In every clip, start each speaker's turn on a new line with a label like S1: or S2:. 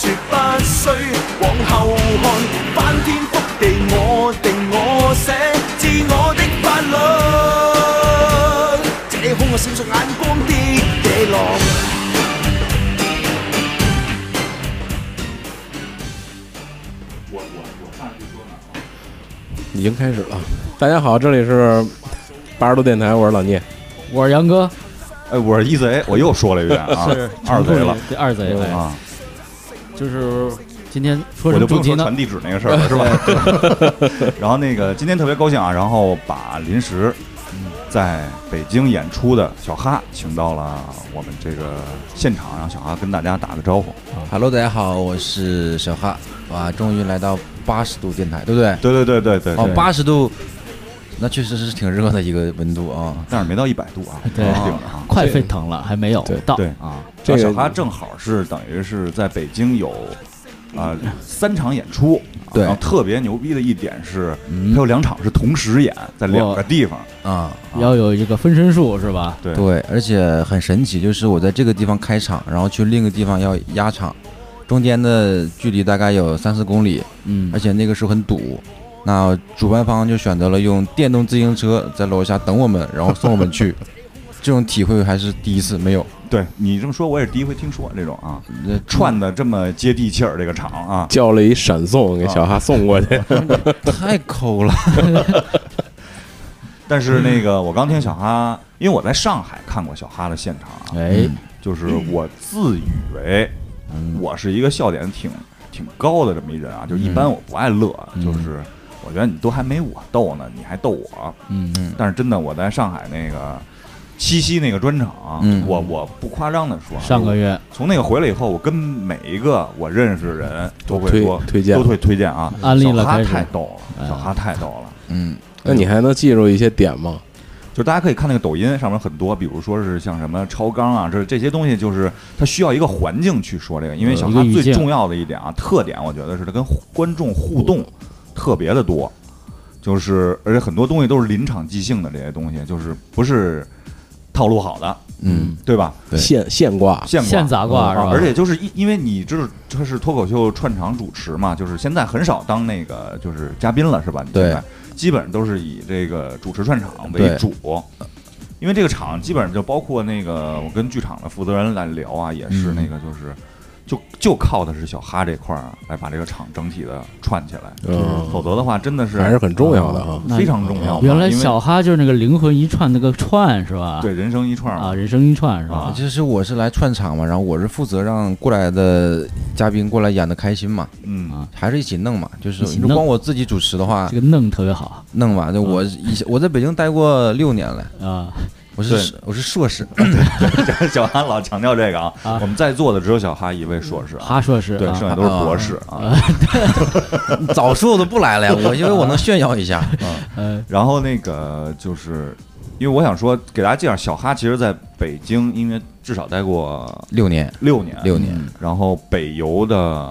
S1: 衰，往後看，翻天覆地，我定我寫，自我的法律。這空我閃烁眼光的野狼。
S2: 我我我看就说呢，
S3: 已经开始了。大家好，这里是八十度电台，我是老聂。
S4: 我是杨哥，
S5: 哎，我是一贼，我又说了一遍 啊，二贼了
S4: 对，二贼哎
S5: 啊，
S4: 就是今天说
S5: 我
S4: 什
S5: 就
S4: 么
S5: 不
S4: 主题
S5: 用说
S4: 呢
S5: 传？地址那个事儿了，是吧？ 然后那个今天特别高兴啊，然后把临时在北京演出的小哈请到了我们这个现场，让小哈跟大家打个招呼。
S6: Hello，大家好，我是小哈，哇，终于来到八十度电台，对不对？
S5: 对对对对对，
S6: 哦
S5: 对，
S6: 八十度，那确实是挺热的一个温度啊、
S5: 但是没到一百度啊，
S4: 对
S5: 顶着啊。
S4: 快沸腾了，还没有
S3: 对
S4: 到
S5: 对
S4: 啊，
S3: 这
S5: 这
S3: 个
S5: 小哈正好是等于是在北京有啊、三场演出，
S6: 对
S5: 然后特别牛逼的一点是，
S6: 嗯
S5: 他有两场是同时演在两个地方，
S6: 啊，
S4: 要有一个分身术是吧？
S5: 对
S6: 对，而且很神奇，就是我在这个地方开场，然后去另一个地方要压场，中间的距离大概有三四公里，
S4: 嗯
S5: 哎
S6: 而，且那个时候很堵。那主办方就选择了用电动自行车在楼下等我们，然后送我们 去，这种体会还是第一次没有。
S5: 对你这么说，我也是第一回听说这种啊，
S6: 呃
S5: 串的这么接地气儿这个场啊，
S3: 叫了一闪送给小
S6: 啊
S3: 哈送过 去，
S6: 太抠了，
S5: 但是那个我刚听小哈，因为我在上海看过小哈的现场啊，
S4: 哎，嗯
S5: 就是我自以为我是一个笑点挺挺高的这么一人啊，就是一般我不爱乐，
S4: 嗯
S5: 就是我觉得你都还没我逗呢，你还逗我，
S4: 嗯嗯，
S5: 但是真的我在上海那个七夕那个专场，啊
S6: 嗯
S5: 我我不夸张的说啊，
S4: 上个月
S5: 从那个回来以后，我跟每一个我认识的人都会
S3: 推
S5: 说
S3: 推荐
S5: 都会推荐啊，
S4: 安利了
S5: 小哈
S4: 开始
S5: 太逗了，
S4: 哎
S5: 小哈太逗了。
S6: 嗯，
S3: 那你还能记住一些点吗？
S5: 就是大家可以看那个抖音上面很多，比如说是像什么超纲啊，这这些东西，就是它需要一个环境去说这个。因为小哈
S4: 嗯一个语境
S5: 最重要的一点啊，特点我觉得是它跟观众互动
S4: 嗯
S5: 特别的多，就是而且很多东西都是临场即兴的这些东西，就是不是套路好的，
S6: 嗯，
S5: 对吧？
S6: 对
S3: 现现挂，
S5: 现挂
S4: 现砸挂是
S5: 啊
S4: 吧？
S5: 而且就是因因为你知道这是脱口秀串场主持嘛，就是现在很少当那个就是嘉宾了，是吧？你
S6: 对
S5: 现在基本上都是以这个主持串场为
S6: 对
S5: 主。因为这个场基本上就包括那个我跟剧场的负责人来聊啊，也是
S6: 嗯
S5: 那个就是，就就靠的是小哈这块儿啊来把这个场整体的串起来，
S3: 嗯
S5: 否则的话真的是嗯
S3: 还是很重要的啊。
S4: 那
S5: 非常重要嘛。
S4: 原来
S5: 因为
S4: 小哈就是那个灵魂一串那个串是吧？
S5: 对人生一串儿嘛
S4: 啊，人生一串是吧
S5: 啊？
S6: 就是我是来串场嘛，然后我是负责让过来的嘉宾过来演的开心嘛，
S5: 嗯，
S6: 还是一起弄嘛。就是
S4: 一起弄
S6: 如果光我自己主持的话
S4: 这，个弄特别好
S6: 弄嘛。就我以前我在北京待过六年了，
S4: 啊，
S6: 我
S5: 对
S6: 是我是硕士，
S5: 小哈老强调这个啊，
S4: 啊
S5: 我们在座的只有小哈一位硕士啊，
S4: 哈硕士
S5: 对，
S4: 啊
S5: 剩下都是博士啊。
S6: 早说我都不来了呀，我因为我能炫耀一下。
S4: 呃，
S5: 然后那个就是，因为我想说，给大家介绍小哈，其实在北京，因为至少待过
S6: 六年，
S5: 六年，
S6: 六年，
S5: 然后北邮的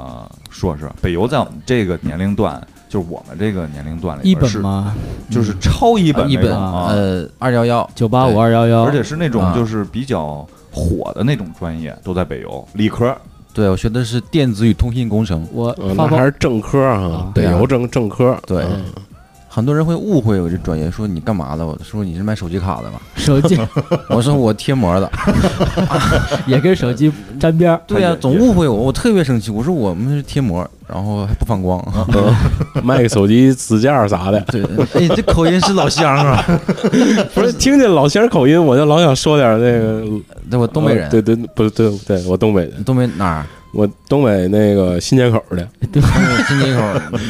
S5: 硕士，北邮在我们这个年龄段，就是我们这个年龄段里
S4: 一
S5: 边
S4: 本
S5: 哎是，
S4: 吗？
S5: 就是超一本
S6: 一
S5: 那
S6: 本
S5: 种啊，
S6: 呃二幺幺，
S4: 九八五二幺幺，
S5: 而且是那种
S6: 啊
S5: 就是比较火的那种专业，都在北邮理科。
S6: 对我学的是电子与通信工程。
S4: 我
S3: 呃
S4: 发
S3: 那
S4: 包
S3: 还是正科啊
S4: 啊，
S3: 北
S6: 对啊
S3: 邮正正科，
S6: 对
S3: 嗯
S6: 很多人会误会我这专业，说你干嘛的？我说你是卖手机卡的吧？
S4: 手机
S6: 我说我贴膜的。
S4: 也跟手机沾边儿，
S6: 对呀、
S5: 也
S6: 总
S5: 也
S6: 误会我，我特别生气。我说我们是贴膜，然后还不反光。。
S5: 啊
S3: 卖个手机支架啥的
S6: 对，哎，这口音是老乡 啊，
S3: 不是听见老乡口音，我就老想说点那个
S6: 对，我东北人，
S3: 呃对对，不是对对，我东北人，
S6: 东北哪儿？
S3: 我东北那个新街口 的，
S5: 嗯
S6: 亲戚口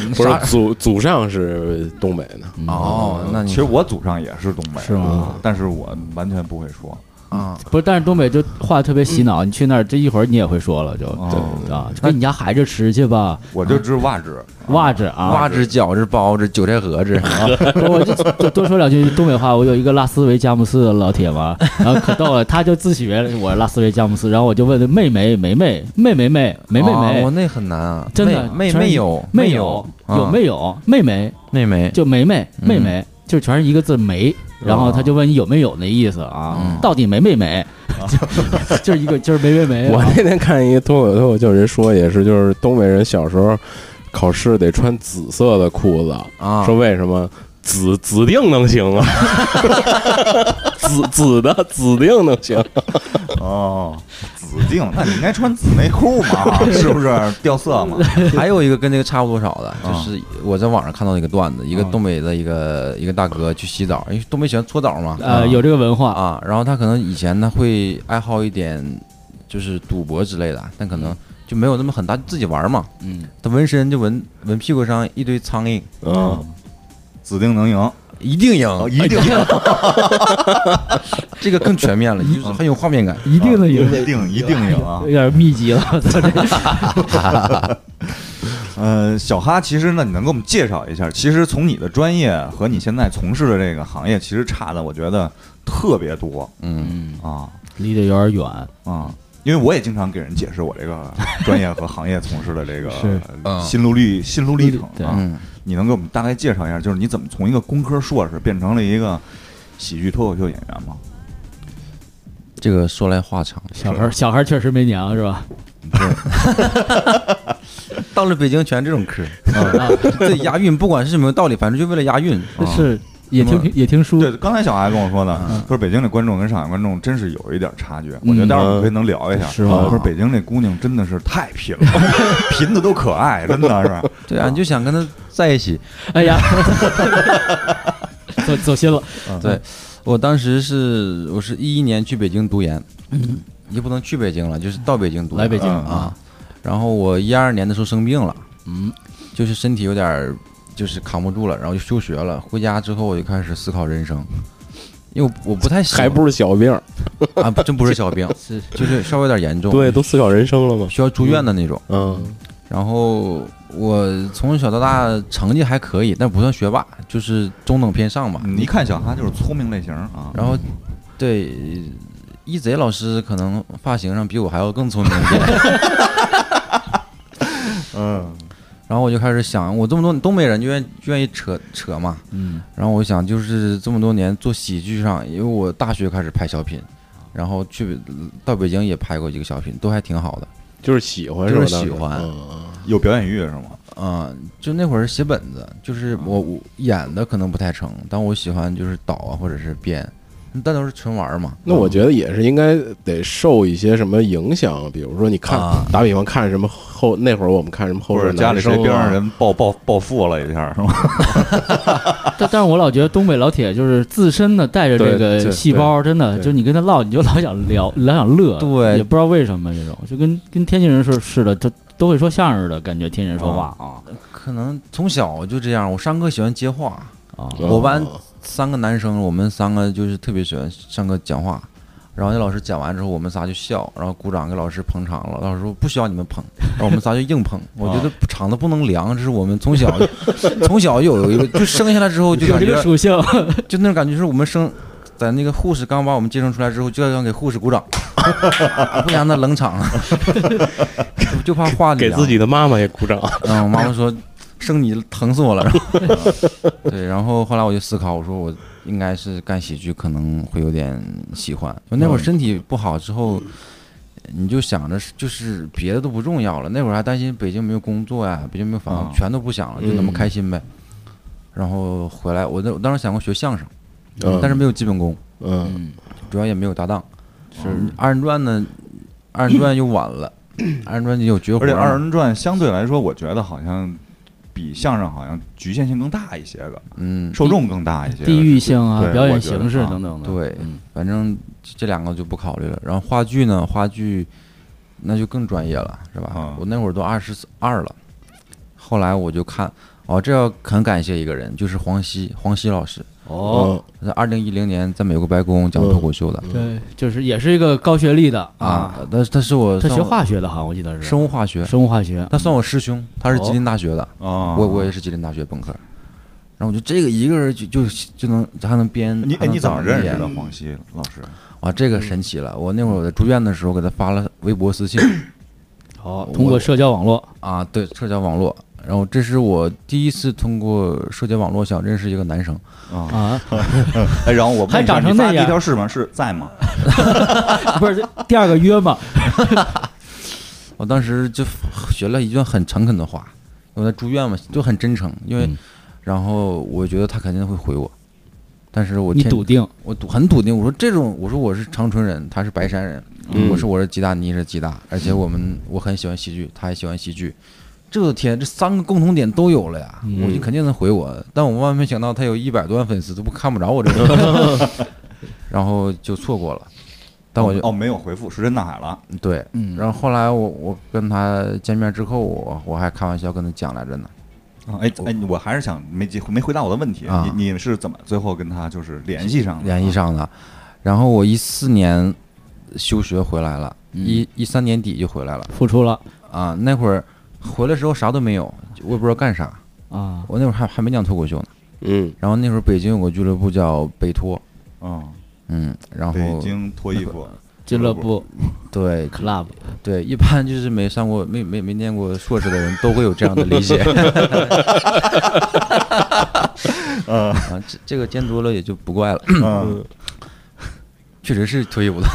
S6: 你
S3: 不
S6: 啥
S3: 是祖祖上是东北的，
S6: 哦，那你
S5: 嗯其实我祖上也是东北，啊
S4: 是吗？
S5: 但是我完全不会说。
S6: 啊，
S4: 不是，但是东北就话特别洗脑，你去那儿这一会儿你也会说了，就
S5: 哦
S4: 啊，就跟你家孩子吃去吧，
S5: 我就知袜子，
S4: 袜子啊，
S6: 袜子、饺子、包子、韭菜盒子，
S5: 啊
S4: 不是我就就多说两句东北话。我有一个拉斯维加姆斯的老铁嘛，然后可逗了，他就自诩为我是拉斯维加姆斯，然后我就问他妹妹妹妹妹妹妹妹妹
S6: 哦我
S4: 妹，
S6: 那很难啊，
S4: 真的
S6: 妹妹
S4: 全是
S6: 妹有嗯
S4: 没有有
S6: 啊
S4: 没有妹妹
S6: 妹妹
S4: 就妹妹妹妹就全是一个字没，然后他就问你有没有那意思啊，
S6: 嗯
S4: 到底没没没， 就 就是一个就是没没
S6: 哎
S4: 没，
S3: 我那天看一个脱口秀，就人说也是，就是东北人小时候考试得穿紫色的裤子，
S6: 啊，
S3: 说为什么？指指定能行啊， 指指的指定能行，
S5: 哦，紫腚，那你应该穿紫内裤 嘛，是不是掉色嘛？
S6: 还有一个跟这个差不多少的，
S5: 啊
S6: 就是我在网上看到一个段子，一个
S4: 啊
S6: 东北的一个一个大哥去洗澡，因为东北喜欢搓澡嘛，
S4: 呃有这个文化，
S6: 啊，然后他可能以前呢会爱好一点就是赌博之类的，但可能就没有那么很大，自己玩嘛，
S4: 嗯，
S6: 他纹身就纹纹屁股上一堆苍蝇，
S3: 嗯，
S5: 指定能
S4: 哦
S5: 赢，哦
S6: 一定赢，
S5: 一定
S6: 这个更 全面了，就是很有画面感。
S4: 一定的啊有啊
S5: 一定一定赢啊
S4: 有！点密集了，我 操这
S5: 呃，小哈，其实呢，你能给我们介绍一下？其实从你的专业和你现在从事的这个行业，其实差的我觉得特别多
S6: 嗯，
S5: 啊
S4: 离得有点远，
S5: 啊！因为我也经常给人解释我这个专业和行业从事的这个
S4: 是
S6: 嗯
S5: 心路历心路历程
S4: 对
S5: 啊。
S6: 嗯，
S5: 你能给我们大概介绍一下，就是你怎么从一个工科硕士变成了一个喜剧脱口秀演员吗？
S6: 这个说来话长，
S4: 小孩儿小孩儿确实没娘是吧？
S6: 到了北京全这种嗑儿，
S4: 啊，
S6: 这押韵不管是什么道理，反正就为了押韵。啊
S4: 是也听也听书，
S5: 对，刚才小孩跟我说的，他说北京的观众跟上海观众真是有一点差距。我觉得待会儿我们可以能聊一下。
S4: 是吗
S5: 他说北京这姑娘真的是太贫了， 贫的都可爱，真的是。
S6: 对啊，你就想跟他在一起。
S4: 哎呀， 走走心了，
S6: 对，我当时是我是一一年去北京读研，也不能去北京了，就是到北京读研
S4: 嗯来北京
S5: 嗯
S6: 啊。然后我一二年的时候生病了，
S4: 嗯，
S6: 就是身体有点儿就是扛不住了，然后就休学了。回家之后我就开始思考人生，因为我我不太喜欢
S3: 还不是小病儿，
S6: 啊，不真不是小病，
S4: 是
S6: 就是稍微有点严重，
S3: 对，，都思考人生了嘛，
S6: 需要住院的那种。
S3: 嗯，
S6: 然后我从小到大成绩还可以，但不算学霸，就是中等偏上吧。
S5: 嗯你一看小哈就是聪明类型啊。
S6: 然后，对，一贼老师可能发型上比我还要更聪明一点。
S5: 嗯
S6: 然后我就开始想，我这么多东北人就愿就愿意扯扯嘛。
S5: 嗯
S6: 然后我想，就是这么多年做喜剧上，因为我大学开始拍小品，然后去北到北京也拍过一个小品，都还挺好的。
S3: 就是喜欢吧？
S6: 就是
S3: 当时
S6: 喜欢
S3: 嗯
S5: 有表演欲是吗？
S6: 嗯，就那会儿写本子，
S4: 啊
S6: 就是我我演的可能不太成，但我喜欢就是导啊，或者是编，但都是纯玩儿嘛。
S3: 那我觉得也是应该得受一些什么影响，比如说你看
S6: 啊，
S3: 打比方看什么后那会儿我们看什么后
S5: 或者
S3: 世
S5: 家里谁
S3: 男生啊
S5: 边上人暴暴暴富了一下是 吗？
S4: 但但是我老觉得东北老铁就是自身的带着这
S3: 对
S4: 个
S3: 对
S4: 细胞，真的
S3: 对
S4: 就是你跟他唠，你就老想聊，老想乐，
S6: 对
S4: 也不知道为什么这种，就跟跟天津人是似的，他都会说相声的感觉，天津人说话啊
S6: 可能从小就这样，我上课喜欢接话，
S4: 啊，
S3: 嗯
S6: 我班三个男生，我们三个就是特别喜欢上课讲话，然后那老师讲完之后，我们仨就笑，然后鼓掌给老师捧场了。老师说不需要你们捧，然后我们仨就硬捧。我
S4: 啊
S6: 觉得场子不能凉，这是我们从小从小就有一个，就生下来之后就
S4: 有
S6: 感
S4: 这个
S6: 觉，
S4: 属性，
S6: 就那种感觉是我们生。在那个护士刚把我们接生出来之后，就要给护士鼓掌， 不然那冷场了， 就就怕啊话 里
S3: 给
S6: 凉
S3: 自己的妈妈也鼓掌，
S6: 然后嗯我妈妈说：“生你疼死我了。”然 后对，然后后来我就思考，我说我应该是干喜剧，可能会有点喜欢。就
S5: 嗯
S6: 那会儿身体不好之后，你就想着是就是别的都不重要了。那会儿还担心北京没有工作呀，北京没有房
S5: 啊嗯
S6: 子，全都不想了，就那么开心呗。然后回来，我那我当时想过学相声，
S3: 嗯
S6: 但是没有基本功，
S3: 嗯，
S4: 嗯，
S6: 主要也没有搭档。是
S5: 嗯
S6: 二人转呢，二人转又晚了，二人转就有绝活
S5: 而且
S6: 嘛。
S5: 二人转相对来说，我觉得好像比相声好像局限性更大一些个，
S6: 嗯，
S5: 受众更大一些。
S4: 地域性啊，
S5: 对
S4: 表演
S5: 我觉得
S4: 形式
S5: 啊
S4: 等等的，
S6: 对
S4: 嗯
S6: 反正这两个就不考虑了。然后话剧呢，话剧那就更专业了，是吧？
S5: 啊
S6: 我那会儿都二十二了，后来我就看，哦，这要很感谢一个人，就是黄西，黄西老师，
S4: 哦，
S6: 在二零一零年在美国白宫讲脱口秀
S5: 嗯
S6: 的、
S4: 对，就是也是一个高学历的嗯啊，
S6: 啊，但是他是我
S4: 他
S6: 算
S4: 学
S6: 我
S4: 化学的，好像我记得是
S6: 生物化学，
S4: 生物化学，
S6: 他算我师兄，他是吉林大学的，
S5: 啊，
S6: 我我也是吉林大学本科。然后我就这个一个人就就就能还能编，
S5: 你
S6: 还
S5: 哎
S6: 能
S5: 你怎么
S6: 导
S5: 认识
S6: 演
S5: 的黄西老师？
S6: 啊，这
S4: 嗯
S6: 个神奇了！我那会儿我在住院的时候，给他发了微博私信
S4: 哦
S6: 我，
S4: 通过社交网络，
S6: 啊，对，社交网络，然后这是我第一次通过社交网络想认识一个男生，
S5: 啊，
S4: 啊，
S5: 哎然后我
S4: 还
S5: 问一下，
S4: 长
S5: 你
S4: 成
S5: 发
S4: 那
S5: 第一
S4: 样
S5: 条是吗？是在吗？
S4: 啊不是第二个约嘛？
S6: 我当时就学了一段很诚恳的话，因为我在住院嘛，就很真诚，因为、
S4: 嗯
S6: 然后我觉得他肯定会回我，但是我
S4: 你
S6: 天
S4: 笃定？
S6: 我笃很笃定，我说这种，我说我是长春人，他是白山人，
S3: 嗯
S6: 我说我是吉大，你是吉大，而且我们我很喜欢戏剧，他也喜欢戏剧，这天这三个共同点都有了呀，我就肯定能回我，但我万万没想到他有一百多万粉丝，都不看不着我这个人，然后就错过了，但我就、
S5: 哦没有回复，石沉大海了。
S6: 对，
S5: 嗯
S6: 然后后来我我跟他见面之后，我我还开玩笑跟他讲来着呢，
S5: 啊哎哎，我还是想没接没回答我的问题，
S6: 啊
S5: 你你是怎么最后跟他就是联系上的？啊
S6: 联系上的，然后我一四年休学回来了，
S5: 嗯
S6: 一一三年底就回来了。
S4: 付出了
S6: 啊，那会儿回来时候啥都没有，我也不知道干啥。
S4: 啊，
S6: 我那会儿还还没讲脱口秀呢。
S3: 嗯
S6: 然后那会儿北京有个俱乐部叫北托，
S5: 嗯，
S6: 嗯，然
S5: 北
S6: 后
S5: 京脱衣服，
S4: 俱乐部
S6: 对
S4: club
S6: 对，一般就是没上过、没没没念过硕士的人都会有这样的理解。啊，这这个见多了也就不怪了，
S5: 嗯
S6: 确实是脱衣 舞的。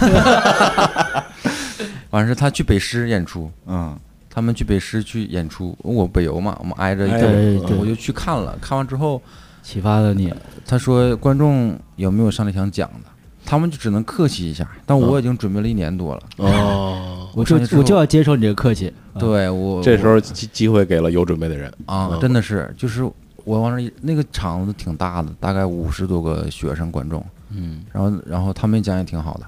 S6: 完事儿他去北师演出，
S5: 嗯
S6: 他们去北师去演出，我北邮嘛，我们挨着一
S3: 哎
S6: 个
S4: 对
S6: 我
S4: 对
S6: 我就去看了。看完之后，
S4: 启发了你，
S6: 他说观众有没有上来想讲的，他们就只能客气一下。但
S3: 嗯
S6: 我已经准备了一年多了，
S3: 哦，
S4: 我就
S6: 上去之后
S4: 我就要接受你这个客气。啊
S6: 对我
S3: 嗯这时候机机会给了有准备的人，
S6: 我啊
S3: 嗯，
S6: 真的是就是我往那一那个场子挺大的，大概五十多个学生观众，
S4: 嗯，
S6: 然后然后他们讲也挺好的，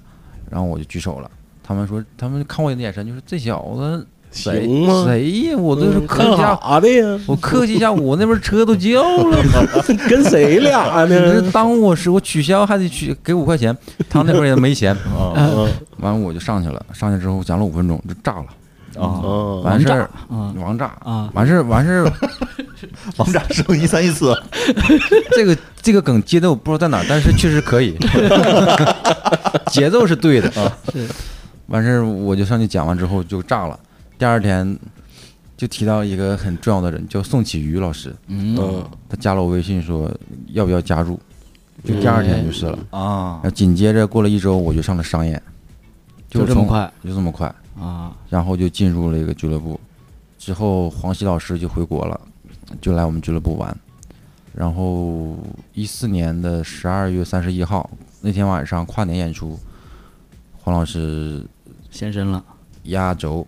S6: 然后我就举手了。他们说，他们看我的眼神就是这小子谁
S3: 行吗？
S6: 谁呀？我都是
S3: 嗯
S6: 客气一下，
S3: 干啥的呀？
S6: 我客气一下，我那边车都叫了。
S3: 跟谁俩
S6: 你这
S3: 呢？
S6: 当我是我取消还得取给五块钱，他那边也没钱。啊 完我就上去了，上去之后讲了五分钟就炸了，
S5: 啊，
S3: 哦，
S6: 完事儿
S4: 啊
S6: 王炸
S4: 啊
S6: 完事儿完事儿，
S5: 王炸生一三一四，
S6: 这个这个梗接的我不知道在哪儿，但是确实可 以，节奏是对的。
S4: 是
S6: 完事儿我就上去讲完之后就炸了，第二天就提到一个很重要的人，叫宋启瑜老师，
S3: 嗯
S6: 他加了我微信说要不要加入，就第二天就是了。
S5: 啊
S6: 然后紧接着过了一周，我就上了商演，
S4: 就这
S6: 从
S4: 么快，
S6: 就这么快。
S4: 啊，
S6: 然后就进入了一个俱乐部。之后黄西老师就回国了，就来我们俱乐部玩。然后一四年的十二月三十一号那天晚上跨年演出，黄老师
S4: 现身了，
S6: 压轴，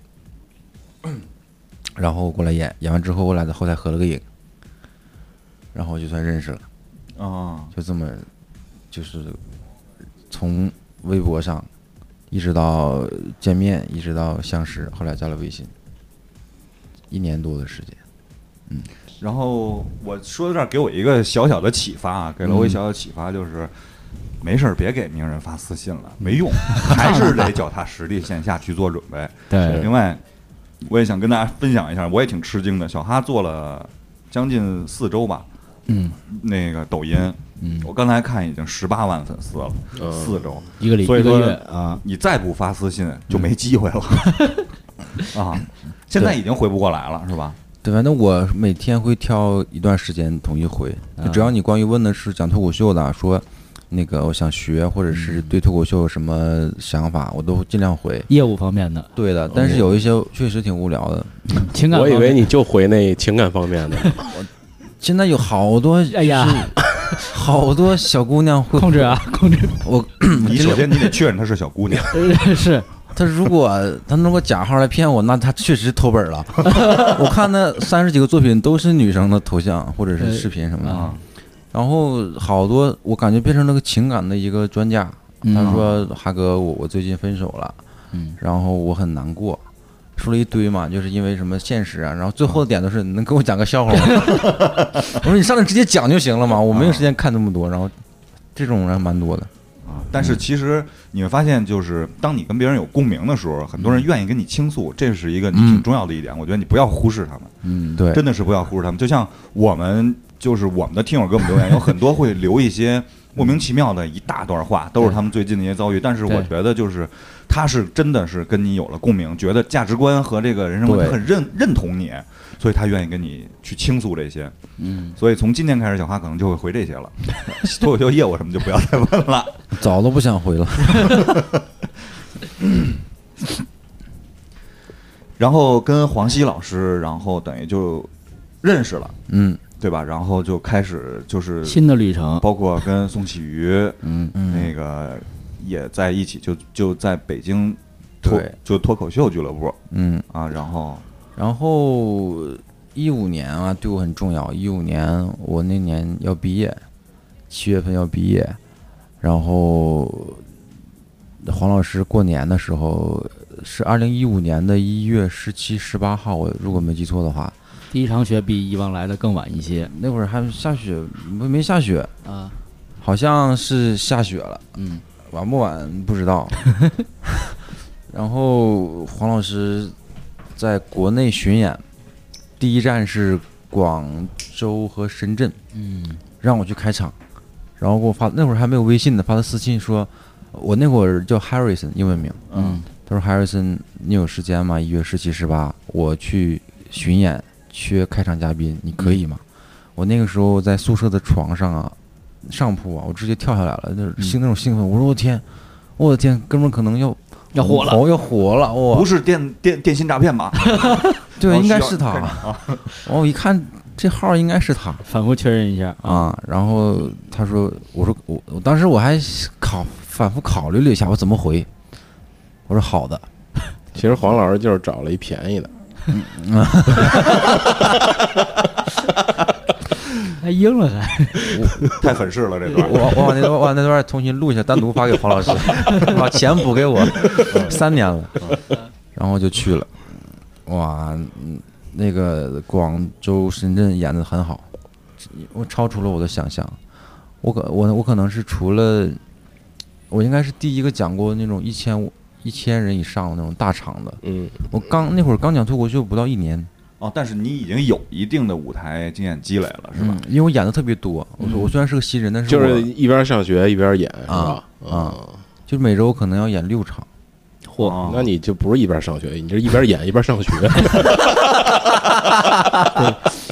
S6: 然后过来演，演完之后我俩在后台合了个影，然后就算认识了，
S5: 啊
S6: 就这么就是从微博上一直到见面，一直到相识，后来加了微信，一年多的时间。
S5: 然后我说到这儿，给我一个小小的启发啊，给了
S4: 嗯
S5: 我一小小启发，就是没事儿别给名人发私信了，没用，还是得脚踏实地线下去做准备。
S4: 对
S5: 另外，我也想跟大家分享一下，我也挺吃惊的，小哈做了将近四周吧，
S6: 嗯，
S5: 那个抖音，嗯，我刚才看已经十八万粉丝了，四周，
S4: 嗯一个礼
S5: 所以
S4: 一
S5: 说
S4: 个月啊，
S5: 你再不发私信就没 机会了啊！现在已经回不过来了，是吧？
S6: 对，反正我每天会挑一段时间统一回，就只要你关于问的是讲脱口秀的，说那个我想学，或者是对脱口秀有什么想法，我都尽量回。
S4: 业务方面的
S6: 对的，但是有一些确实挺无聊的。
S4: 情感
S3: 我
S4: 方
S3: 以
S4: 面，
S3: 为你就回那情感方面的，
S6: 现在有好多，
S4: 哎呀，
S6: 好多小姑娘会
S4: 控制啊，控制呃
S6: 我，
S5: 你首先你得确认她是小 姑娘，
S4: 是
S6: 她如果她弄个假号来骗我，那她确实偷 本了。我看那三十几个作品都是女生的头像或者是视频什么的，
S5: 啊
S6: 然后好多我感觉变成了个情感的一个专家。他说：“哈哥，我我最近分手了，
S4: 嗯，
S6: 然后我很难过，说了一堆嘛，就是因为什么现实啊。然后最后的点都是你能给我讲个笑话吗？ 我说你上来直接讲就行了嘛，我没有时间看那么多。然后这种人蛮多的，
S5: 啊！但是其实你会发现，就是当你跟别人有共鸣的时候，很多人愿意跟你倾诉，这是一个你挺重要的一点。我觉得你不要忽视他们，
S4: 嗯，
S6: 对，
S5: 真
S6: 嗯
S5: 的是不要忽视他们。就像我们，就是我们的听友给我们留言，有很多会留一些 莫名其妙的一大段话，都是他们最近的一些遭遇。但是我
S4: 对
S5: 觉得就是他是真的是跟你有了共鸣，觉得价值观和这个人生观
S6: 对
S5: 他很认认同你，所以他愿意跟你去倾诉这些。
S6: 嗯，
S5: 所以从今天开始，小哈可能就会回这些 了。脱口秀业务什么就不要再问了。
S6: 早都不想回了。
S5: 然后跟黄西老师，然后等于就认识了，
S6: 嗯
S5: 对吧？然后就开始就是
S4: 嗯新的旅程，
S5: 包括跟宋启瑜
S6: 啊嗯
S5: 那个也在一起，就就在北京脱
S6: 对
S5: 就脱口秀俱乐部
S6: 嗯，
S5: 啊，然后
S6: 然后一五年啊，对我很重要。一五年我那年要毕业，七月份要毕业，然后黄老师过年的时候是二零一五年的一月十七、十八号，我如果没记错的话，
S4: 第一场雪比以往来的更晚一些
S6: 那会儿还下雪，没没下雪，
S4: 啊，
S6: 好像是下雪了。
S4: 嗯，
S6: 晚不晚不知道。 然后黄老师在国内巡演，第一站是广州和深圳，
S4: 嗯，
S6: 让我去开场，然后给我发那会儿还没有微信呢，发的私信说，我那会儿叫 Harrison 英文名，
S4: 嗯，
S6: 他说 Harrison 你有时间吗？一月十七、十八我去巡演，缺开场嘉宾，你可以吗？
S5: 嗯
S6: 我那个时候在宿舍的床上啊，上铺啊，我直接跳下来了，
S5: 嗯
S6: 就是兴那种兴奋，我说我天，我的天，哥们儿可能要
S4: 要火了，
S6: 要火了，我
S5: 不是电电电信诈骗吧？
S6: 对，
S5: 哦
S6: 应该
S5: 需要
S6: 是
S5: 看着
S6: 他， 我一看这号儿应该是他，
S4: 反复确认一下啊，
S6: 啊，然后他说，我说我我当时我还考反复考虑了一下我怎么回，我说好的，
S3: 其实黄老师就是找了一便宜的，
S4: 还应了还，
S5: 太粉饰了这
S6: 我
S5: 段。
S6: 我我把那段我把那段重新录一下，单独发给黄老师，把钱补 给我，三年了，然后就去了，哇，嗯那个广州、深圳演的很好，我超出了我的想象，我可我我可能是除了我应该是第一个讲过那种一千五一千人以上的那种大场的。
S3: 嗯，
S6: 我刚那会儿刚讲脱口秀不到一年，
S5: 哦，但是你已经有一定的舞台经验积累了，是吧？
S6: 嗯？因为我演的特别多，我说我虽然是个新人，但
S3: 嗯
S6: 是
S3: 就
S6: 我
S3: 是一边上学一边演，是吧嗯
S6: 啊？啊，就是每周可能要演六场，
S5: 哦
S3: 那你就不是一边上学，你这一边演一边 上学，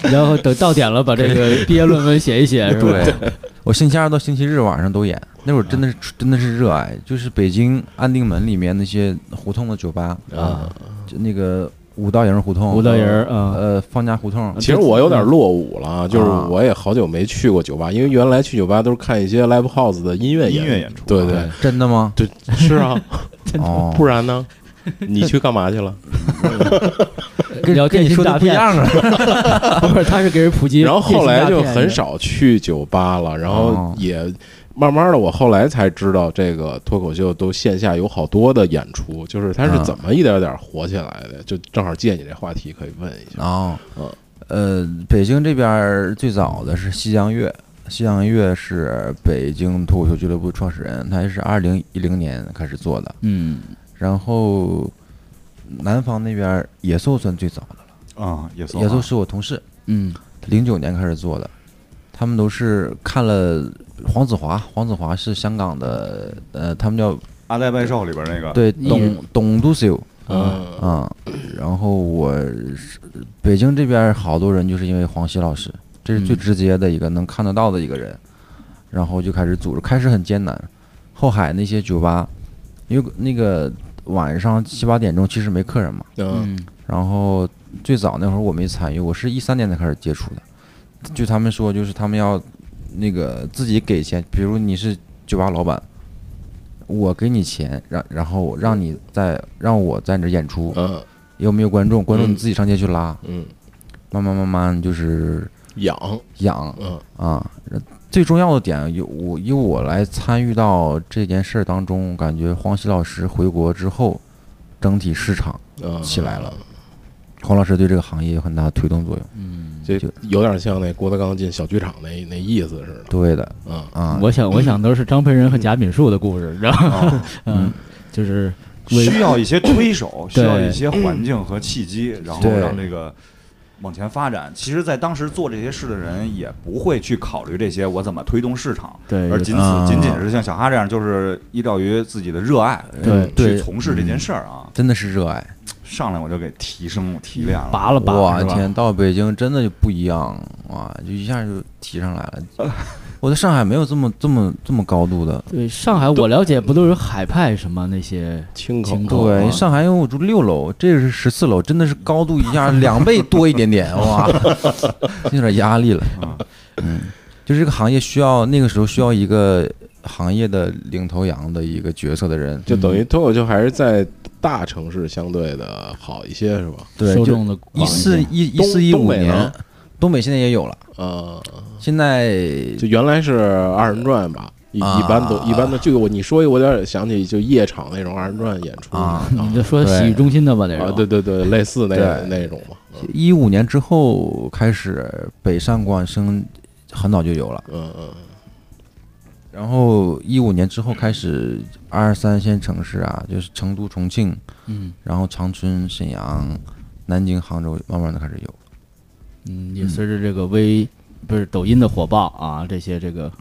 S4: 然后等到点了把这个毕业论文写一写，是吧？
S6: 对， 我星期二到星期日晚上都演。那会儿真的是真的是热爱，就是北京安定门里面那些胡同的酒吧
S3: 啊，
S6: 就那个五道营胡同，
S4: 五道营儿啊
S6: 呃，方家胡同，
S3: 其实我有点落伍了，就是
S6: 啊
S3: 我也好久没去过酒吧，因为原来去酒吧都是看一些 live house 的音乐
S5: 音乐
S3: 演
S5: 演出
S3: 对对
S6: 真的 吗？
S3: 对，是啊，
S6: 哦，
S3: 不然呢？ 你去干嘛去了？
S6: 跟
S4: 聊
S6: 跟
S4: 天
S6: 你
S4: 津
S6: 说
S4: 大
S6: 的不一
S4: 片
S6: 样啊，
S4: 不是，他是给人普及，
S3: 然后后来就很，少去酒吧了，然后
S6: 哦
S3: 也慢慢的，我后来才知道这个脱口秀都线下有好多的演出，就是它是
S6: 啊
S3: 怎么一点点火起来的，就正好借你这话题可以问一下。
S6: 哦
S3: 嗯，
S6: 呃，北京这边儿最早的是西洋乐，西洋乐是北京脱口秀俱乐部创始人，他是二零一零年开始做的。
S4: 嗯，
S6: 然后南方那边儿野兽算最早的了，
S5: 啊，也算
S6: 野兽
S5: 啊
S6: 是我同事，
S4: 嗯，
S6: 零九年开始做的，他们都是看了黄子华，黄子华是香港的，呃，他们叫
S5: 阿呆拜兽里边那个，
S6: 对
S4: 艺
S6: 董董都秀。
S3: 嗯，
S6: 啊、然后我是北京这边儿好多人就是因为黄西老师，这是最
S4: 嗯
S6: 直接的一个能看得到的一个人，然后就开始组织，开始很艰难。后海那些酒吧，因为那个晚上七八点钟其实没客人嘛，
S3: 嗯，
S6: 然后最早那会儿我没参与，我是一三年才开始接触的。
S3: 嗯
S6: 就他们说，就是他们要那个自己给钱，比如你是酒吧老板，我给你钱，然然后我让你在让我在你这演出，
S3: 嗯
S6: 有没有观众？观众
S3: 嗯
S6: 你自己上街去拉，
S3: 嗯，
S6: 慢慢慢慢就是
S3: 痒，
S6: 养
S3: 嗯
S6: 啊。最重要的点，有我由我来参与到这件事儿当中，感觉黄西老师回国之后，整体市场，
S3: 嗯，
S6: 起来了，黄老师对这个行业有很大的推动作用。
S3: 这
S6: 就
S3: 有点像那郭德纲进小剧场那那意思似的。
S6: 对的
S3: 嗯，
S6: 啊，
S4: 我想我想都是张培仁和贾敏树的故事，然后
S5: 啊
S4: 嗯，就是
S5: 需要一些推手，需
S4: 对
S5: 要一些环境和契机，然后
S6: 对
S5: 让这个往前发展。其实，在当时做这些事的人也不会去考虑这些我怎么推动市场，
S4: 对
S5: 而仅
S6: 啊
S5: 此仅仅是像小哈这样，就是依照于自己的热爱，
S4: 对
S5: 去
S6: 对嗯
S5: 从事这件事儿啊。
S6: 真的是热爱。
S5: 上来我就给提升提炼了，
S4: 拔了拔，
S6: 哇
S5: 是吧
S6: 天，到北京真的就不一样哇，就一下就提上来了。 我在上海没有这么这么这么高度的，
S4: 对上海我了解不都有海派什么那些
S3: 清口
S4: 情窦
S6: 对，
S4: 啊
S6: 上海因为我住六楼，这个是十四楼，真的是高度一 下两倍多一点点，哇，有点压力了。嗯，就是这个行业需要那个时候需要一个行业的领头羊的一个角色的人，嗯
S3: 就等于脱口秀还是在大城市相对的好一些，是吧？
S6: 对，
S4: 受
S6: 就
S4: 众的
S6: 一
S4: 广
S6: 四
S4: 一些
S6: 一一
S3: 东
S6: 四一
S3: 东
S6: 五
S3: 北
S6: 年
S3: 呢，
S6: 东北现在也有了，
S3: 呃，
S6: 现在
S3: 就原来是二人转吧，一
S6: 啊
S3: 一般都一般都，就我你说一我有点想起就夜场那种二人转演出
S6: 啊
S4: 你嗯就说
S6: 对
S4: 洗浴中心的吧，得
S3: 啊，
S4: 是
S3: 对对对，类似那
S6: 对
S3: 那种嘛，
S6: 一五年之后开始，北上广深很早就有了，
S3: 嗯嗯，
S6: 然后一五年之后开始，二三线城市啊，就是成都、重庆，
S4: 嗯
S6: 然后长春、沈阳、南京、杭州，慢慢的开始有。
S4: 嗯，也随着这个微不是抖音的火爆啊，这些这个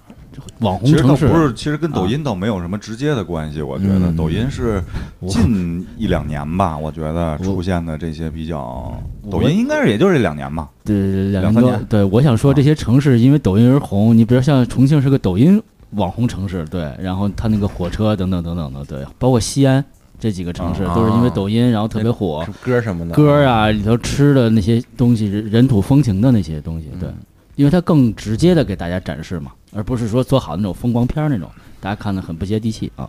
S4: 网
S5: 其
S4: 红
S5: 实倒
S4: 城市
S5: 不是，其实跟抖音倒没有什么直接的关系。我觉得
S6: 嗯
S5: 抖音是近一两年吧，我觉得出现的这些比较，抖音应该是也就这两年吧。
S4: 对
S5: 两
S4: 两
S5: 三
S4: 年多
S5: 年。
S4: 对，我想说这些城市因为抖音而红，你比如像重庆是个抖音网红城市，对，然后它那个火车等等等等的，对，包括西安这几个城市
S6: 啊
S4: 都是因为抖音然后特别火，
S6: 歌什么的
S4: 歌，啊里头吃的那些东西，人人土风情的那些东西，对，因为它更直接的给大家展示嘛，而不是说做好那种风光片儿那种，大家看的很不接地气啊。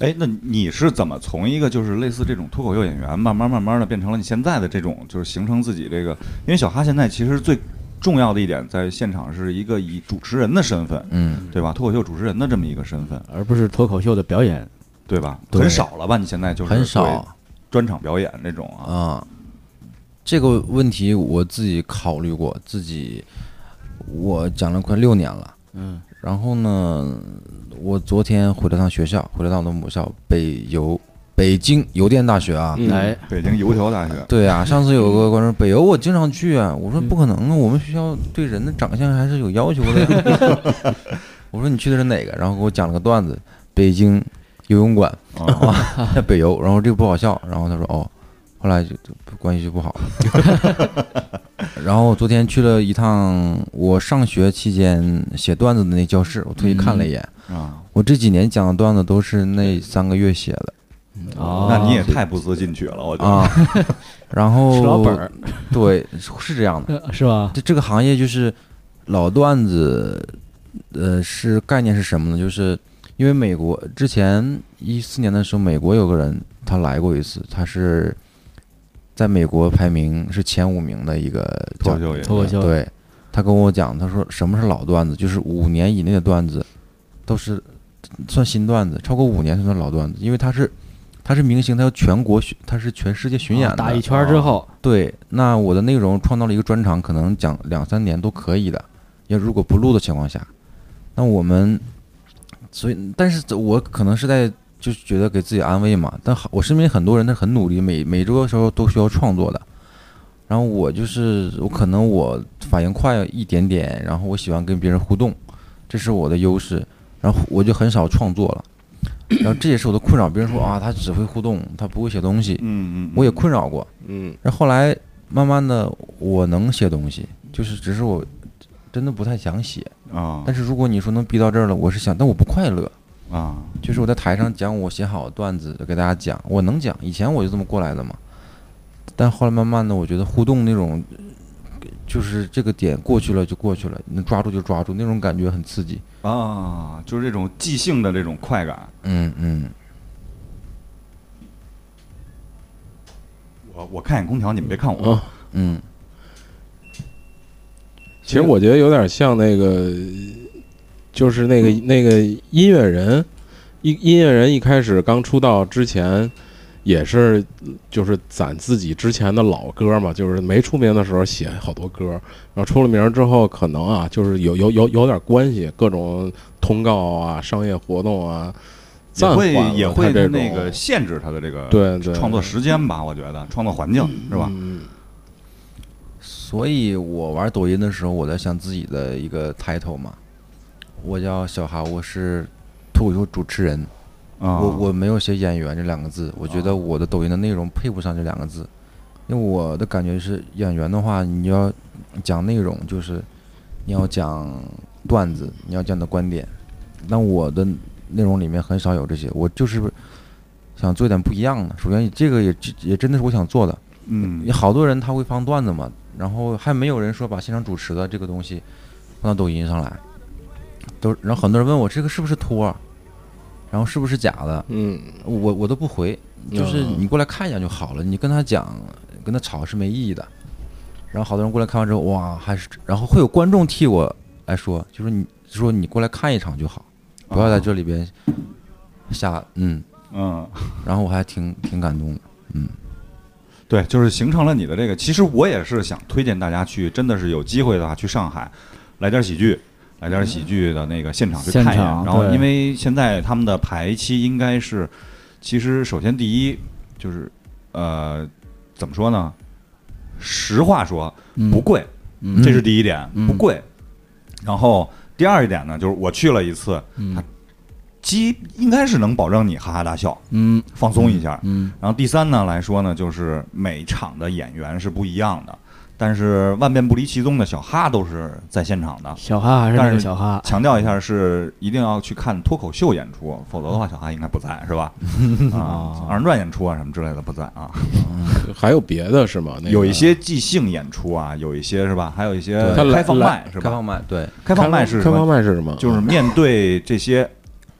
S5: 哎，那你是怎么从一个就是类似这种脱口秀演员，慢慢慢慢的变成了你现在的这种，就是形成自己这个？因为小哈现在其实最重要的一点，在现场是一个以主持人的身份，
S6: 嗯，
S5: 对吧？脱口秀主持人的这么一个身份，
S4: 而不是脱口秀的表演，
S5: 对吧？
S6: 对
S5: 很少了吧？你现在就是
S6: 很
S5: 对
S6: 少
S5: 专场表演这种啊，
S6: 啊。这个问题我自己考虑过，自己我讲了快六年了。
S4: 嗯，
S6: 然后呢，我昨天回了趟学校，回了趟我的母校北邮，北京邮电大学啊。
S3: 嗯
S4: 哎，
S5: 北京邮邮大学。
S6: 对
S4: 嗯
S6: 啊，上次有个观众北邮，我经常去啊。我说不可能啊，我们学校对人的长相还是有要求的呀。
S4: 嗯
S6: 我说你去的是哪个？然后给我讲了个段子，北京游泳馆
S4: 哦
S5: 啊，
S6: 在 北邮，然后这个不好笑，然后他说哦，后来就就关系就不好了。 然后昨天去了一趟我上学期间写段子的那教室，我特意看了一眼，
S4: 嗯
S5: 啊，
S6: 我这几年讲的段子都是那三个月写的
S4: 哦，
S5: 那你也太不思进取了，我觉得。
S6: 啊，然
S4: 吃嗯老
S6: 后
S4: 本儿
S6: 对是这样的，
S4: 呃是吧？
S6: 这这个行业就是老段子，呃，是概念是什么呢？就是因为美国之前一四年的时候，美国有个人他来过一次，他是在美国排名是前五名的一个
S5: 脱
S6: 叫
S5: 口秀演
S4: 脱
S5: 员
S4: 口秀啊
S6: 对，他跟我讲，他说什么是老段子，就是五年以内的段子都是算新段子，超过五年才算老段子，因为他是他是明星，他要全国巡，他是全世界巡
S5: 哦
S6: 演的，
S4: 打一圈儿之后，
S6: 对，那我的内容创造了一个专场，可能讲两三年都可以的，要如果不录的情况下，那我们，所以，但是呃我可能是在就是觉得给自己安慰嘛，但好，我身边很多人他很努力，每每周的时候都需要创作的，然后我就是我可能我反应快一点点，然后我喜欢跟别人互动，这是我的优势，然后我就很少创作了，然后这也是我的困扰，别人说啊，他只会互动，他不会写东西，
S5: 嗯嗯，
S6: 我也困扰过。
S3: 嗯，
S6: 然后后来慢慢的，我能写东西，就是只是我真的不太想写。
S5: 啊
S6: 但是如果你说能逼到这儿了，我是想，但我不快乐。
S5: 啊，
S6: 就是我在台上讲我写好的段子给大家讲，我能讲，以前我就这么过来的嘛。但后来慢慢的，我觉得互动那种，就是这个点过去了就过去了，能抓住就抓住，那种感觉很刺激。
S5: 啊，就是这种即兴的这种快感。
S6: 嗯嗯，
S5: 我我看眼空调，你们别 看我
S3: 哦。
S6: 嗯，
S3: 其实我觉得有点像那个，就是那个
S5: 嗯
S3: 那个音乐人，音音乐人一开始刚出道之前，也是就是攒自己之前的老歌嘛，就是没出名的时候写好多歌，然后出了名之后，可能啊，就是有有有有点关系，各种通告啊、商业活动啊，
S5: 也
S3: 暂
S5: 会
S3: 缓了
S5: 也
S3: 他
S5: 会
S3: 这种
S5: 那个限制他的这个
S3: 对对
S5: 创作时间吧，我觉得创作环境是吧？
S3: 嗯
S6: 所以我玩抖音的时候，我在想自己的一个 title 嘛，我叫小哈，我是脱口秀主持人，
S5: 啊，
S6: 我我没有写演员这两个字，我觉得我的抖音的内容配不上这两个字，因为我的感觉是演员的话，你要讲内容，就是你要讲段子，你要讲你的观点，那我的内容里面很少有这些，我就是想做一点不一样的。首先，这个也也真的是我想做的，
S5: 嗯
S6: 有好多人他会放段子嘛，然后还没有人说把现场主持的这个东西放到抖音上来，都然后很多人问我这个是不是托儿，然后是不是假的，
S3: 嗯，
S6: 我我都不回，就是
S3: 嗯
S6: 你过来看一下就好了，你跟他讲跟他吵是没意义的。然后好多人过来看完之后，哇，还是然后会有观众替我来说，就说你就说你过来看一场就好，不
S3: 哦
S6: 要在这里边瞎嗯，
S5: 嗯，
S6: 然后我还挺挺感动的，
S5: 对，就是形成了你的这个。其实我也是想推荐大家去，真的是有机会的话去上海，来点喜剧，来点喜剧的那个现场去
S4: 现
S5: 看一眼。
S4: 场
S5: 然后，
S4: 对
S5: 因为现在他们的排期应该是，其实首先第一就是，呃，怎么说呢？实话说，不
S4: 嗯，
S5: 贵，
S4: 嗯
S5: 这是第一点，
S4: 嗯
S5: 不贵。然后第二一点呢，就是我去了一次，
S4: 嗯
S5: 基应该是能保证你哈哈大笑，
S4: 嗯
S5: 放松一下。
S4: 嗯
S5: 然后第三呢来说呢，就是每场的演员是不一样的，但是万变不离其宗的小哈都是在现场的。
S4: 小哈还是那
S5: 但
S4: 个
S5: 是
S4: 小哈，
S5: 强调一下，是一定要去看脱口秀演出，否则的话，小哈应该不在，是吧？
S3: 哦
S5: 啊，二人转演出啊，什么之类的不在啊。
S3: 还有别的是吗？那个
S5: 有一些即兴演出啊，有一些是吧？还有一些
S6: 对
S3: 他来
S5: 开放麦是
S6: 开
S5: 吧？
S6: 放麦对，
S5: 开放麦是什
S3: 开放
S5: 么？
S3: 麦是什么？
S5: 就是面对这些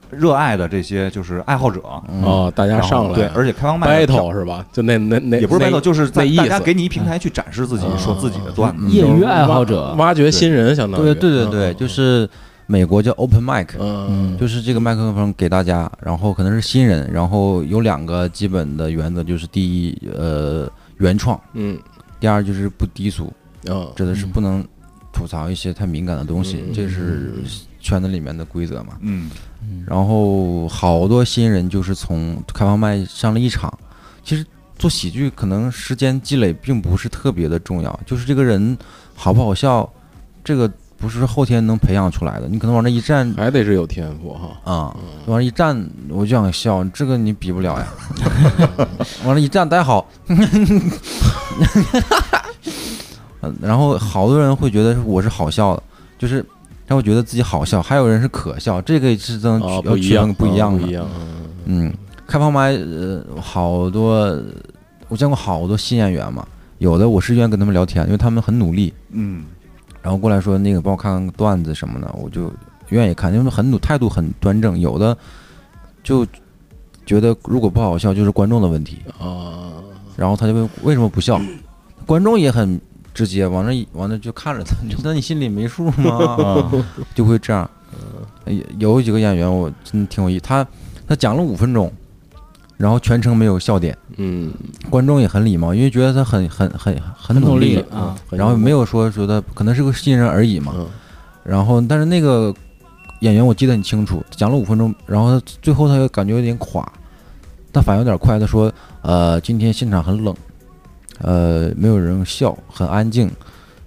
S5: 热爱的这些就是爱好者，
S3: 哦，大家
S5: 然后
S3: 上来
S5: 对，而且开放麦的票
S3: battle 是吧？就那那那
S5: 也不是
S3: 那
S5: battle，就是在
S3: 那意
S5: 大家
S3: 思，
S5: 给你一平台去展示自己，
S3: 嗯
S5: 说自己的段子。
S4: 业余爱好者，
S3: 挖掘新人，相当于
S6: 对对对对，就是美国叫 open mic，
S3: 嗯
S6: 就是这个麦克风给大家，然后可能是新人，然后有两个基本的原则，就是第一，呃，原创；
S3: 嗯
S6: 第二就是不低俗，
S3: 嗯
S6: 指的是
S4: 嗯
S6: 不能吐槽一些太敏感的东西，
S3: 嗯
S6: 这是圈子里面的规则嘛。
S5: 嗯，
S6: 然后好多新人就是从开放麦上了一场，其实做喜剧可能时间积累并不是特别的重要，就是这个人好不好笑，这个不是后天能培养出来的，你可能往那一站
S3: 还得是有天赋哈。
S6: 啊，往那一站我就想笑，这个你比不了呀。 往那一站，大家好。 嗯然后好多人会觉得我是好笑的，就是他会觉得自己好笑，还有人是可笑，这个嗯是真
S3: 啊，
S6: 要
S3: 不一
S6: 区分
S3: 样，
S6: 不一样
S3: 啊
S6: 的
S3: 不一。样。嗯
S6: 嗯，开放麦呃，好多我见过好多新演员嘛，有的我是愿意跟他们聊天，因为他们很努力，
S5: 嗯
S6: 然后过来说那个帮我看看段子什么的，我就愿意看，因为他们很努态度很端正，有的就觉得如果不好笑就是观众的问题，
S3: 啊，
S6: 然后他就问为什么不 笑，观众也很直接，往那一往那就看着 他，那你心里没数 吗？就会这样。有有几个演员我真的挺有意，他他讲了五分钟，然后全程没有笑点，
S3: 嗯，
S6: 观众也很礼貌，因为觉得他很很很很努力，
S4: 啊，
S6: 然后没有说觉得可能是个新人而已嘛。
S3: 嗯
S6: 然后，但是那个演员我记得很清楚，讲了五分钟，然后他最后他又感觉有点垮，他反应有点快。他说：“呃，今天现场很冷，呃，没有人笑，很安静。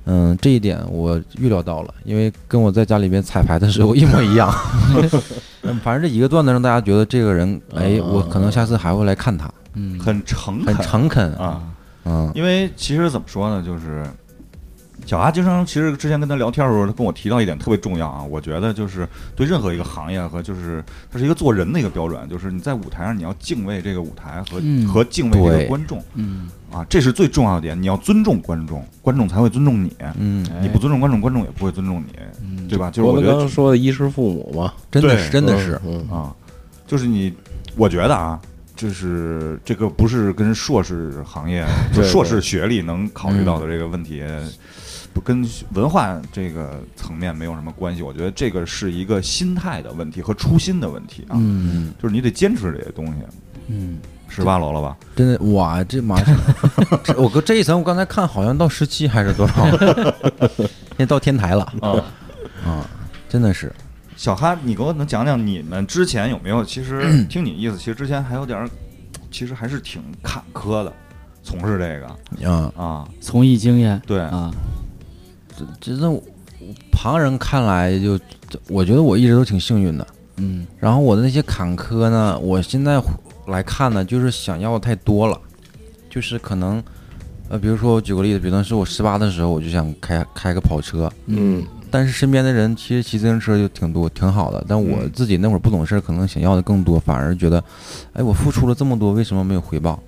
S6: 嗯，这一点我预料到了，因为跟我在家里边彩排的时候一模一样。嗯反正这一个段子让大家觉得这个人，哎，我可能下次还会来看他，
S4: 嗯，
S5: 很诚恳
S6: 很诚恳。
S5: 啊。
S6: 嗯
S5: 因为其实怎么说呢，就是小哈经常，其实之前跟他聊天的时候，他跟我提到一点特别重要啊，我觉得就是对任何一个行业和就是它是一个做人的一个标准，就是你在舞台上你要敬畏这个舞台和、
S4: 嗯
S5: 和敬畏这
S6: 对
S5: 个观众
S4: 嗯
S5: 啊，这是最重要的点，你要尊重观众，观众才会尊重你。
S6: 嗯，
S5: 你不尊重观众，观众也不会尊重你，
S4: 嗯，
S5: 对吧？就是
S3: 郭
S5: 我
S3: 德
S5: 觉得
S3: 纲说的衣食父母嘛，
S6: 真的
S5: 对
S6: 是真的是，
S3: 嗯，
S5: 啊，就是你，我觉得啊，就是这个不是跟硕士行业、就
S3: 对
S5: 硕士学历能考虑到的这个问题，不跟文化这个层面没有什么关系。我觉得这个是一个心态的问题和初心的问题啊，
S4: 嗯
S6: 嗯，
S5: 就是你得坚持这些东西。
S4: 嗯，
S5: 十八楼了吧？
S6: 真的哇，这马上，这我哥这一层我刚才看好像到十七还是多少，现在到天台了
S5: 啊，
S6: 啊，真的是，
S5: 小哈，你给我能讲讲你们之前有没有？其实听你意思，其实之前还有点儿，其实还是挺坎坷的。从事这个
S6: 啊，
S5: 啊，
S4: 从艺经验
S5: 对，
S4: 啊，
S6: 真的，旁人看来就，我觉得我一直都挺幸运的。
S4: 嗯
S6: 然后我的那些坎坷呢，我现在来看呢，就是想要的太多了，就是可能，呃，比如说我举个例子，比方说我十八的时候，我就想开开个跑车，
S3: 嗯
S6: 但是身边的人其实骑自行车就挺多，挺好的。但我自己那会儿不懂事儿，可能想要的更多，反而觉得，哎，我付出了这么多，为什么没有回报？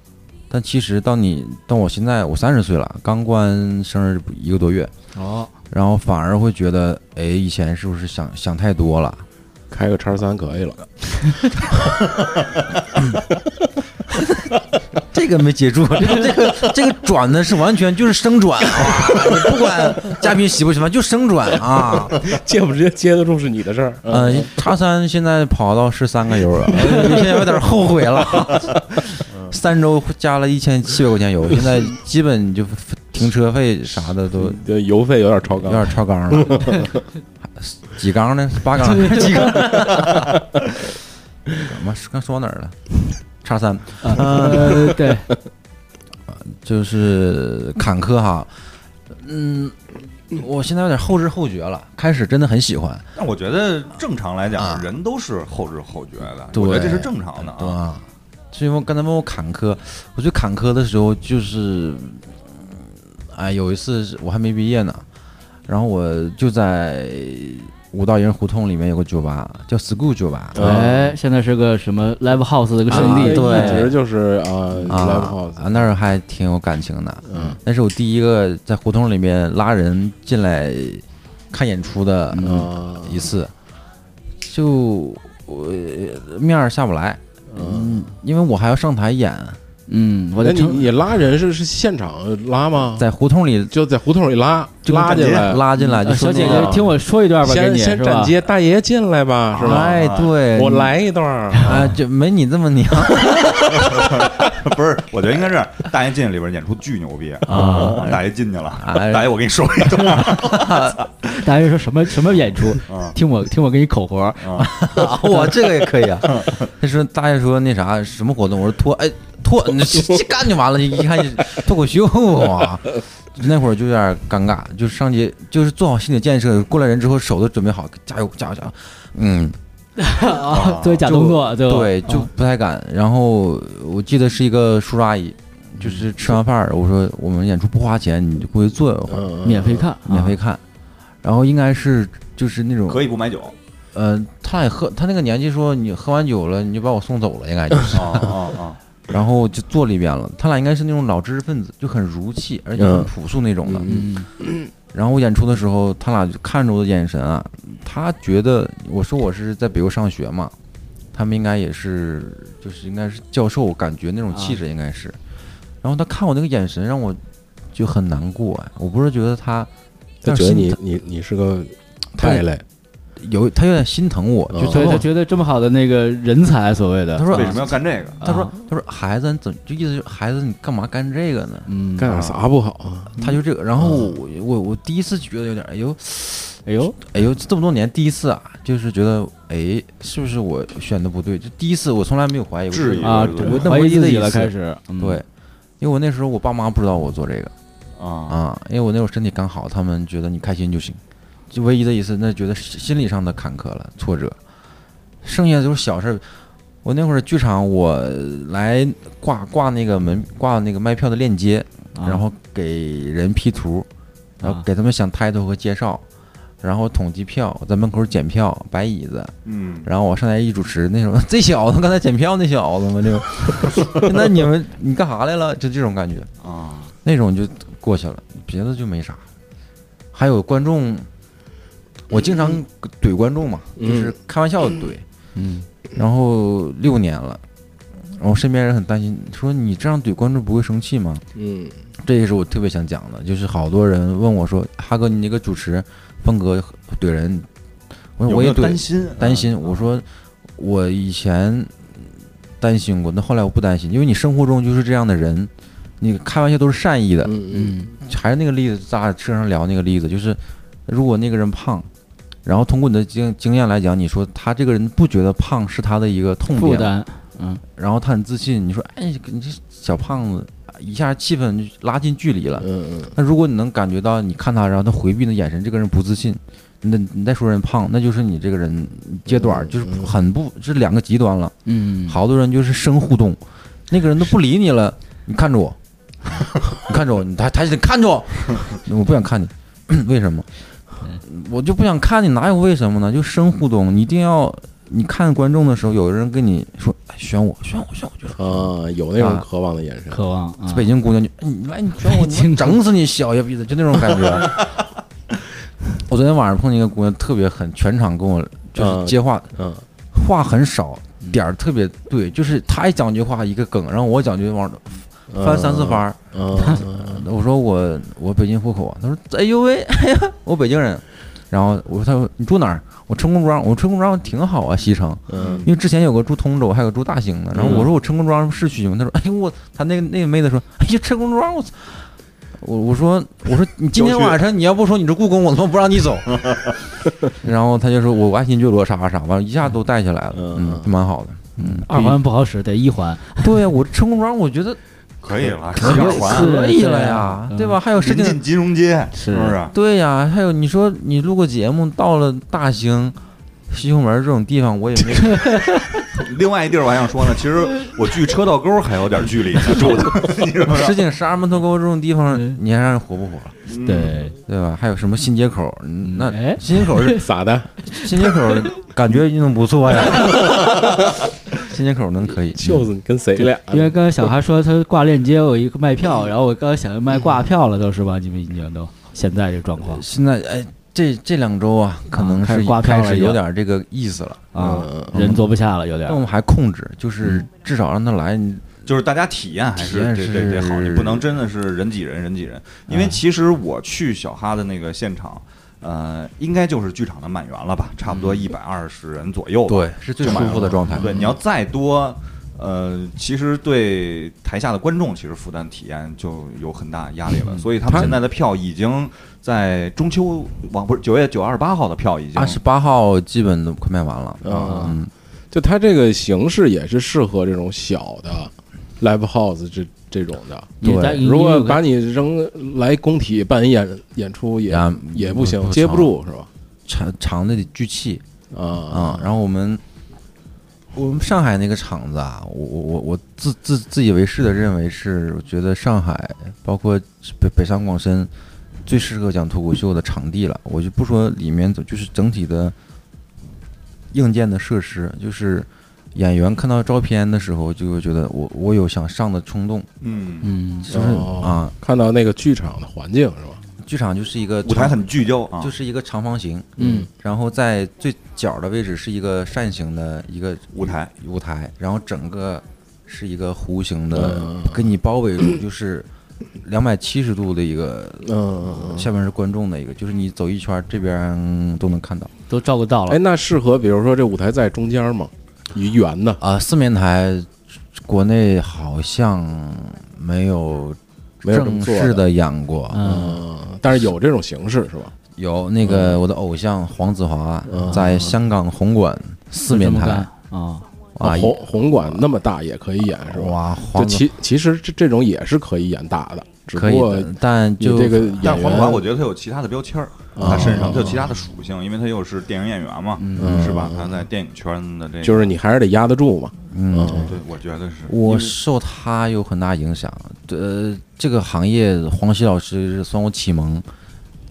S6: 但其实到你到我现在，我三十岁了，刚过完生日一个多月，
S3: 嗯
S4: 哦，
S6: 然后反而会觉得，哎，以前是不是想想太多了？
S3: 开个叉三可以了，
S6: 这个没接住，这个这个这个转的是完全就是生转啊！你不管嘉宾喜不喜欢，就生转啊！
S3: 接不接接得住是你的事儿。
S6: 呃，叉三现在跑到十三个油了，呃现在有点后悔了。三周加了一千七百块钱油，现在基本就停车费啥的都
S3: 这油费有点超
S6: 有
S3: 纲，
S6: 点超纲了。几缸呢？八缸？几缸？妈，刚说到哪儿了？叉三。
S4: 呃，对，
S6: 就是坎坷哈，嗯，我现在有点后知后觉了，开始真的很喜欢，
S5: 但我觉得正常来
S6: 啊
S5: 讲，人都是后知后觉的，
S6: 对
S5: 我觉得这是正常的
S6: 对
S5: 啊。
S6: 吧？所以我刚才问我坎坷，我最坎坷的时候就是，哎，有一次是我还没毕业呢，然后我就在五道营胡同里面有个酒吧叫 School 酒吧，
S3: 嗯
S4: 哎，现在是个什么 live house 的一个圣
S6: 啊
S4: 地，
S6: 对
S3: 一直就是啊，live
S6: 啊
S3: house，
S6: 啊，那儿还挺有感情的。
S3: 嗯，
S6: 那是我第一个在胡同里面拉人进来看演出的
S3: 啊
S6: 一次，就我面儿下不来，嗯，因为我还要上台演，
S4: 嗯，我
S3: 那
S4: 在
S3: 你
S4: 成
S3: 你拉人是是现场拉吗？
S6: 在胡同里
S3: 就在胡同里拉
S6: 就
S3: 拉进来，
S6: 拉进来就
S4: 呃小
S6: 说
S4: 姐
S6: 那个
S4: 姐听我说一段吧，给
S3: 先
S4: 你
S3: 先
S4: 是
S3: 站
S4: 吧？
S3: 街，大爷进来吧，是吧？
S6: 哎，对，
S3: 我来一段儿，
S6: 啊，就没你这么娘
S5: 不是，我觉得应该是大爷进里边演出巨牛逼
S6: 啊
S5: 大爷进去了，
S6: 哎
S5: 大爷我给你说一段
S4: 大家说什么什么演 出？
S3: 哦
S5: 啊
S4: 听我听我给你口活，
S5: 啊，
S6: 啊，我这个也可以啊。他说大爷说那啥什么活动，我说脱哎脱，你这这干就完了，一看就脱口秀啊。那会儿就有点尴尬，就是上街就是做好心理建设，过来人之后手都准备好，加油加油加油，嗯，
S3: 哦
S4: 啊，作为假动作，对吧？
S6: 对，就不太敢。然后我记得是一个叔叔阿姨，就是吃完饭儿，我说我们演出不花钱，你就过去坐一会儿，
S3: 嗯，
S4: 免费看，
S6: 免费
S4: 啊，
S6: 看。然后应该是就是那种
S5: 可以不 买酒
S6: 呃，他也喝，他那个年纪说你喝完酒了，你就把我送走了，应 该就是。
S5: 啊啊啊！
S6: 然后就坐里边了。他俩应该是那种老知识分子，就很儒气，而且很
S3: 嗯
S6: 朴素那种的。
S4: 嗯，
S6: 然后我演出的时候，他俩就看着我的眼神啊，他觉得我说我是在北邮上学嘛，他们应该也是就是应该是教授，感觉那种气质应该是。然后他看我那个眼神，让我就很难过哎，我不是觉得他，
S3: 他觉得你
S6: 但是
S3: 你你是个太累，
S6: 有他有点心疼我，就
S3: 嗯
S6: 他
S4: 所以
S6: 跟
S4: 他
S6: 我
S4: 觉得这么好的那个人才，所谓的，
S6: 他说
S5: 为什么要干这个？
S6: 他说
S4: 啊
S6: 他说孩子你怎就意思就是孩子你干嘛干这个呢？
S4: 嗯，
S3: 干点啥不好啊？
S6: 他就这个，然后
S5: 嗯
S6: 我我我第一次觉得有点哎呦。
S4: 哎呦，
S6: 哎呦，这么多年第一次啊，就是觉得，哎，是不是我选的不对？就第一次，我从来没有怀疑过
S5: 质疑
S4: 啊，
S5: 对
S6: 我那
S4: 怀
S6: 唯
S4: 疑
S6: 一
S4: 自
S6: 的
S4: 己
S6: 一
S4: 了，
S6: 次
S4: 开始，嗯
S6: 对，，因为我那时候我爸妈不知道我做这个
S5: 啊
S6: 啊，因为我那会儿身体刚好，他们觉得你开心就行，就唯一的一次，那觉得心心理上的坎坷了，挫折，剩下就是小事儿。我那会儿剧场，我来挂挂那个门挂那个卖票的链接，
S4: 啊
S6: 然后给人 P 图，然后
S4: 啊
S6: 给他们想 title 和介绍，然后统计票，在门口检票、摆椅子，
S5: 嗯，
S6: 然后我上台一主持， 那种这小子刚才检票那小子嘛，就 那你们你干啥来了？就这种感觉，
S5: 啊，
S6: 那种就过去了，别的就没啥。还有观众，我经常怼观众嘛，
S3: 嗯
S6: 就是开玩笑的怼。
S4: 嗯，
S6: 然后六年了，然后身边人很担心，说你这样怼观众不会生气吗？
S3: 嗯，
S6: 这也是我特别想讲的，就是好多人问我说：“哈哥，你那个主持风格怼人，我
S5: 有
S6: 说我
S5: 没
S6: 也
S5: 有
S6: 怼
S5: 担心
S6: 担心。”我说：“我以前担心过，那后来我不担心，因为你生活中就是这样的人，你开玩笑都是善意的。
S3: 嗯嗯
S6: 还是那个例子，咱俩车上聊那个例子，就是如果那个人胖，然后通过你的经经验来讲，你说他这个人不觉得胖是他的一个痛
S4: 负
S6: 点，
S4: 担，嗯，
S6: 然后他很自信，你说，哎，你这小胖子，一下气氛就拉近距离了。
S3: 嗯嗯，
S6: 那如果你能感觉到，你看他，然后他回避的眼神，这个人不自信，那你再说人胖，那就是你这个人揭短儿，就是很不，这是两个极端了。
S4: 嗯，
S6: 好多人就是生互动，那个人都不理你了，你看着我，你看着我，你抬抬起来看着我，我不想看你， 为什么？我就不想看你，哪有为什么呢？就生互动，你一定要你看观众的时候，有人跟你说哎选我，选我，选我，就是
S3: 啊，有那种
S6: 啊
S3: 渴望的眼神，
S4: 渴望啊，
S6: 北京姑娘就，哎你来你选我，
S4: 北京
S6: 你整死你小爷逼子，就那种感觉。 我昨天晚上碰见一个姑娘，特别狠，全场跟我就是接话，
S3: 嗯，
S6: 话很少，点儿特别对，就是她一讲句话一个梗，然后我讲句往
S3: 嗯
S6: 翻三四番儿。
S3: 嗯，
S6: 我说我我北京户口啊，他说哎呦喂， 哎呀，我北京人。然后我说他说你住哪儿？我陈公庄，我陈公庄挺好啊，西城。
S3: 嗯，
S6: 因为之前有个住通州，还有个住大兴的。然后我说我陈公庄市区吗？他说 哎呦我，他那个那个妹子说哎呀陈公庄我操。我我说我说你今天晚上你要不说你是故宫，我他妈不让你走。 然后他就说我爱新觉罗啥啥，完了一下都带起来了，嗯，就蛮好的。嗯，
S4: 二环不好使，得一环，
S6: 对呀，我陈公庄我觉得
S5: 啊可以了，
S6: 可
S5: 十二环
S4: 是
S6: 可以了呀，
S4: 嗯
S6: 对吧？还有事
S5: 临
S6: 情
S5: 近金融街，
S4: 是
S5: 是啊不是？
S6: 对呀、还有你说你录个节目到了大兴、西红门这种地方，我也 没
S5: 另外一地儿我还想说呢，其实我距车道沟还有点距离呢，住的，你知道吗？
S6: 石景山、门头沟这种地方，你还让人活不活了，
S4: 对，
S6: 对吧？还有什么新街口？嗯那
S4: 哎
S6: 新街口是
S3: 咋的？
S6: 新街口， 感觉运动不错呀。新街口能可以，
S3: 就是你跟谁俩？
S6: 嗯
S4: 因为刚才小孩说他挂链接，我一个卖票，然后我刚才想卖
S6: 嗯
S4: 挂票了，都是吧？你们已经都现在这状况
S6: 现在哎，这这两周啊，可能
S4: 开
S6: 是
S4: 始挂票
S6: 开
S4: 了
S6: 始
S4: 已经
S6: 有点这个意思了。
S4: 啊嗯
S3: 嗯，
S4: 人坐不下了，有点
S6: 但我们还控制，就是至少让他来，你
S5: 就是大家体验还
S6: 体
S5: 是
S6: 验
S5: 得
S6: 是
S5: 得得好，你不能真的是人挤人人挤人，因为其实我去小哈的那个现场，呃，应该就是剧场的满员了吧，差不多一百二十人左右吧。
S6: 对是最
S5: 就
S6: 舒
S5: 满
S6: 服的
S5: 了
S6: 状态。
S5: 对，你要再多，呃，其实对台下的观众其实负担体验就有很大压力了，所以他们
S6: 他
S5: 现在的票已经在中秋往不是九月九二十八号的票已经
S6: 二十八号基本都快卖完了，
S3: 啊
S6: 嗯，
S3: 就它这个形式也是适合这种小的 live house 这这种的。
S4: 你
S6: 对
S4: 在你
S3: 如果
S4: 有个
S3: 把你扔来工体办一演演出也
S6: 啊
S3: 也不行，
S6: 不
S3: 接不住是吧？
S6: 长长的得聚气
S3: 啊
S6: 啊、然后我们我们上海那个厂子啊，我我我我自自自以为是的认为是，我觉得上海包括北北上广深最适合讲脱口秀的场地了。我就不说里面怎，就是整体的硬件的设施，就是演员看到照片的时候就会觉得我我有想上的冲动，
S5: 嗯，
S4: 嗯
S6: 就是
S3: 哦
S6: 啊，
S3: 看到那个剧场的环境是吧？
S6: 剧场就是一个
S5: 舞台
S6: 长
S5: 很聚焦啊，
S6: 就是一个长方形，
S4: 嗯，
S6: 然后在最角的位置是一个扇形的一个
S5: 舞台，
S6: 舞台，然后整个是一个弧形的
S3: 嗯，
S6: 给你包围 住，就是两百七十度的一个，
S3: 嗯，
S6: 下面是观众的一个，就是你走一圈儿这边都能看到
S4: 都照顾到
S3: 哎，
S4: 了，
S3: 那适合比如说这舞台在中间吗？一圆的
S6: 啊。四面台，国内好像没有
S3: 没有这么
S6: 正
S3: 做
S6: 式的演过，
S4: 嗯，
S3: 嗯，但是有这种形式是吧？
S6: 有那个我的偶像黄子华
S3: 嗯
S6: 在香港红馆四面
S4: 就这么
S6: 台
S4: 干啊，
S6: 啊，
S3: 红红馆那么大也可以演是吧？
S6: 哇，
S3: 就
S6: 黄子
S3: 其其实这这种也是可以演大的，只
S6: 可
S3: 不
S6: 以
S3: 过
S6: 的，但
S3: 你
S6: 就
S3: 这个
S5: 但
S3: 演
S5: 黄渤
S3: 员
S5: 我觉得他有其他的标签儿，
S3: 啊
S5: 他身上他有其他的属性，因为他又是电影演员嘛，
S6: 嗯
S5: 是吧？他在电影圈的这个，
S3: 就是你还是得压得住嘛。
S6: 嗯，
S5: 对，我觉得是，因
S6: 我
S5: 为
S6: 受他有很大影响。呃，这个行业，黄西老师是算我启蒙、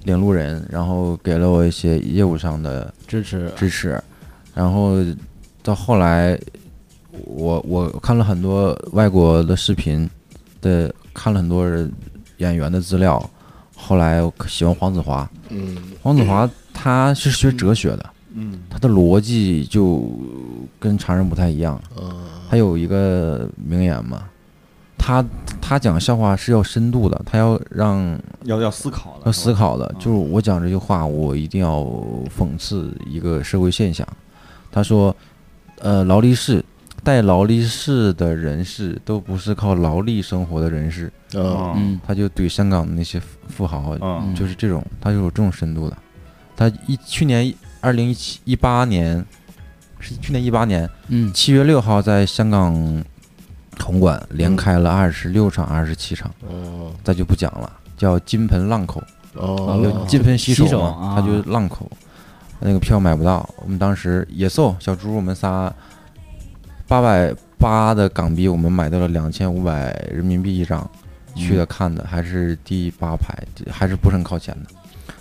S6: 领路人，然后给了我一些业务上的
S4: 支持，
S6: 支持。然后到后来，我我看了很多外国的视频的，看了很多人演员的资料。后来我喜欢黄子华，
S3: 嗯
S6: 黄子华他是学哲学的，
S5: 嗯，
S6: 他的逻辑就跟常人不太一样。
S3: 嗯
S6: 他有一个名言嘛，他他讲笑话是要深度的，他要让
S5: 要要思考的，
S6: 要思考的。
S5: 嗯
S6: 就是我讲这句话，我一定要讽刺一个社会现象。他说，呃，劳力士带劳力士的人士都不是靠劳力生活的人士，
S5: 是
S3: 嗯
S5: 吧，嗯
S4: 嗯
S6: 他就怼香港的那些富富豪，
S5: 嗯
S6: 就是这种，他就有这种深度的。他一去年二零一七一八年是去年一八年
S4: 嗯
S6: 七月六号在香港红馆连开了二十六场、二十七场，
S3: 哦
S6: 咱就不讲了，叫金盆浪口，有
S3: 哦，
S6: 金盆洗手
S4: 洗手
S6: 嘛
S4: 啊，
S6: 他就浪口，那个票买不到。我们当时野兽、小猪，我们仨八百八的港币，我们买到了两千五百人民币一张，去的看的还是第八排，还是不是很靠前的。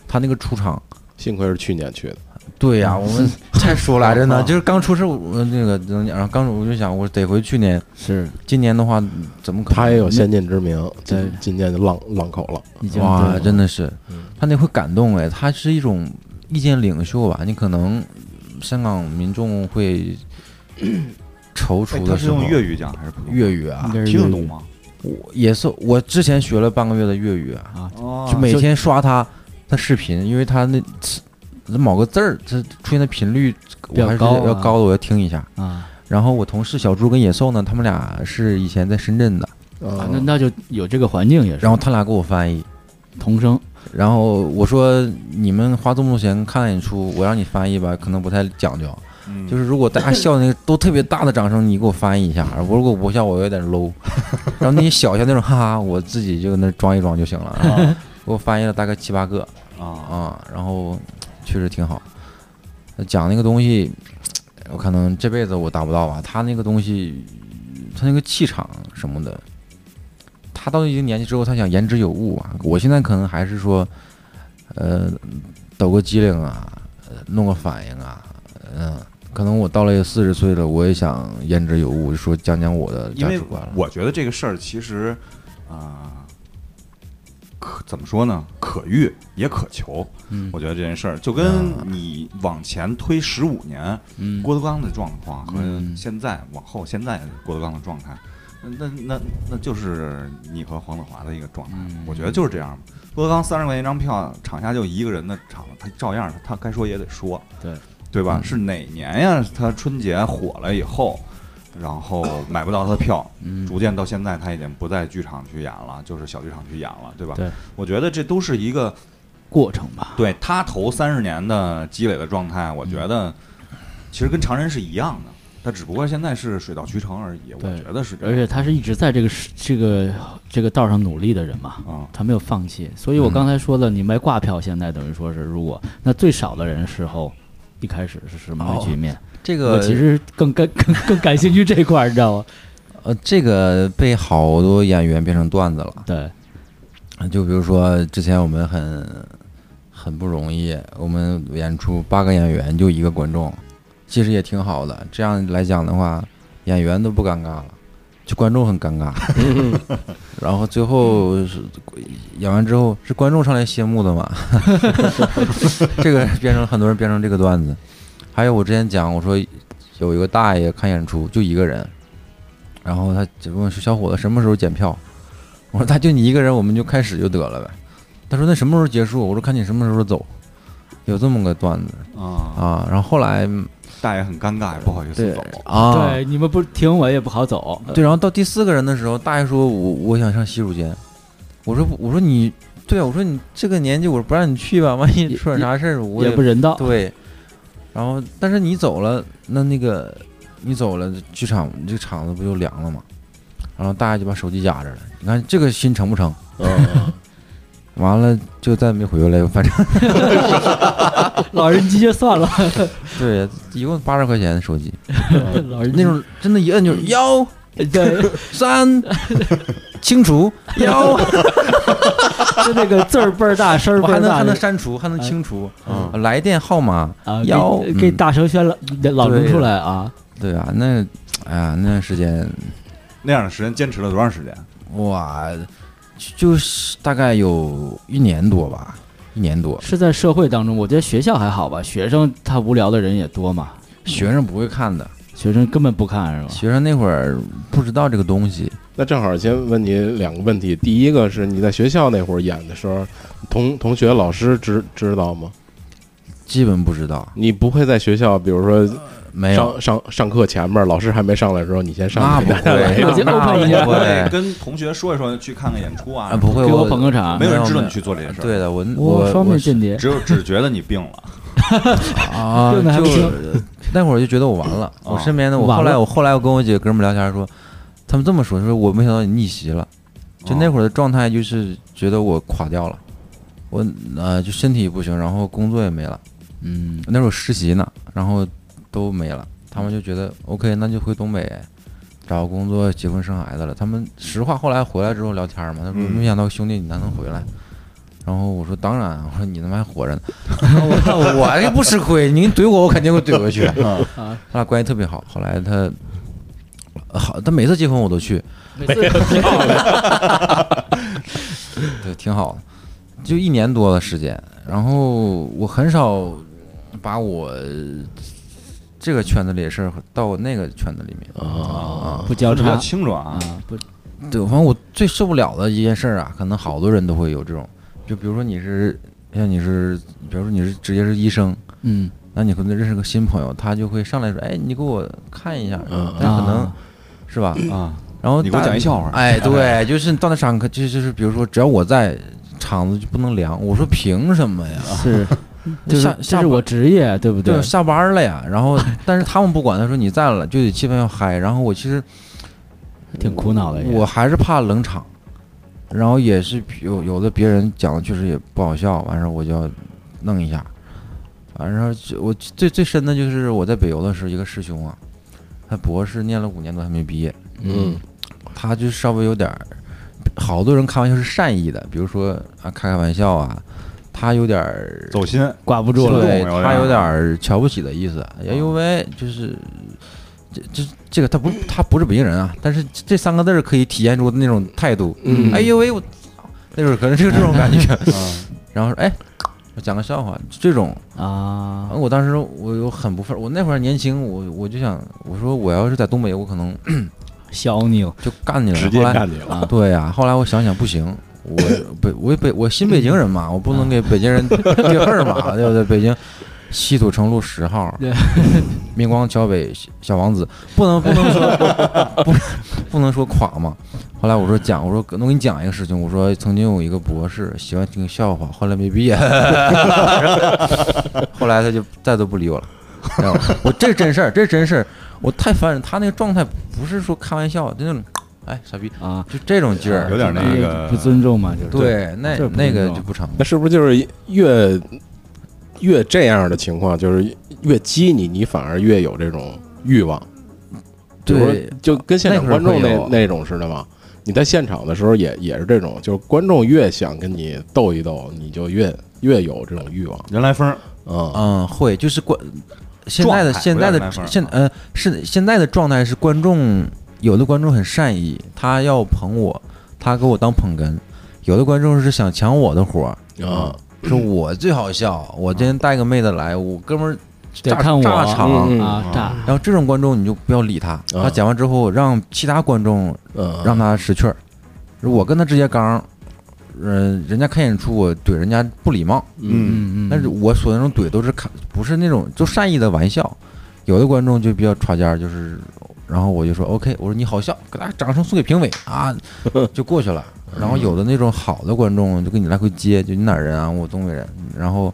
S6: 他那个出场，
S3: 幸亏是去年去的，
S6: 对 呀、我们太熟来着呢，
S4: 啊
S6: 就是刚出事，我那个，然后刚我就想，我得回去年，
S4: 是
S6: 今年的话嗯怎么可能？
S3: 他也有先见之明，
S4: 对
S3: 今今年就浪浪口了。
S4: 已经
S6: 哇，
S4: 对
S6: 真的是
S3: 嗯，
S6: 他那会感动哎，他是一种意见领袖吧？你可能香港民众会
S5: 哎
S6: 踌躇
S5: 他
S6: 的
S5: 是
S6: 时候，
S5: 用粤语讲还是普通？
S6: 粤语啊
S4: 应，该是
S5: 听得懂吗？
S6: 我也是我之前学了半个月的粤语啊，
S4: 啊，
S5: 哦
S6: 就每天刷他他视频，因为他那某个字儿它出现的频率
S4: 比
S6: 我
S4: 较
S6: 还是
S4: 高啊
S6: 要高的，我要听一下。
S4: 啊，
S6: 然后我同事小猪跟野兽呢，他们俩是以前在深圳的，
S3: 啊
S4: 啊那那就有这个环境也是，
S6: 嗯然后他俩给我翻译，
S4: 童声
S6: 然后我说你们花这么多钱看演出，我让你翻译吧，可能不太讲究。
S5: 嗯
S6: 就是如果大家笑那个都特别大的掌声，你给我翻译一下。我如果不笑，我有点 low。然 后你小一下那种哈哈，我自己就搁那装一装就行了。然后给我翻译了大概七八个
S5: 啊，
S6: 啊，然后确实挺好。讲那个东西，我可能这辈子我达不到吧。他那个东西，他那个气场什么的，他到一定年纪之后，他想言之有物啊。我现在可能还是说，呃，抖个机灵啊，呃弄个反应啊，嗯、可能我到了四十岁了，我也想言之有物，就说讲讲我的
S5: 因
S6: 价
S5: 为
S6: 值观了。
S5: 我觉得这个事儿其实啊，可怎么说呢？可遇也可求。
S4: 嗯
S5: 我觉得这件事儿就跟
S6: 嗯
S5: 你往前推十五年，
S4: 嗯，
S5: 郭德纲的状况和
S6: 嗯
S5: 现在往后现在郭德纲的状态，那那那那就是你和黄子华的一个状态。
S4: 嗯
S5: 我觉得就是这样。郭德纲三十块钱一张票，场下就一个人的场子，他照样他该说也得说，
S4: 对
S5: 对吧？
S6: 嗯
S5: 是哪年呀？他春节火了以后，然后买不到他的票，
S4: 嗯
S5: 逐渐到现在他已经不在剧场去演了，就是小剧场去演了，对吧？
S4: 对，
S5: 我觉得这都是一个
S4: 过程吧，
S5: 对他头三十年的积累的状态，我
S6: 嗯
S5: 觉得其实跟常人是一样的，他只不过现在是水到渠成而已。我
S4: 对
S5: 觉得是这
S4: 而
S5: 样
S4: 且他是一直在这个世这个这个道上努力的人嘛，
S5: 啊，
S4: 他没有放弃。所以我
S6: 嗯
S4: 刚才说的，你卖挂票，现在等于说是如果那最少的人时候。一开始是什么个局面？
S6: 哦这
S4: 我
S6: 个
S4: 其实更更更更感兴趣这一块儿，你知道吗？
S6: 呃，这个被好多演员变成段子了。
S4: 对，
S6: 就比如说之前我们很很不容易，我们演出八个演员就一个观众，其实也挺好的。这样来讲的话，演员都不尴尬了，就观众很尴尬。 然后最后是演完之后是观众上来谢幕的嘛， 这个变成很多人变成这个段子。还有我之前讲我说有一个大爷看演出就一个人，然后他就问说小伙子什么时候检票？我说他就你一个人，我们就开始就得了呗。他说那什么时候结束？我说看你什么时候走。有这么个段子
S5: 啊，
S6: 啊，然后后来
S5: 大爷很尴尬，也不好意思走。
S6: 啊，
S4: 对，你们不停我也不好走，呃
S6: 对，然后到第四个人的时候，大爷说我我想上洗手间，我说不我说你对啊，我说你这个年纪我不让你去吧，万一
S4: 也
S6: 出点啥事儿我
S4: 也不人道。
S6: 对。然后但是你走了，那那个你走了，剧场这个场子不就凉了吗？然后大爷就把手机夹着了，你看这个心诚不诚？
S3: 啊，
S6: 完了就再没回来，反正。
S4: 老人机就算了，
S6: 对，一共八十块钱的手机，
S4: 老人
S6: 那种真的，一摁就是幺
S4: 对，就
S6: 三，清除幺，
S4: 那个字儿倍儿大，声儿
S6: 我
S4: 倍
S6: 还
S4: 儿
S6: 能
S4: 大
S6: 还
S4: 的
S6: 能删哎除，还能清除，
S3: 嗯
S6: 来电号码，
S4: 啊，
S6: 要
S4: 给给大声宣老老人出来啊，
S6: 对啊，那，哎呀，那段时间，
S5: 那样的时间坚持了多长时间？
S6: 哇，就就是大概有一年多吧，一年多，
S4: 是在社会当中，我觉得学校还好吧，学生他无聊的人也多嘛，
S6: 学生不会看的，
S4: 学生根本不看是吧？
S6: 学生那会儿不知道这个东西，
S3: 那正好先问你两个问题，第一个是你在学校那会儿演的时候，同同学老师知知道吗？
S6: 基本不知道，
S3: 你不会在学校，比如说
S6: 没有，
S3: 上上上课前面，老师还没上来的时候，你先
S6: 那
S3: 上
S6: 不
S3: 去。
S6: 会，
S4: 我先
S6: 那
S4: open 一下
S6: 不会，
S5: 跟同学说一说，去看看演出啊
S6: 啊，不会，
S4: 给我捧个场
S5: 没有人
S6: 没有
S5: 知道
S6: 没
S5: 你去做这些事儿。
S6: 对的，我
S4: 哇，
S6: 我
S4: 双面
S6: 是
S4: 间谍，
S5: 只有只觉得你病了，
S6: 啊，
S4: 用得还不
S6: 就
S4: 行
S6: 那会儿就觉得我完了。我身边的我
S4: 完
S6: 后来
S4: 了
S6: 我后来我跟我几个哥们儿聊天说，他们这么说，说我没想到你逆袭了。就
S4: 哦
S6: 那会儿的状态就是觉得我垮掉了，我呃就身体也不行，然后工作也没了。
S4: 嗯，
S6: 那时候实习呢，然后都没了。他们就觉得 OK，那就回东北找个工作、结婚、生孩子了。他们实话，后来回来之后聊天嘛，他说
S5: 嗯
S6: 没想到兄弟你还能回来。然后我说当然，我说你他妈还活着呢，我说我也不吃亏，您怼我我肯定会怼回去。他俩关系特别好，后来他呃好，他每次结婚我都去，
S4: 每次挺好的，
S6: 对，挺好的，就一年多的时间。然后我很少把我这个圈子里的事儿到我那个圈子里面。
S4: 不交
S5: 比较
S4: 叉
S5: 清楚啊
S4: 啊，，不
S5: 嗯
S6: 对，反正我最受不了的一件事儿啊，可能好多人都会有这种，就比如说你是像你是，比如说你是职业是医生，
S4: 嗯
S6: 那你可能认识个新朋友，他就会上来说，哎，你给我看一下，但可能、
S4: 啊
S6: 是吧？
S5: 啊，
S6: 然后
S5: 嗯你给我
S6: 大
S5: 讲一笑话
S6: 哎，对，就是到那场合，就就是比如说，只要我在，场子就不能凉。我说凭什么呀？
S4: 是，嗯 就是
S6: 下
S4: 这
S6: 下
S4: 是
S6: 班
S4: 我职业，对不对
S6: 对，？下班了呀。然后，但是他们不管，他说你在了，就得气氛要嗨。然后我其实
S4: 挺苦恼的也，
S6: 我还是怕冷场，然后也是有有的别人讲的确实也不好笑，完事儿我就要弄一下。反正就我最最深的就是我在北邮的时候，一个师兄啊，他博士念了五年多还没毕业，
S3: 嗯
S6: 他就稍微有点儿，好多人开玩笑是善意的，比如说啊开开玩笑啊，他有点儿
S5: 走心，
S4: 挂不住
S5: 心
S4: 了
S5: 动。
S6: 对
S5: 有点
S6: 他
S5: 儿
S6: 有点儿瞧不起的意思。哎
S5: 啊
S6: 呦喂，就是这这这个他不他不是北京人啊，但是这三个字儿可以体现出那种态度。
S3: 嗯
S6: 哎呦喂，我操那会儿可能就是这种感觉。
S5: 嗯
S6: 然后说哎，我讲个笑话，这种
S4: 啊
S6: 然
S5: 嗯
S6: 后我当时我有很不忿儿，我那会儿年轻，我我就想我说我要是在东北，我可能
S4: 消你
S6: 就干你了。
S3: 直
S6: 后
S3: 接
S6: 来
S3: 干你了，
S4: 啊！
S6: 对呀、后来我想想不行， 我北我北我新北京人
S3: 嗯
S6: 嘛，我不能给北京人贴份儿嘛，对不对？北京西土城路十号
S4: 对，
S6: 明光桥北小王子，不能不能说 不不能说垮嘛。后来我说讲，我说我给你讲一个事情，我说曾经有一个博士喜欢听笑话，后来没毕业， 后来他就再都不理我 了。然后我这是真事儿，这是真事儿，我太烦人。他那个状态不是说开玩笑，就那种，哎，傻逼，
S4: 啊，
S6: 就这种劲儿，
S5: 有点那
S4: 这
S5: 个
S4: 不尊重嘛，就是
S6: 对，那
S4: 这不
S6: 那
S4: 尊
S6: 个
S4: 重
S6: 就不成。
S3: 那是不是就是越越这样的情况，就是越激你，你反而越有这种欲望？就是说
S6: 对，
S3: 就跟现场
S6: 那会儿
S3: 观众
S6: 会
S3: 那
S6: 有
S3: 那种似的嘛。你在现场的时候也也是这种，就是观众越想跟你斗一斗，你就越越有这种欲望
S5: 人来 疯儿，
S3: 啊。
S6: 嗯，会就是观现在的
S5: 状态
S6: 现在
S5: 不要什么样
S6: 的现呃是现在的状态是观众有的观众很善意，他要捧我，他给我当捧哏；有的观众是想抢我的活儿，
S3: 啊，
S6: 说我最好笑，我今天带个妹子来，我哥们儿
S4: 得
S6: 炸
S4: 看我
S6: 炸场。
S3: 嗯
S4: 啊，炸
S6: 然后这种观众你就不要理他，他讲完之后让其他观众
S4: 啊
S3: 嗯，
S6: 让他识趣儿。我跟他直接刚，嗯、人家看演出我怼人家不礼貌，
S3: 嗯
S4: 嗯嗯，
S6: 但是我所那种怼都是看不是那种就善意的玩笑，有的观众就比较耍尖儿，就是，然后我就说 OK，我说你好笑，给大家掌声送给评委啊， 就过去了。然后有的那种好的观众就跟你来回接，就你哪儿人啊？我东北人。然后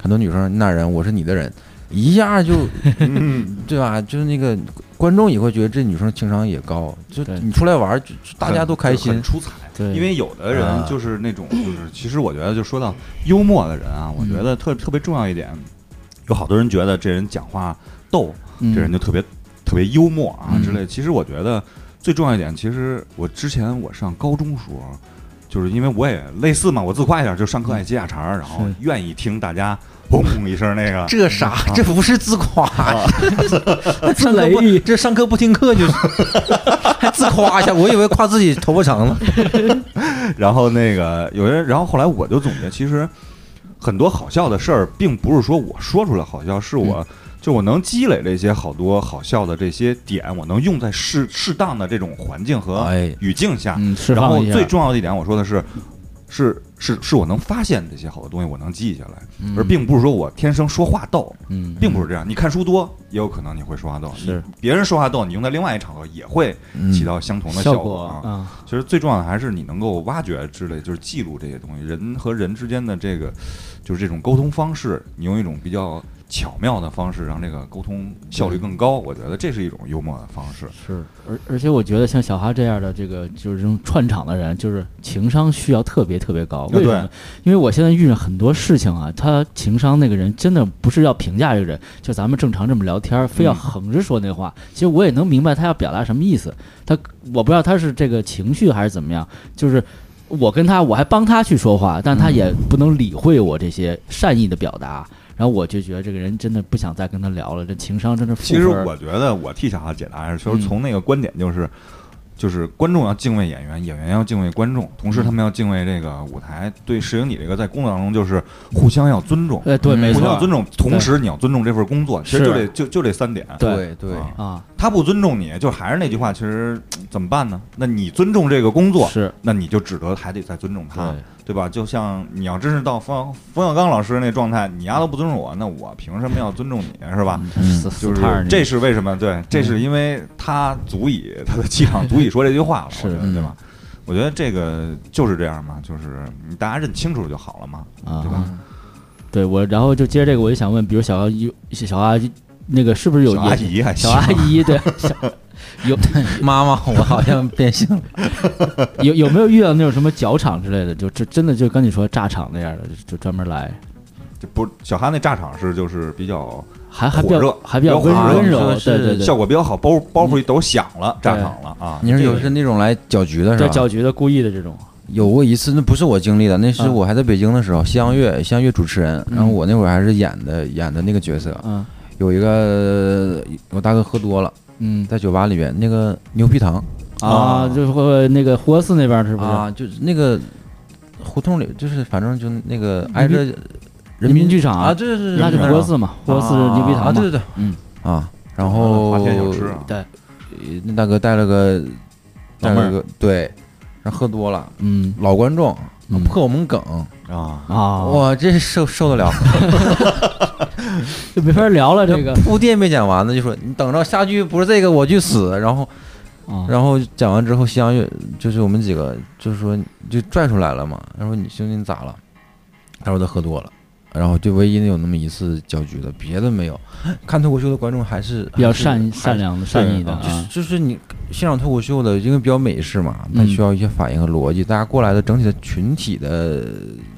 S6: 很多女生你哪儿人？我是你的人，一下就
S5: 嗯，
S6: 对吧？就是那个观众也会觉得这女生情商也高，就
S4: 对
S6: 你出来玩儿，就就大家都开
S5: 很
S6: 心
S5: 很。出彩。
S4: 对，
S5: 因为有的人
S6: 啊。
S5: 就是那种，就是其实我觉得，就说到幽默的人啊，
S4: 嗯
S5: 我觉得特特别重要一点，有好多人觉得这人讲话逗，
S4: 嗯
S5: 这人就特别特别幽默啊
S4: 嗯
S5: 之类。其实我觉得最重要一点，其实我之前我上高中时候，就是因为我也类似嘛，我自夸一下，就上课爱接下茬儿，然后
S4: 是
S5: 愿意听大家轰一声那个
S6: 这啥？这不是自夸，
S4: 是
S6: 上课不
S4: 雷
S6: 这上课不听课就是， 还自夸一下，我以为夸自己头发长呢。
S5: 然后那个有人，然后后来我就总结，其实很多好笑的事儿，并不是说我说出来好笑，是我、
S4: 嗯
S5: 就我能积累这些好多好笑的这些点，我能用在适适当的这种环境和
S6: 哎
S5: 语境下。
S4: 嗯，释
S5: 然
S4: 放
S5: 后
S4: 一下，
S5: 最重要的一点，我说的是，是是是我能发现这些好的东西，我能记下来，
S4: 嗯
S5: 而并不是说我天生说话逗，
S6: 嗯，
S5: 并不是这样。你看书多，也有可能你会说话逗，
S6: 是
S5: 你别人说话逗，你用在另外一场合也会
S6: 嗯
S5: 起到相同的效
S4: 嗯果
S5: 啊。
S4: 啊，
S5: 其实最重要的还是你能够挖掘之类，就是记录这些东西，人和人之间的这个，就是这种沟通方式，你用一种比较巧妙的方式，让这个沟通效率更高。我觉得这是一种幽默的方式。
S6: 是
S4: 而而且我觉得像小哈这样的这个就是这种串场的人，就是情商需要特别特别高。
S5: 对
S4: 为什么？因为我现在遇上很多事情啊，他情商那个人真的不是要评价这个人，就咱们正常这么聊天儿，非
S5: 嗯
S4: 要横着说那话，其实我也能明白他要表达什么意思。他我不知道他是这个情绪还是怎么样，就是。我跟他，我还帮他去说话，但他也
S5: 嗯
S4: 不能理会我这些善意的表达，然后我就觉得这个人真的不想再跟他聊了，这情商真的负
S5: 其实
S4: 分儿
S5: 我觉得我替小哈解答是，就
S4: 嗯
S5: 是从那个观点就是。就是观众要敬畏演员，演员要敬畏观众，同时他们要敬畏这个舞台。对，石英，你这个在工作当中就是互相要尊重，
S4: 呃，对，
S6: 嗯
S4: 没
S5: 互
S4: 错
S5: 相要，尊重，同时你要尊重这份工作。其实就这就就这三点。
S6: 对对，
S5: 啊
S4: 啊，
S5: 他不尊重你，就还是那句话，其实嗯怎么办呢？那你尊重这个工作，
S4: 是
S5: 那你就只得还得再尊重他，
S4: 对
S5: 对吧？就像你要真是到冯冯小刚老师那状态，你丫都不尊重我，那我凭什么要尊重你，啊是吧？
S4: 死
S5: 就
S4: 死
S5: 是
S4: 胖儿，
S5: 这是为什么？对，这是因为他足以他的气场足以说这句话了，
S4: 是嗯
S5: 我觉得对吧？我觉得这个就是这样嘛，就是你大家认清楚就好了嘛，
S4: 啊
S5: 对吧？
S4: 对我，然后就接着这个，我就想问，比如小阿姨，小阿姨那个是不是有
S5: 小阿？姨还
S4: 小
S5: 行，
S4: 阿姨对，小 有
S6: 妈妈，我好像变性了。
S4: 有有没有遇到那种什么脚场之类的？就这真的就跟你说炸场那样的，就就专门来，
S5: 就不小哈那炸场是就是比较
S4: 还还比
S5: 火
S4: 较
S5: 热
S4: 还比较
S5: 比
S4: 温
S5: 较火热
S4: 温柔，
S6: 是
S4: 对对嗯对，
S5: 效果比较好，包包袱一抖响了，炸场了啊！
S6: 你是有是那种来搅局的是
S4: 对
S6: 吧？
S4: 搅局的故意的这种，
S6: 有过一次，那不是我经历的，那是
S4: 嗯
S6: 我还在北京的时候，西洋乐西洋乐主持人，然后我那会儿还是演的演的那个角色，
S4: 嗯
S6: 有一个我大哥喝多了，
S4: 嗯
S6: 在酒吧里边那个牛皮糖
S4: 啊，就是会那个呼和寺那边是不是？
S6: 啊，就是那个胡同里，就是反正就那个挨着人
S4: 民
S6: 民
S4: 剧场啊
S6: 啊，对对对，
S4: 那就
S6: 对
S4: 呼和寺嘛，呼和寺是牛皮
S6: 啊，
S4: 糖
S6: 对
S4: 嘛
S6: 对，对，
S4: 嗯
S6: 啊，然后
S5: 花天小吃啊，
S4: 对，
S6: 呃那大哥带了个
S4: 老
S6: 带
S4: 妹
S6: 了
S4: 儿
S6: 个对，然后喝多了，
S4: 嗯
S6: 老观众
S4: 嗯
S6: 破我们梗，
S5: 啊，
S4: 啊，
S6: 我这受受得了。
S4: 就没法聊 了这个
S6: 铺垫没讲完呢，就说你等着下句不是这个我去死，然后
S4: 啊，
S6: 然后讲完之后，西洋乐就是我们几个就是说就拽出来了嘛，然后你兄弟你咋了？他说他喝多了。然后就唯一有那么一次搅局的，别的没有。看脱口秀的观众还是
S4: 比较
S6: 还是
S4: 善
S6: 还
S4: 善
S6: 是
S4: 良的善意的
S6: 就是
S4: 啊，
S6: 就是你现场脱口秀的，因为比较美式嘛，它
S4: 嗯
S6: 需要一些反应和逻辑。大家过来的整体的群体的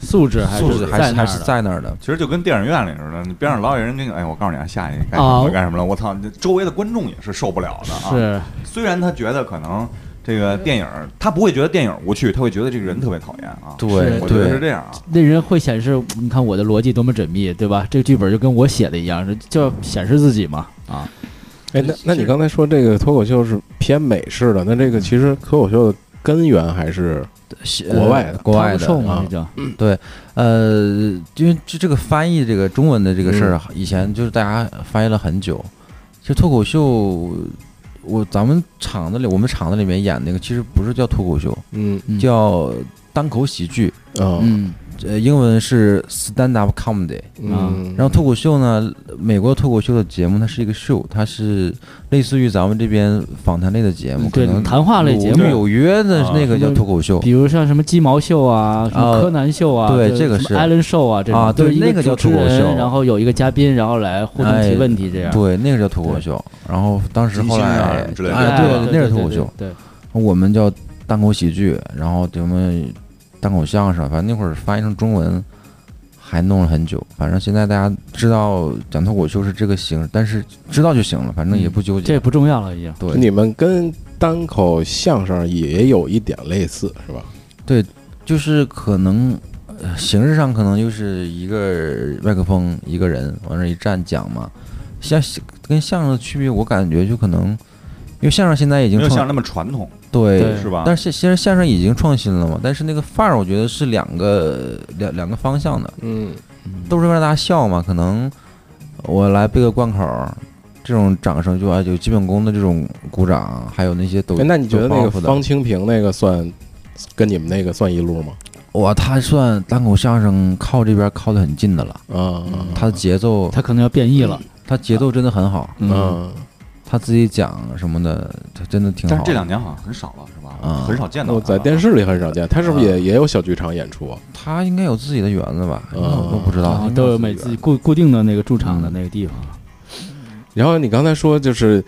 S4: 素质还
S6: 素
S4: 是
S6: 质还是
S4: 那
S6: 还
S4: 儿
S6: 是
S4: 的
S6: 在那儿的。
S5: 其实就跟电影院里似的，你边上老有人跟你，哎，我告诉你啊，下一个干什
S4: 啊
S6: 哦
S5: 么干什么了，我操，这周围的观众也是受不了的啊。
S4: 是。
S5: 虽然他觉得可能这个电影，他不会觉得电影无趣，他会觉得这个人特别讨厌啊。
S6: 对
S5: 我觉得是
S6: 对，
S5: 这样啊。
S4: 那人会显示，你看我的逻辑多么缜密，对吧？这个剧本就跟我写的一样，就要显示自己嘛。啊，
S3: 哎，那那你刚才说这个脱口秀是偏美式的，那这个其实脱口秀的根源还是
S6: 呃
S3: 国外的
S6: 国外
S4: talk show
S6: 的
S4: 嘛
S3: 啊，
S4: 这叫
S6: 呃，因为这这个翻译这个中文的这个事儿啊，以前就是大家翻译了很久。其实脱口秀，我咱们厂子里，我们厂子里面演那个，其实不是叫脱口秀，
S3: 嗯
S4: 嗯
S6: 叫单口喜剧。
S3: 啊
S4: 嗯
S6: 呃，英文是 stand up comedy。
S3: 嗯，
S6: 然后脱口秀呢，美国脱口秀的节目它是一个秀，它是类似于咱们这边访谈类的节嗯目，可
S4: 对
S6: 能
S4: 谈话类节目嗯
S6: 鲁豫，有约的
S5: 啊
S6: 那个叫脱口秀
S4: 比如像什么鸡毛秀啊，什么柯南秀啊，
S6: 哦对
S4: 就
S6: 这个
S4: 什
S6: 是
S4: 么艾伦秀啊，这种
S6: 啊对
S4: 就是一
S6: 那个
S4: 主
S6: 叫
S4: 持
S6: 脱口
S4: 人
S6: 秀
S4: 然后有一个嘉宾，然后来互动
S6: 哎
S4: 提问题这样。
S6: 对，那个叫脱口秀。然后当时后
S5: 即兴啊
S6: 来
S5: 什么之类的
S6: 哎，
S4: 对，
S6: 对，那
S4: 对
S6: 是脱口秀。，
S4: 对对对
S6: 我们叫单口喜剧，然后什么单口相声，反正那会儿翻译成中文还弄了很久。反正现在大家知道讲脱口秀是这个形式，但是知道就行了，反正也不纠
S4: 这
S6: 结
S4: 也。不重要了，已经。
S6: 对，
S3: 你们跟单口相声也有一点类似，是吧？
S6: 就是可能、呃形式上可能就是一个麦克风一个人往那儿一站讲嘛，像跟相声的区别，我感觉就可能，因为相声现在已经
S5: 没有
S6: 创
S5: 像那么传统，
S6: 对
S4: 对
S5: 是吧
S6: 但是现在相声已经创新了嘛，但是那个范儿我觉得是两个两两个方向的，
S3: 嗯，
S6: 都是为了大家笑嘛，可能我来背个贯口儿。这种掌声就啊，有基本功的这种鼓哎掌，还有那些抖。
S3: 哎那你觉得
S6: 抖
S3: 那个
S6: 包袱的
S3: 方清平那个算跟你们那个算一路吗？
S6: 哇，他算单口相声靠这边靠得很近的了，
S3: 嗯
S6: 他的节奏，
S4: 他可能要变异了。
S6: 他节奏真的很好，
S4: 嗯，
S3: 嗯，
S6: 他自己讲什么的，他真的挺
S5: 但
S6: 好
S5: 是
S6: 的。
S5: 这两年好像很少了，是吧？
S6: 嗯
S5: 很少见到
S3: 我
S5: 他
S3: 在
S5: 了
S3: 电视里很少见，他是不是
S6: 啊
S3: 也也有小剧场演出啊？
S6: 他应该有自己的园子吧？
S3: 嗯
S6: 我都不知
S4: 啊
S6: 道，
S4: 都有每自己固固定的那个驻场的那个地方。
S3: 然后你刚才说就是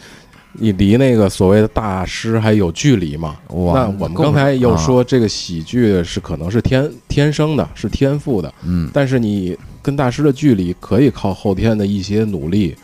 S3: 你离那个所谓的大师还有距离嘛？
S6: 哇
S3: 那我们
S6: 够不
S3: 刚才又
S6: 啊
S3: 说这个喜剧是可能是天天生的，是天赋的，
S6: 嗯，
S3: 但是你跟大师的距离可以靠后天的一些努力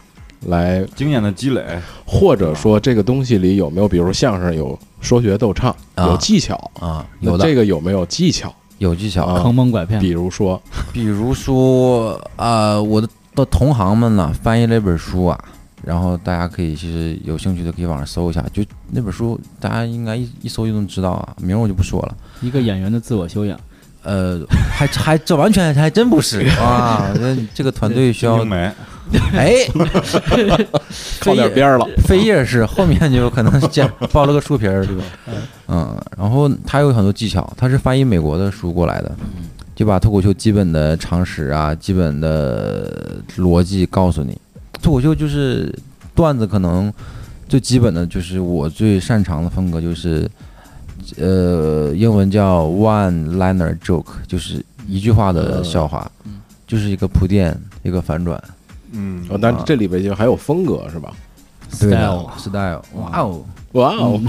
S3: 来，
S5: 经验的积累，
S3: 或者说这个东西里有没有，比如相声有说学逗唱，
S6: 啊
S3: 有技巧，
S6: 啊，
S3: 那
S6: 有的
S3: 这个有没有技巧？
S6: 有技巧，
S3: 啊
S4: 坑蒙拐骗
S3: 比，如说，
S6: 比如说啊、我的的同行们呢翻译了一本书啊，然后大家可以其实有兴趣的可以网上搜一下，就那本书大家应该一一搜就能知道啊，名儿我就不说了。
S4: 一个演员的自我修养。
S6: 呃，还还这完全还真不是啊！这这个团队需
S5: 金
S6: 要
S5: 英梅
S6: 哎，
S3: 靠点边儿了，
S6: 扉页是后面就有可能是这样包了个书皮儿，对吧？嗯，然后他有很多技巧，他是翻译美国的书过来的，就把脱口秀基本的常识啊、基本的逻辑告诉你。脱口秀就是段子，可能最基本的就是我最擅长的风格就是，呃，英文叫 one liner joke，就是一句话的笑话，就是一个铺垫，一个反转。
S5: 嗯
S3: 哦，但这里边就还有风格是吧？
S6: 对
S4: style
S6: style，哇哦！
S3: 哇哦，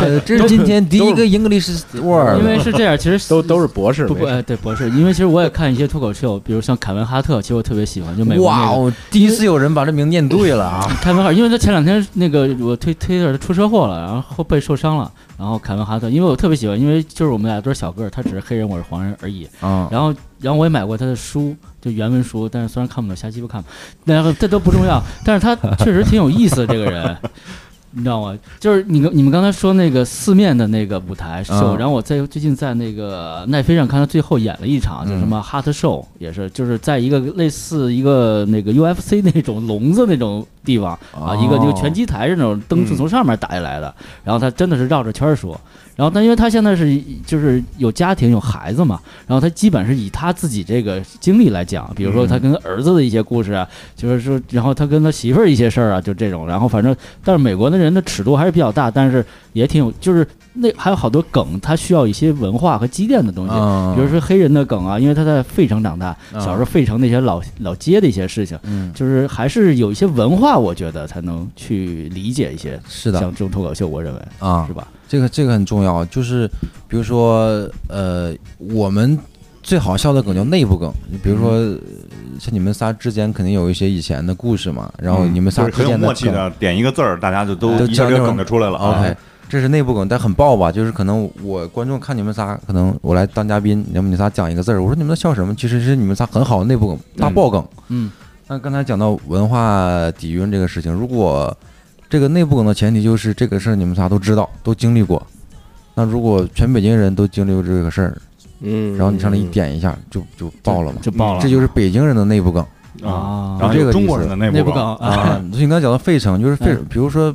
S6: 呃，这是今天第一个 English word，
S4: 因为是这样，其实
S3: 都都是博士，
S4: 不不，
S3: 没事
S4: 哎，对博士，因为其实我也看一些脱口秀，比如像凯文哈特，其实我特别喜欢，就美国
S6: 哇
S4: 那个
S6: 哦，第一次有人把这名念对了啊！
S4: 凯文哈特，因为他前两天那个我推推特他出车祸了，然后后背受伤了，然后凯文哈特，因为我特别喜欢，因为就是我们俩都是小个儿，他只是黑人，我是黄人而已。
S6: 啊，
S4: 然后然后我也买过他的书，就原文书，但是虽然看不懂，瞎鸡巴看吧，然后这都不重要，但是他确实挺有意思，这个人。你知道吗？就是你跟你们刚才说那个四面的那个舞台秀，
S6: 嗯
S4: 然后我在最近在那个奈飞上看他最后演了一场，叫什么 Hot Show，、也是就是在一个类似一个那个 UFC 那种笼子那种地方啊，一个
S6: 哦
S4: 那个拳击台是那种灯是从上面打下来的，然后他真的是绕着圈儿说，然后但因为他现在是就是有家庭有孩子嘛，然后他基本是以他自己这个经历来讲，比如说他跟儿子的一些故事啊，就是说，然后他跟他媳妇儿一些事儿啊，就这种，然后反正，但是美国的人的尺度还是比较大，但是也挺有，就是那还有好多梗，他需要一些文化和积淀的东西。
S6: 啊
S4: 比如，说黑人的梗啊，因为他在费城长大，
S6: 嗯
S4: 小时候费城那些老老街的一些事情，
S6: 嗯，
S4: 就是还是有一些文化，我觉得才能去理解一些
S6: 是
S4: 像
S6: 的
S4: 这种脱口秀，我认为
S6: 啊
S4: 是，吧？
S6: 这个这个很重要，就是比如说，呃，我们最好笑的梗叫内部梗，比如说。呃像你们仨之间肯定有一些以前的故事嘛，然后你们
S5: 嗯
S6: 仨
S5: 就是
S6: 之
S5: 很有
S6: 间的
S5: 默契
S6: 梗，
S5: 的，点一个字儿，大家就都
S6: 都
S5: 一下
S6: 知
S5: 这
S6: 道那
S5: 个
S6: 种
S5: 梗就出来了啊。
S6: OK，这是内部梗，但很爆吧？就是可能我观众看你们仨，可能我来当嘉宾，你们仨讲一个字儿，我说你们在笑什么？其实是你们仨很好的内部梗，大爆梗。
S4: 嗯，
S6: 那刚才讲到文化底蕴这个事情，如果这个内部梗的前提就是这个事儿你们仨都知道，都经历过。那如果全北京人都经历过这个事儿，
S3: 嗯，
S6: 然后你上来一点一下，就就爆了嘛。
S4: 就爆了，
S6: 这就是北京人的内部梗
S4: 啊
S5: 然后
S6: 这
S5: 有
S6: 个
S5: 中
S6: 意
S5: 国
S6: 思
S5: 人的内
S4: 内
S5: 部
S4: 部梗啊，
S6: 啊。所以你刚才讲到费城，就是费
S4: 嗯，
S6: 比如说，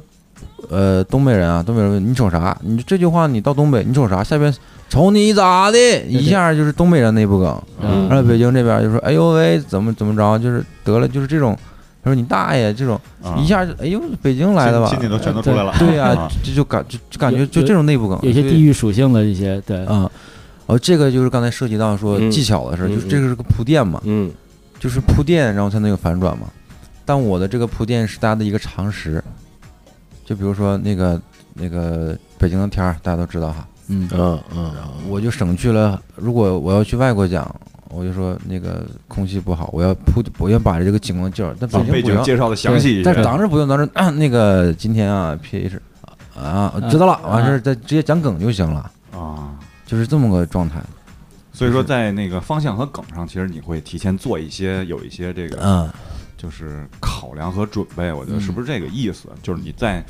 S6: 呃，东北人啊，东北人问你瞅啥？你这句话你到东北你瞅啥？下边瞅你咋的？一下就是东北人内部梗。
S4: 嗯
S6: 然后北京这边就说：“哎呦喂，怎么怎么着？就是得了，就是这种。”他说：“你大爷！”这种
S5: 啊
S6: 一下就，哎呦，北京来的吧
S5: 亲？戚都全都出来了。
S6: 对呀、
S5: 啊，
S6: 这就感就就感觉
S4: 有
S6: 就这种内部梗，
S4: 有些
S6: 所以
S4: 地域属性的一些对，
S6: 啊。哦，这个就是刚才涉及到说
S3: 嗯
S6: 技巧的事儿，
S3: 嗯
S6: 就是这个是个铺垫嘛，
S3: 嗯
S6: 就是铺垫，然后才能有反转嘛。但我的这个铺垫是大家的一个常识，就比如说那个那个北京的天儿，大家都知道哈，
S4: 嗯
S3: 嗯嗯
S6: 我就省去了。如果我要去外国讲，我就说那个空气不好，我要铺，我要把这个情况介绍。但
S5: 把
S6: 北
S5: 啊背
S6: 京不用
S5: 景，介绍的详细一些啊
S6: 但。是当时不用，当时、 那个今天啊，pH 啊，知道了，完事儿再直接讲梗就行了，
S5: 啊，
S6: 就是这么个状态。
S5: 所以说在那个方向和梗上，其实你会提前做一些有一些这个
S6: 嗯
S5: 就是考量和准备，我觉得是不是这个意思？就是你在，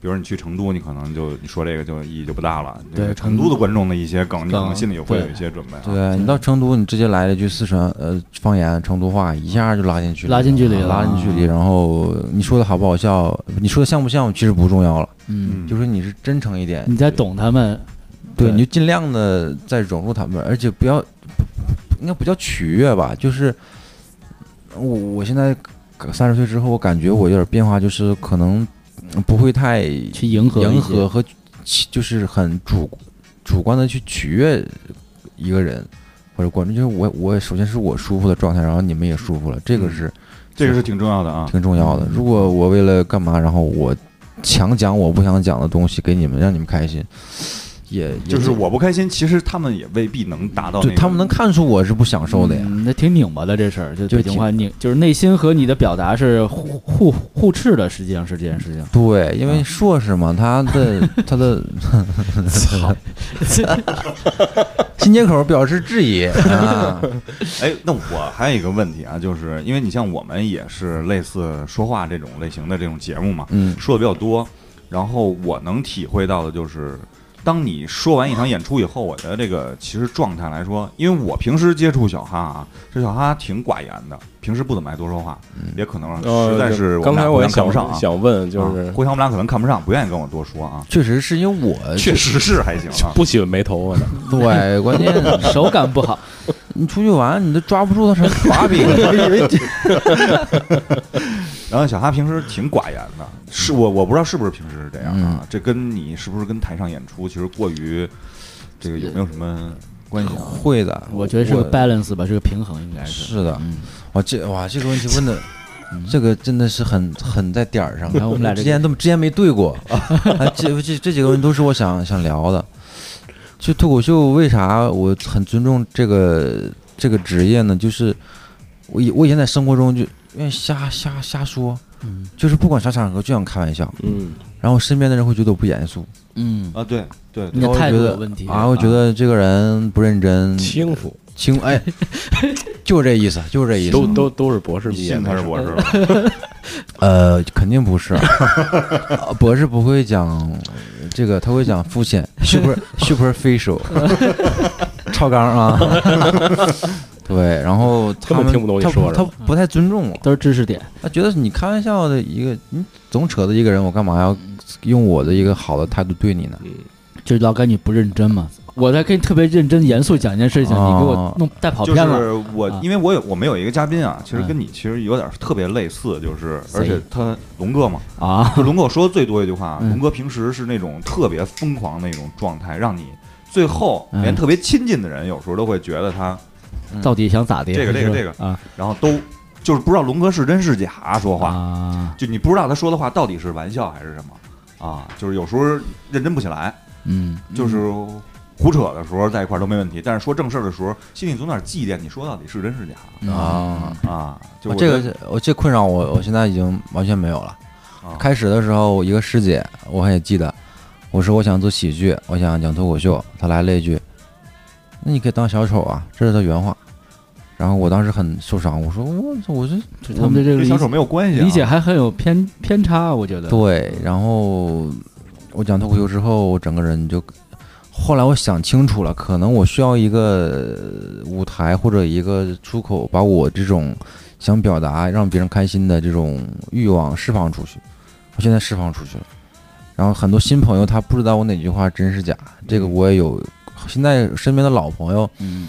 S5: 比如说你去成都，你可能就你说这个就意义就不大了。
S4: 对
S5: 这个成都的观众的一些梗，你可能
S4: 梗
S5: 心里会有
S4: 对
S5: 一些准备、啊。
S6: 对你到成都，你直接来了一句四川呃方言成都话，一下就拉近距离了，啊
S4: 拉近距离了啊
S6: 拉近距离。然后你说的好不好笑，你说的像不像，其实不重要了，
S4: 嗯，
S5: 嗯，
S6: 就说你是真诚一点，
S4: 你在懂他们，
S6: 对，
S4: 对
S6: 你就尽量的再融入他们，而且不要应该不叫取悦吧，就是我我现在三十岁之后，我感觉我有点变化，就是可能不会太
S4: 去迎合一些
S6: 迎合和其就是很主主观的去取悦一个人或者观众，就是我我首先是我舒服的状态，然后你们也舒服了，这
S5: 嗯
S6: 个是
S5: 这个是挺重要的啊。
S6: 挺重要的。如果我为了干嘛，然后我强讲我不想讲的东西给你们，让你们开心，也也
S5: 就是我不开心，其实他们也未必能达到、那
S6: 对
S5: 个。
S6: 他们能看出我是不享受的呀。
S4: 嗯那挺拧巴的这事儿，就
S6: 啊就
S4: 北京
S6: 挺
S4: 话拧，就是内心和你的表达是互互互斥的，实际上是这件事 情。
S6: 对，因为硕士嘛，他的他的 新街口表示质疑啊，
S5: 哎，那我还有一个问题啊，就是因为你像我们也是类似说话这种类型的这种节目嘛，
S6: 嗯
S5: 说的比较多，然后我能体会到的就是，当你说完一场演出以后，我的这个其实状态来说，因为我平时接触小哈啊，这小哈挺寡言的，平时不怎么爱多说话，也可能
S3: 呃
S5: 实在是我
S3: 刚
S5: 们俩
S3: 才
S5: 互
S3: 也
S5: 相看不上
S3: 想
S5: 啊，
S3: 想问，就是
S5: 啊互相我们俩可能看不上，不愿意跟我多说啊，
S6: 确实是因为我
S5: 确实是还行 啊，
S3: 不喜欢没头发的，
S6: 对，关键
S4: 手感不好，
S6: 你出去玩你都抓不住他什么把柄，我以为
S5: 然后小哈平时挺寡言
S4: 嗯
S5: 的，是我我不知道是不是平时是这样啊？这跟你是不是跟台上演出其实过于这个有没有什么
S4: 嗯
S5: 关系啊？
S6: 会的，
S4: 我觉得是个 balance 吧，是个平衡，应该是。嗯
S6: 是的，哇这哇这个问题问的。这个真的是很很在点 儿上，
S4: 然后我们俩
S6: 之
S4: 这个
S6: 前都之前没 对过，啊这这这几个问题都是我想想聊的。就脱口秀为啥我很尊重这个这个职业呢？就是我以我以前在生活中就愿意瞎瞎瞎说，
S4: 嗯
S6: 就是不管啥场合就想开玩笑，
S3: 嗯，
S6: 然后身边的人会觉得我不严肃，
S4: 嗯，
S5: 啊，对对
S4: 你的
S5: 对，
S6: 然后
S4: 态
S6: 觉
S4: 度
S6: 得
S4: 有问题
S6: 啊，我觉得这个人不认真，
S3: 轻浮，
S6: 轻哎，就这意思，就这意思，
S3: 都都都是博士
S5: 你
S3: 毕业
S5: 信他是
S3: 的，
S5: 博士吧？
S6: 呃，肯定 不是，呃博士不会讲这个，他会讲 肤浅，super super facial，超纲啊， 对，然后他
S3: 根
S6: 们
S3: 本听不懂你
S6: 他
S3: 说什
S6: 他
S3: 么
S6: 不太尊重我，
S4: 都是知识点，
S6: 他觉得你开玩笑的一个，你总扯的一个人，我干嘛要用我的一个好的态度对你呢？
S4: 就老感觉你不认真嘛。我在跟你特别认真严肃讲一件事情，
S6: 哦
S4: 你给我弄带跑
S5: 就
S4: 偏了。
S5: 是我
S4: 啊，嗯
S5: 因为我有我们有一个嘉宾啊，其实跟你其实有点特别类似，就是
S4: 谁
S5: 而且他龙哥嘛，
S4: 啊，
S5: 就龙哥我说的最多一句话，啊
S4: 嗯
S5: 龙哥平时是那种特别疯狂的那种状态，让你最后
S4: 嗯
S5: 连特别亲近的人有时候都会觉得他，
S6: 嗯
S4: 到底想咋的？
S5: 这个这个
S4: 是吧
S5: 这
S4: 啊
S5: 然后都就是不知道龙哥是真是假说话。
S4: 啊，
S5: 就你不知道他说的话到底是玩笑还是什么啊，就是有时候认真不起来，
S4: 嗯，
S5: 就是胡扯的时候在一块儿都没问题，但是说正事儿的时候，心里总得祭奠你说到底是真是假
S6: 啊，
S4: 嗯
S5: 啊。就我
S6: 我这
S5: 觉得
S6: 个我这困扰我我现在已经完全没有了。
S5: 啊
S6: 开始的时候，我一个师姐，我还记得，我说我想做喜剧，我想讲脱口秀，她来了一句：“那你可以当小丑啊。”这是她原话。然后我当时很受伤，我说我我这
S4: 就嗯他们对这个
S5: 跟
S4: 理
S5: 小丑
S4: 解
S5: 没有关系、啊，
S4: 理解还很有偏偏差，啊我觉得。
S6: 对。然后我讲脱口秀之后，我整个人就，后来我想清楚了，可能我需要一个呃舞台或者一个出口，把我这种想表达让别人开心的这种欲望释放出去。我现在释放出去了，然后很多新朋友他不知道我哪句话真是假，这个我也有。现在身边的老朋友，
S4: 嗯，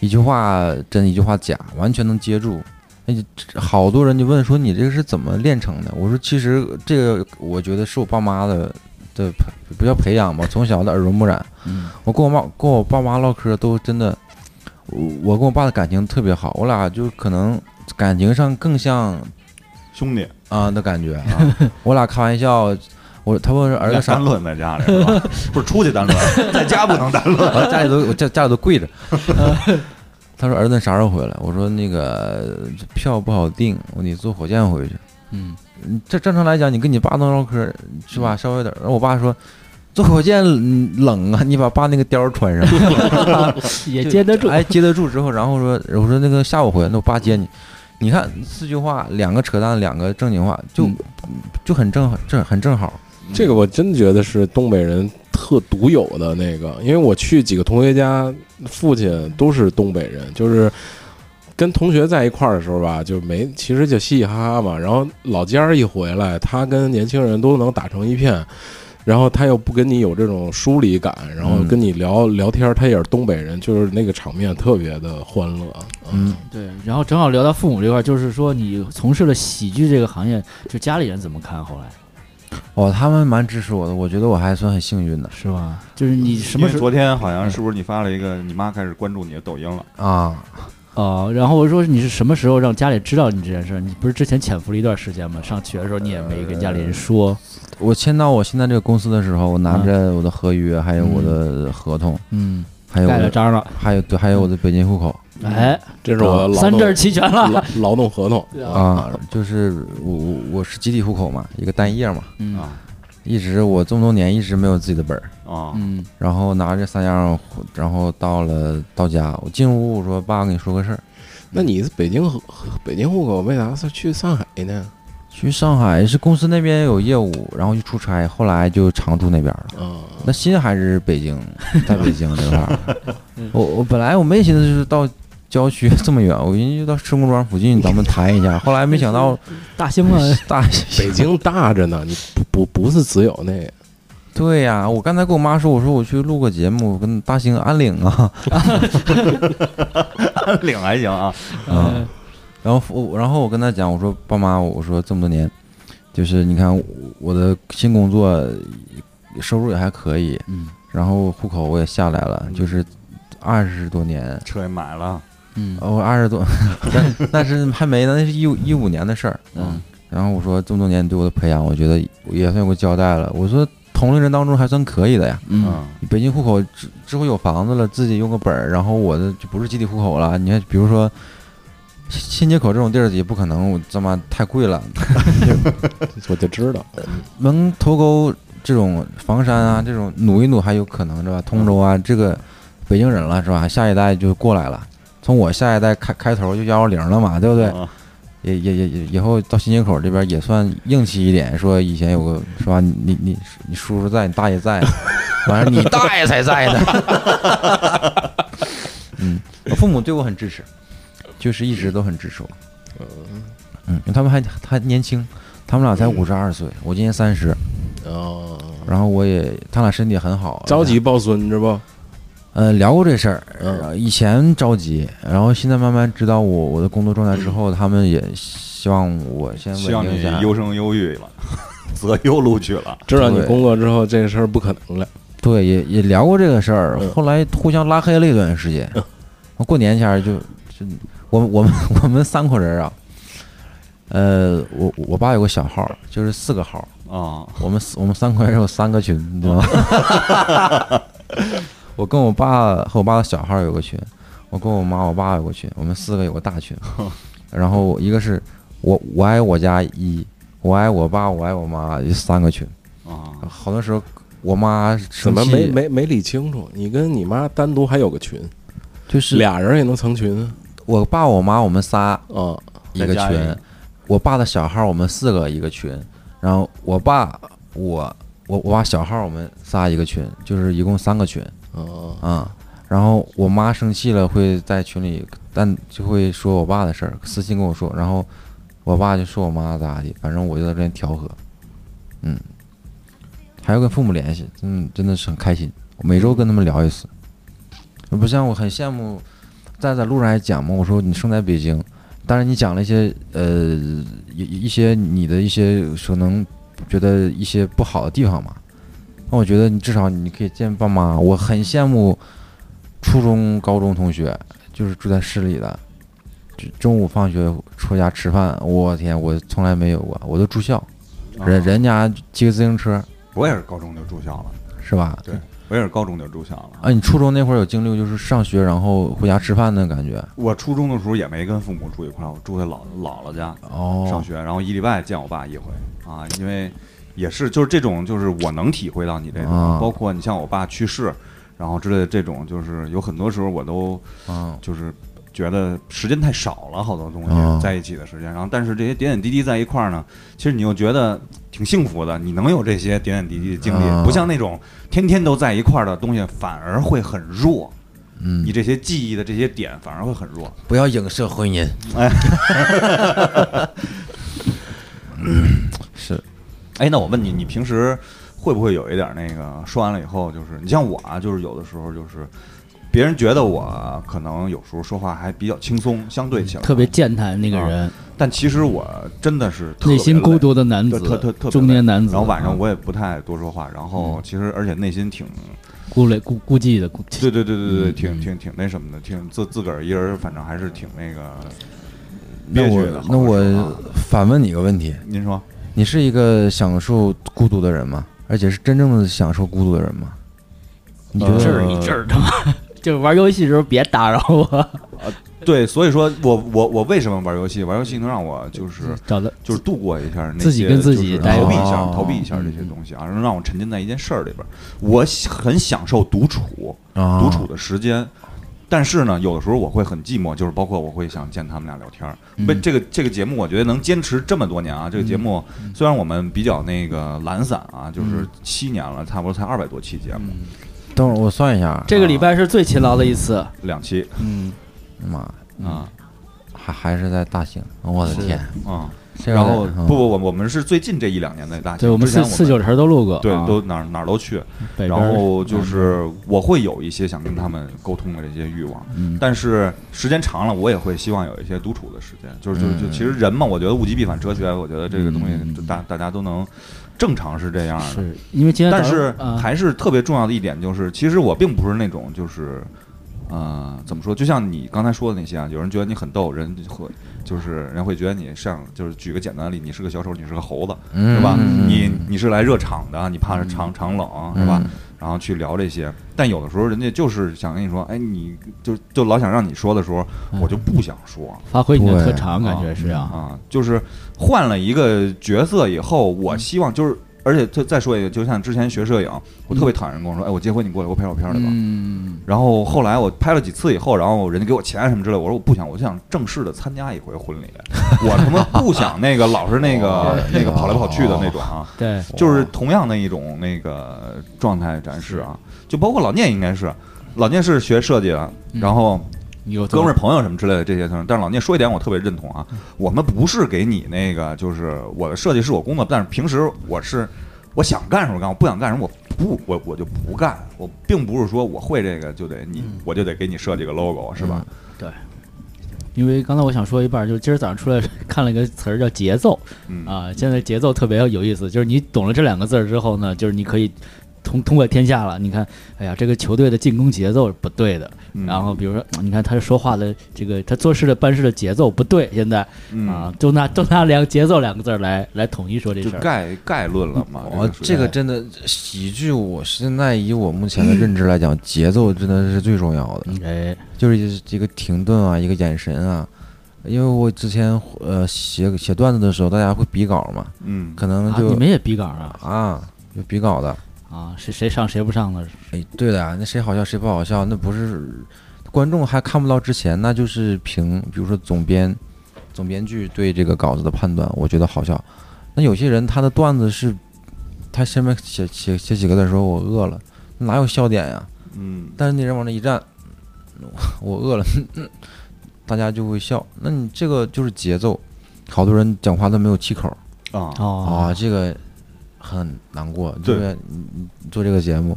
S6: 一句话真一句话假，完全能接住。那就好多人就问说你这个是怎么练成的？我说其实这个我觉得是我爸妈的的培不叫培养吧，从小的耳濡目染。
S4: 嗯
S6: 我跟我妈跟我爸妈唠嗑都真的，我我跟我爸的感情特别好，我俩就可能感情上更像
S5: 兄弟，
S6: 啊、的感觉啊。我俩开玩笑，我他问儿
S5: 俩
S6: 子啥
S5: 单论在家里 是吧？不是出去单论， 在家不能 单论。
S6: 我家里都我家家里都跪着。他说：“儿子，你啥时候回来？”我说：“那个票不好订，我得坐火箭回去。
S4: 嗯，”
S6: 嗯这正常来讲，你跟你爸能唠嗑是吧？稍微有点儿。然后我爸说：“坐火箭嗯冷啊，你把爸那个貂儿穿上。”
S4: 也接得住。
S6: 哎，接得住之后，然后说，我说那个下午回来，那我爸接你。你看四句话，两个扯淡，两个正经话，就、
S4: 嗯
S6: 就很正正很正好。
S3: 这个我真觉得是东北人特独有的那个，因为我去几个同学家，父亲都是东北人，就是跟同学在一块儿的时候吧，就没其实就嘻嘻哈哈嘛。然后老家儿一回来，他跟年轻人都能打成一片，然后他又不跟你有这种疏离感，然后跟你聊、聊天儿，他也是东北人，就是那个场面特别的欢乐。啊
S6: 嗯，
S4: 对，然后正好聊到父母这块儿，就是说你从事了喜剧这个行业，就家里人怎么看？后来
S6: 哦，他们蛮支持我的，我觉得我还算很幸运的
S4: 是吧？就是你 什么
S5: 因为
S4: 时候
S5: 昨天好像是不是你发了一个，你妈开始关注你的抖音了？
S6: 啊。
S4: 哦、然后我说你是什么时候让家里知道你这件事儿？你不是之前潜伏了一段时间吗？上学的时候你也没跟家里人说，
S6: 我签到我现在这个公司的时候，我拿着我的合约，还有我的合同，
S4: 嗯，
S6: 还有我
S4: 盖了
S6: 的，
S4: 章了，
S6: 还有对，还有我的北京户口
S4: 哎，
S3: 这是我的劳动
S4: 三证齐全了，
S3: 劳劳动合同，
S4: 哦
S6: 啊，就是我我我是集体户口嘛，一个单页嘛，
S4: 嗯
S5: 啊
S6: 一直我这么多年一直没有自己的本儿，
S5: 啊，
S4: 嗯
S6: 然后拿着三样，然后到了到家，我进屋我说爸，我跟你说个事儿，
S3: 那你北京户北京户口为啥是去上海呢？
S6: 去上海是公司那边有业务，然后去出差，后来就常住那边了。
S3: 啊，
S6: 那心还是北京，在北京这块儿。我我本来我没寻思就是到郊区这么远，我寻思就到石公庄附近咱们谈一下，后来没想到
S4: 大兴嘛，
S6: 大
S3: 北京大着呢，你不不不是只有那个，
S6: 对呀、我刚才跟我妈说，我说我去录个节目，跟大兴安岭啊，
S5: 领还行啊，
S6: 嗯，然后我然后我跟他讲，我说爸妈，我说这么多年，就是你看我的新工作收入也还可以，
S4: 嗯
S6: 然后户口我也下来了，就是二十多年，
S5: 车也买了，
S4: 嗯
S6: 我二十多，但但是还没呢，那是一五一五年的事儿，
S4: 嗯，
S6: 然后我说这么多年对我的培养，我觉得也算有个交代了，我说同龄人当中还算可以的呀，
S4: 嗯
S5: 嗯，
S6: 北京户口之之后有房子了，自己用个本儿，然后我的就不是集体户口了。你看，比如说新街口这种地儿也不可能，我他妈太贵了。
S3: 我就知道。
S6: 门头沟这种房山啊，这种努一努还有可能是吧？通州啊，这个北京人了是吧？下一代就过来了，从我下一代开开头就幺幺零了嘛，对不对？
S5: 啊
S6: 也也也也以后到新街口这边也算硬气一点，说以前有个是吧？你你你你叔叔在，你大爷在，完了你大爷才在呢。嗯，我父母对我很支持，就是一直都很支持我。嗯，因为他们还还年轻，他们俩
S3: 嗯
S6: 才五十二岁，我今年三十，
S3: 哦，
S6: 然后我也他俩身体很好，
S3: 着急抱孙子不？
S6: 呃，聊过这事儿，
S3: 嗯
S6: 呃以前着急，然后现在慢慢知道我我的工作状态之
S3: 嗯
S6: 后，他们也希望我先
S5: 希望
S6: 稳定
S5: 你
S6: 一下。
S5: 优生优育了， 择优录取了，
S3: 知道你
S6: 对
S3: 工作之后，这事儿不可能了。
S6: 对，也也聊过这个事儿
S3: 嗯，
S6: 后来互相拉黑了一段时间。过年前儿就就我们我们 我们三口人啊，呃，我我爸有个小号，就是四个号，
S5: 啊，
S6: 我们四我们三口人有三个群，你 知道吗？我跟我爸和我爸的小号有个群，我跟我妈我爸有个群，我们四个有个大群。然后一个是我我爱我家一，我爱我爸，我爱我妈，就三个群。
S5: 啊，
S6: 好多时候我妈
S3: 怎
S6: 生
S3: 么
S6: 气
S3: 没没没理清楚？你跟你妈单独还有个群，
S6: 就是
S3: 俩人也能成群
S6: 我爸、我妈，我们仨
S3: 啊？
S6: 一个
S5: 再加一
S6: 群
S5: 个，
S6: 我爸的小号我们四个一个群，然后我爸、我、我、我爸小号我们仨一个群，就是一共三个群
S3: 啊，
S6: 啊、然后我妈生气了会在群里，但就会说我爸的事儿，私信跟我说，然后我爸就说我妈咋的，反正我就在这边调和，嗯，还要跟父母联系，嗯，真的是很开心，我每周跟他们聊一次，不像我很羡慕，在在路上还讲嘛，我说你生在北京，但是你讲了一些呃一一些你的一些可能觉得一些不好的地方嘛，那我觉得你至少你可以见爸妈，我很羡慕初中、高中同学，就是住在市里的，就中午放学回家吃饭，我天，我从来没有过，我都住校，
S5: 哦
S6: 人、人家骑个自行车
S5: 我也是高中就住校了，
S6: 是吧？
S5: 对我也是高中就住校了。
S6: 啊，你初中那会儿有经历就是上学然后回家吃饭的感觉
S5: 我初中的时候也没跟父母住一块儿，我住在姥姥姥家
S6: 哦，
S5: 上学，然后一礼拜见我爸一回啊，因为也是就是这种，就是我能体会到你这种，
S6: 啊
S5: 包括你像我爸去世，然后之类的这种，就是有很多时候我都
S6: 嗯
S5: 就是觉得时间太少了，好多东
S6: 哦
S4: 啊
S5: 西在一起的时间。然后，但是这些点点滴滴在一块儿呢，其实你又觉得挺幸福的，你能有这些点点滴滴的经
S6: 哦
S4: 啊
S5: 历，不像那种天天都在一块儿的东西，反而会很弱。
S6: 嗯
S5: 你，这些记忆的这些点反而会很弱。
S6: 不要影射婚 姻。
S5: 哎
S6: 是
S5: 哎，那我问你，你平时会不会有一点那个说完了以后，就是你像我啊，就是有的时候就是别人觉得我可能有时候说话还比较轻松，相对起来
S4: 嗯特别，健谈那个人，
S5: 但其实我真的是特别
S4: 内心孤独的男
S5: 累，特特
S4: 子，
S5: 特特别
S4: 中年男
S5: 累
S4: 子。啊嗯
S5: 然后晚上我也不太多说话，然后其实而且内心挺
S4: 孤累孤孤寂的孤，
S5: 对对对对对，
S4: 嗯
S5: 挺
S4: 嗯
S5: 挺挺那什么的，挺自自个儿一人儿，反正还是挺那个
S6: 那
S5: 憋屈
S6: 我
S5: 的。
S6: 那
S5: 好多时候啊
S6: 我反问你一个问题：
S5: 您说，
S6: 你是一个享受孤独的人吗？而且是真正的享受孤独的人吗？你觉得
S4: 一阵呃儿一阵儿的，就是玩游戏的时候别打扰我，
S5: 对，所以说我我我为什么玩游戏？玩游戏能让我就是
S4: 找到
S5: 就是度过一下那些
S4: 自己跟自己
S5: 就是
S4: 待嗯
S5: 逃避一下
S6: 哦
S5: 逃避一下这些东西啊，能让我沉浸在一件事儿里边儿。我喜很享受独处，
S6: 啊，
S4: 哦
S5: 独处的时间。但是呢，有的时候我会很寂寞，就是包括我会想见他们俩聊天儿。
S4: 嗯
S5: 为、这个这个节目，我觉得能坚持这么多年啊，这个节目
S4: 嗯
S5: 虽然我们比较那个懒散啊，就是七年了，差不多才二百多期节目，
S4: 嗯
S6: 等会儿我算一下啊，
S4: 这个礼拜是最勤劳的一次，
S5: 两期
S4: 嗯，
S6: 妈
S5: 啊
S6: 还还是在大兴，我的天！
S5: 啊。
S6: 这个
S5: 然后
S6: 嗯
S5: 不不，我我们是最近这一两年的大型，
S4: 对我们
S5: 之前
S4: 四四九城都录过，
S5: 对
S4: 啊
S5: 都哪儿哪儿都去，
S4: 北边
S5: 然后就是我会有一些想跟他们沟通的这些欲望，
S6: 嗯
S5: 但是时间长了，我也会希望有一些独处的时间。就是就就
S6: 嗯
S5: 其实人嘛，我觉得物极必反哲学，我觉得这个东西
S6: 嗯
S5: 就大大家都能正常是这样的。
S4: 是因为今天早
S5: 啊但
S4: 上，
S5: 是
S6: 呃
S4: 啊
S5: 还是特别重要的一点就是，其实我并不是那种就是。呃，怎么说？就像你刚才说的那些啊，有人觉得你很逗，人会就是人会觉得你像，就是举个简单的例，你是个小丑，你是个猴子，
S6: 嗯
S5: 是吧？
S6: 嗯
S5: 你你是来热场的，你怕是长长冷是吧？然后去聊这些，但有的时候人家就是想跟你说，哎，你就就老想让你说的时候，我就不想说
S4: 发挥你的特
S6: 对
S4: 长，感觉是啊，
S5: 啊。就是换了一个角色以后，我希望就是，而且再再说一个，就像之前学摄影，我特别讨厌人跟我说，哎，我结婚你过来给我拍照片来吧。
S4: 嗯，
S5: 然后后来我拍了几次以后，然后人家给我钱什么之类，我说我不想，我就想正式的参加一回婚 礼，我他妈不想那个老是那
S4: 哦
S5: 个那个跑来跑去的那种啊。
S4: 对，
S5: 就是同样的一种那个状态展示啊，就包括老聂应该是，老聂是学设计的，
S4: 嗯
S5: 然后
S4: 有
S5: 哥们儿朋友什么之类的这些东西。但是老聂说一点我特别认同啊，
S4: 嗯
S5: 我们不是给你那个，就是我的设计是我工作，但是平时我是我想干什么干，我不想干什么我不我我就不干，我并不是说我会这个就得你
S4: 嗯
S5: 我就得给你设计个 logo 是吧？
S4: 因为刚才我想说一半儿，就是今儿早上出来看了一个词儿叫节奏
S5: 嗯
S4: 啊，现在节奏特别有意思，就是你懂了这两个字儿之后呢，就是你可以通通过天下了。你看，哎呀，这个球队的进攻节奏是不对的，
S5: 嗯
S4: 然后比如说，你看他说话的这个他做事的办事的节奏不对，现在、
S5: 嗯
S4: 啊，就拿就拿两节奏两个字儿来来统一说这
S5: 就
S4: 事儿。嗯哦
S5: 概概论了嘛，
S6: 我
S5: 属于
S6: 哦这个真的喜剧，我现在以我目前的认知来讲，节奏真的是最重要的，
S4: 哎，
S6: 就是一个停顿啊，一个眼神啊。因为我之前呃写写段子的时候，大家会比稿嘛，
S5: 嗯
S6: 可能
S4: 啊，
S6: 就
S4: 你们也比稿啊
S6: 啊有比稿的。
S4: 啊，谁谁上谁不上了？
S6: 哎，对的啊，那谁好笑谁不好笑，那不是观众还看不到之前，那就是凭比如说总编、总编剧对这个稿子的判断，我觉得好笑。那有些人他的段子是，他前面写写写几个字的时候我饿了，哪有笑点呀？
S5: 嗯
S6: 但是那人往那一站，我我饿了， 大家就会笑。那你这个就是节奏，好多人讲话都没有气口儿
S5: 啊
S4: 哦，
S6: 啊，这个很难过。
S5: 对
S6: 就是你你你做这个节目，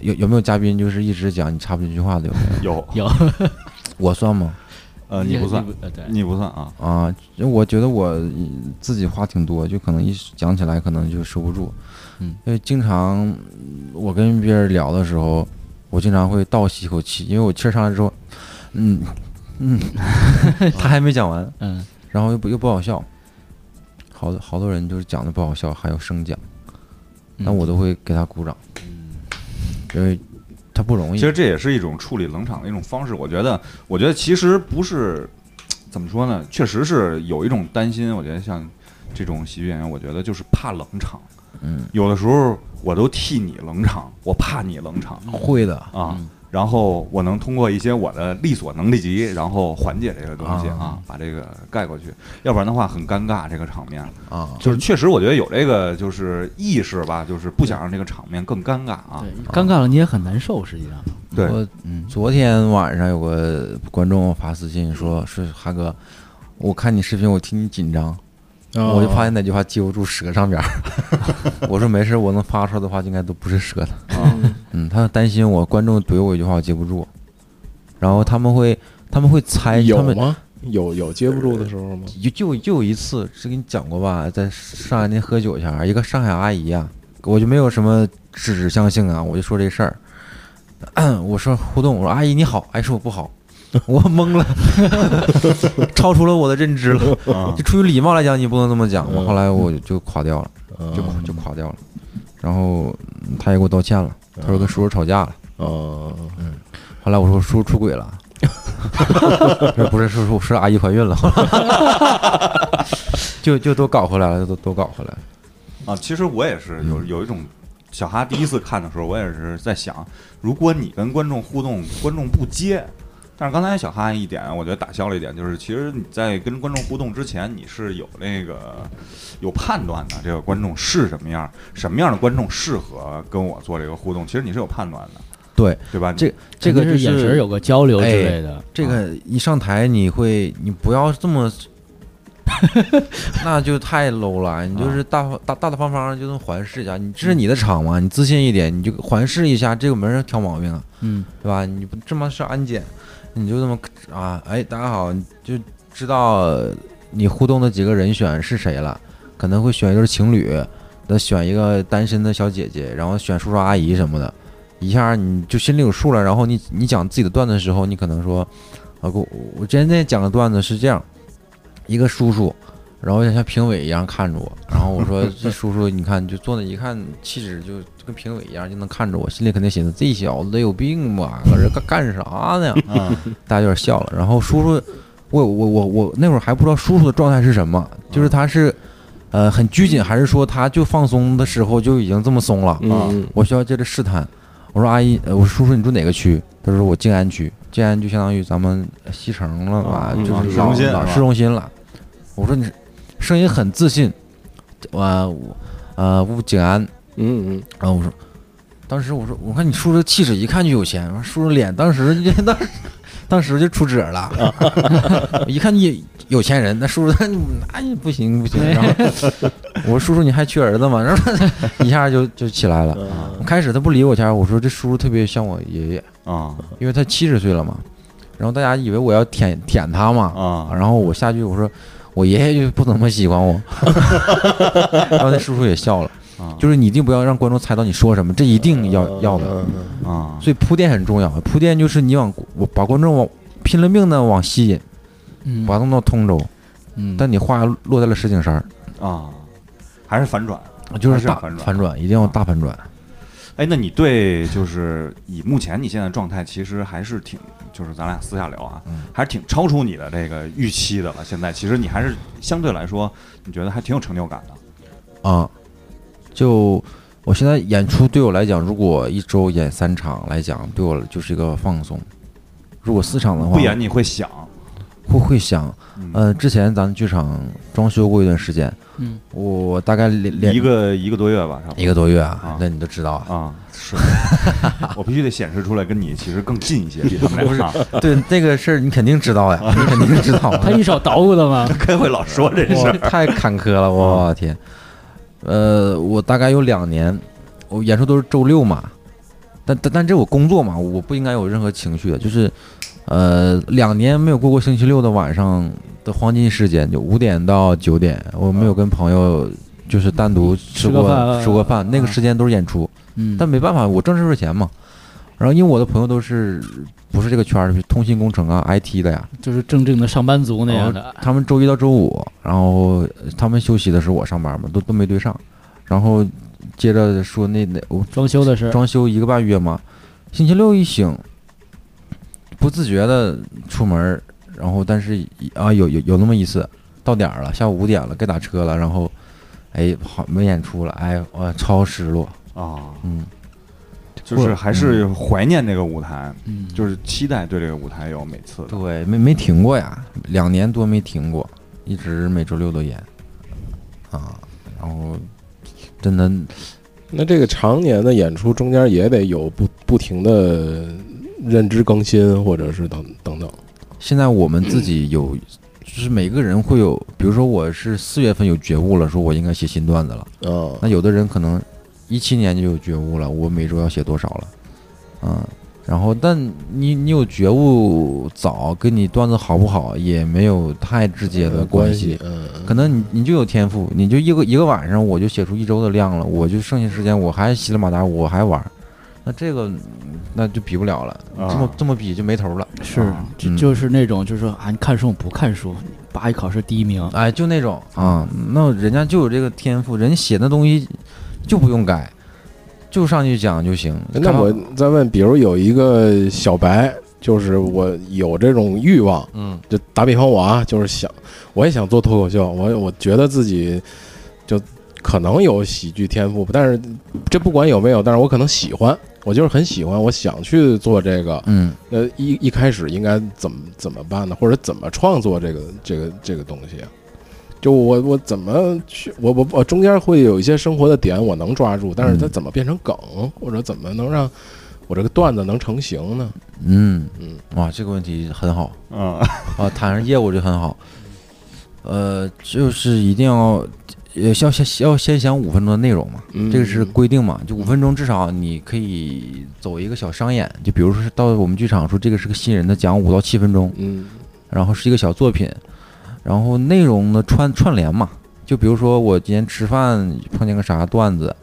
S6: 有有没有嘉宾就是一直讲你插不进去话的？有没 有？
S5: 有
S4: 有
S6: 我算吗？
S5: 呃你不算
S4: 呃对，
S5: 你不算啊
S6: 啊，因为我觉得我嗯自己话挺多，就可能一讲起来可能就收不住。
S4: 嗯，
S6: 因为经常嗯我跟别人聊的时候，我经常会倒吸一口气，因为我气儿上来之后，嗯嗯，他还没讲完，
S4: 嗯，
S6: 然后又不又不好笑，好好多人就是讲的不好笑，还要生讲，那
S4: 嗯
S6: 我都会给他鼓掌，嗯因为他不容易。
S5: 其实这也是一种处理冷场的一种方式。我觉得，我觉得其实不是怎么说呢，确实是有一种担心。我觉得像这种喜剧演员，我觉得就是怕冷场。
S6: 嗯，
S5: 有的时候我都替你冷场，我怕你冷场
S6: 会的，
S5: 啊。然后我能通过一些我的力所能及，然后缓解这个东西啊，把这个盖过去。要不然的话很尴尬，这个场面
S6: 啊
S5: 就是确实我觉得有这个就是意识吧，就是不想让这个场面更尴尬啊。
S4: 对，尴尬了你也很难受，实际上。
S5: 对
S6: 我昨天晚上有个观众发私信说：“是哈哥，我看你视频，我替你紧张。”
S3: 哦
S6: 我就发现那句话记不住蛇上边儿。 我说没事，我能发出来的话应该都不是蛇的。嗯，他担心我观众怼我一句话我接不住，然后他们会他们会猜，他
S3: 有
S6: 们
S3: 吗？有有接不住的时候吗？
S6: 就就就有一次是跟你讲过吧，在上海那喝酒去啊，一个上海阿姨啊，我就没有什么指向性啊，我就说这事儿， 我说互动，我说阿姨你好，阿姨说我不好， 我懵了，超出了 我的认知了，
S5: 啊
S6: 就出于礼貌来讲，你不能这么讲。
S3: 嗯
S6: 我后来我就垮掉了，就垮就垮掉了，然后嗯他也给我道歉了，他说跟叔叔吵架了。
S3: 哦，
S6: 后来我说叔叔出轨了，说不是叔叔是阿姨怀 孕了，就就都搞回来了，都都搞回来了。
S5: 啊！其实我也是有有一种。小哈第一次看的时候，我也是在想，如果你跟观众互动，观众不接，但是刚才小哈一点，我觉得打消了一点，就是其实你在跟观众互动之前，你是有那个有判断的，这个观众是什么样，什么样的观众适合跟我做这个互动，其实你是有判断的，
S6: 对，
S5: 对吧？
S6: 这这个
S4: 肯
S6: 就
S4: 定是眼啊神有个交流之
S5: 哎
S4: 类的。
S6: 这
S4: 啊
S6: 个一上台你会，你不要 这么，那就太 low 了。你
S4: 啊
S6: 就是大方大大大方方，就能环视一下。你这是你的场嘛，你自信一点，你就环视一下，这个没人挑毛病啊，
S4: 嗯，
S6: 对吧？你不这么是安检，你就这么啊，哎，大家好，你就知道你互动的几个人选是谁了，可能会选一对情侣，再选一个单身的小姐姐，然后选叔叔阿姨什么的。一下你就心里有数了，然后你你讲自己的段子的时候，你可能说，啊，我我之前那讲的段子是这样，一个叔叔，然后像像评委一样看着我，然后我说这叔叔你看就坐那一看气质就就跟评委一样，就能看着我，心里肯定寻思这小子得有病吧，搁这干干啥呢？
S5: 啊，
S6: 大家有点笑了。然后叔叔，我我我我那会儿还不知道叔叔的状态是什么，就是他是，呃，很拘谨，还是说他就放松的时候就已经这么松了？
S3: 嗯，
S6: 我需要接着试探。我说阿姨，呃我说叔叔你住哪个区？他说我静安区，静安就相当于咱们西城了
S5: 啊
S6: 吧，就
S5: 啊
S6: 是
S5: 市
S6: 老
S5: 中心
S6: 老
S5: 是吧
S6: 市中心了。我说你是声音很自信，我我呃我静安，
S3: 嗯嗯
S6: 然后我说，当时我说我看你叔叔气质一看就有钱，我说叔叔脸当时 当时当时就出褶了，一看你有钱人，那叔 叔他那你不行不行，然后我说叔叔你还缺儿子吗？然后他一下就就起来了。
S3: 嗯，
S6: 开始他不理我前儿，我说这叔叔特别像我爷爷，
S5: 啊
S6: 因为他七十岁了嘛。然后大家以为我要舔舔他嘛，
S5: 啊
S6: 然后我下去我说我爷爷就不怎么喜欢我， 然后那叔叔也笑了。
S5: 啊嗯
S6: 就是你一定不要让观众猜到你说什么，这一定要要的。
S5: 啊
S6: 所以铺垫很重要，铺垫就是你往我把观众往拼了命的往吸引，
S4: 嗯
S6: 把他弄到通州，
S4: 嗯，
S6: 但你话落在了石景山儿，
S5: 啊，还是反转。
S6: 就
S5: 还
S6: 是
S5: 是
S6: 大
S5: 要反转啊
S6: 反转，一定要大反转。
S5: 哎，那你对就是以目前你现在状态，其实还是挺，就是咱俩私下聊啊，
S6: 嗯
S5: 还是挺超出你的这个预期的了。现在其实你还是相对来说，你觉得还挺有成就感的。
S6: 啊，就我现在演出对我来讲，如果一周演三场来讲，对我就是一个放松。如果四场的话，
S5: 不演你会想，
S6: 会会想，
S5: 嗯，
S6: 呃，之前咱们剧场装修过一段时间，
S4: 嗯，
S6: 我大概连连
S5: 一个一个多月吧，差不多
S6: 一个多月啊
S5: 啊，
S6: 那你都知道啊。
S5: 啊， 是我必须得显示出来，跟你其实更近一些，比他们俩啊，
S6: 对那个事儿，你肯定知道呀，你肯定知道。
S4: 他一手捣鼓的嘛，
S5: 开会老说这事
S6: 哇
S5: 儿，
S6: 太坎坷了，我天。呃，我大概有两年，我演出都是周六嘛，但但但这我工作嘛，我不应该有任何情绪的，就是呃，两年没有过过星期六的晚上的黄金时间，就五点到九点，我没有跟朋友就是单独啊
S4: 吃
S6: 吃
S4: 个
S6: 过
S4: 饭
S6: 吃过饭，那个
S4: 啊
S6: 时间都是演出，
S4: 嗯，
S6: 但没办法，我挣这份钱嘛。然后因为我的朋友都是不是这个圈儿，通信工程啊、IT 的呀，
S4: 就是正正的上班族那样
S5: 哦
S4: 的，
S6: 他们周一到周五，然后呃他们休息的时候我上班嘛，都都没对上。然后接着说那那我
S4: 装修的是，
S6: 装修一个半月嘛，星期六一醒，不自觉的出门儿，然后但是啊有有有那么一次，到点儿了，下午五点了，该打车了，然后哎好没演出了，哎我超失落，
S5: 啊，
S6: 嗯，
S5: 就是还是怀念这个舞台，
S4: 嗯，
S5: 就是期待对这个舞台有每次的
S6: 对，没没停过呀，两年多没停过，一直每周六都演，啊，然后真的
S3: 那这个常年的演出中间也得有不不停的认知更新，或者是等等等。
S6: 现在我们自己有就是每个人会有，比如说我是四月份有觉悟了，说我应该写新段子了。
S3: 哦，
S6: 那有的人可能一七年就有觉悟了，我每周要写多少了，嗯，然后但你你有觉悟早，跟你段子好不好也没有太直接的关
S3: 关
S6: 系。，
S3: 嗯，
S6: 可能你你就有天赋，你就一个一个晚上我就写出一周的量了，我就剩下时间我还稀里马达我还玩儿，那这个嗯那就比不了了，
S5: 啊
S6: 这么这么比就没头了。
S4: 是
S5: 啊，
S4: 就
S6: 嗯
S4: 就是那种，就是说啊，你看书不看书，八一考试第一名，
S6: 哎，就那种啊，那人家就有这个天赋，人写那东西就不用改，就上去讲就行。
S3: 那我再问，比如有一个小白，就是我有这种欲望，
S6: 嗯，
S3: 就打比方我啊，就是想我也想做脱口秀，我我觉得自己就可能有喜剧天赋，但是这不管有没有，但是我可能喜欢，我就是很喜欢，我想去做这个。
S6: 嗯，
S3: 呃，一一开始应该怎么怎么办呢？或者怎么创作这个这个这个东西啊？就我我怎么去我我我中间会有一些生活的点我能抓住，但是它
S6: 嗯
S3: 怎么变成梗，或者怎么能让我这个段子能成型呢？
S6: 嗯
S3: 嗯，
S6: 哇，这个问题很好
S5: 嗯，
S6: 啊，谈上业务就很好。呃，就是一定要呃要先要先想五分钟的内容嘛，
S3: 嗯
S6: 这个是规定嘛，就五分钟至少你可以走一个小商演，就比如说是到我们剧场说这个是个新人的，讲五到七分钟，
S3: 嗯
S6: 然后是一个小作品，然后内容呢串串联嘛，就比如说我今天吃饭碰见个啥段子，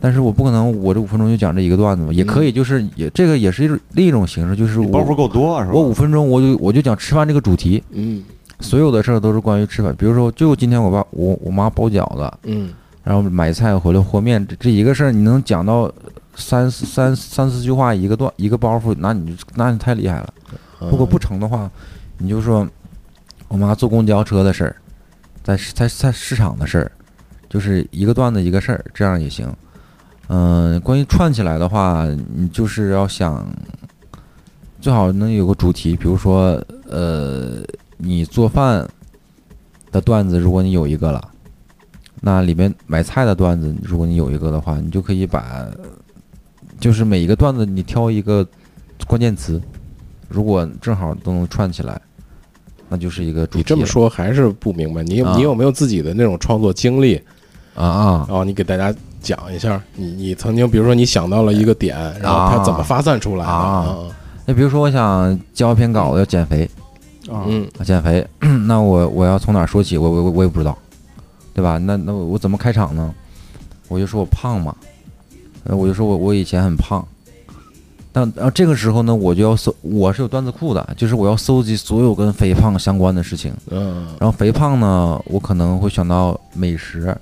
S6: 但是我不可能我这五分钟就讲这一个段子嘛，也可
S3: 嗯
S6: 以就是也这个也是一种另一种形式，就是
S5: 嗯包袱
S6: 我
S5: 够多是吧？
S6: 我五分钟我就我就讲吃饭这个主题，
S3: 嗯
S6: 所有的事儿都是关于吃饭，比如说就今天我爸我我妈包饺子，
S3: 嗯
S6: 然后买菜回来和面，这这一个事儿你能讲到三四三三四句话一个段一个包袱，那你就那你太厉害了。
S3: 嗯，
S6: 如果不成的话，你就说我妈坐公交车的事儿，在市在在市场的事儿，就是一个段子一个事儿，这样也行。嗯、关于串起来的话，你就是要想最好能有个主题，比如说呃，你做饭的段子，如果你有一个了。那里面买菜的段子，如果你有一个的话，你就可以把，就是每一个段子你挑一个关键词，如果正好都能串起来，那就是一个主
S3: 你
S6: 题了。
S3: 这么说还是不明白，你有、
S6: 啊
S3: 你有没有自己的那种创作经历？
S6: 啊啊，
S3: 然后你给大家讲一下，你你曾经比如说你想到了一个点，然后它怎么发散出来的？
S6: 啊那比如说我想交篇稿，我要减肥，
S5: 啊
S3: 嗯
S6: 减肥，那我我要从哪儿说起？我我我我也不知道，对吧？那那我我怎么开场呢？我就说我胖嘛，呃我就说我我以前很胖，但然后这个时候呢，我就要搜，我是有段子库的，就是我要搜集所有跟肥胖相关的事情。
S3: 嗯
S6: 然后肥胖呢，我可能会想到美食，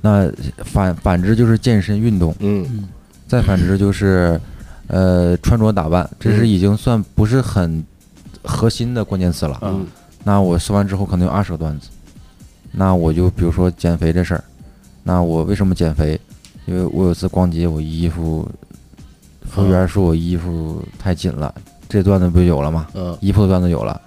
S6: 那反反之就是健身运动，
S3: 嗯
S6: 再反之就是，呃，穿着打扮，这是已经算不是很核心的关键词了。
S3: 啊
S5: 嗯
S6: 那我说完之后可能有二十个段子，那我就比如说减肥这事儿，那我为什么减肥？因为我有次逛街，我衣服，服务员说我衣服太紧了，这段子不就有了吗？
S3: 嗯
S6: 衣服的段子有了，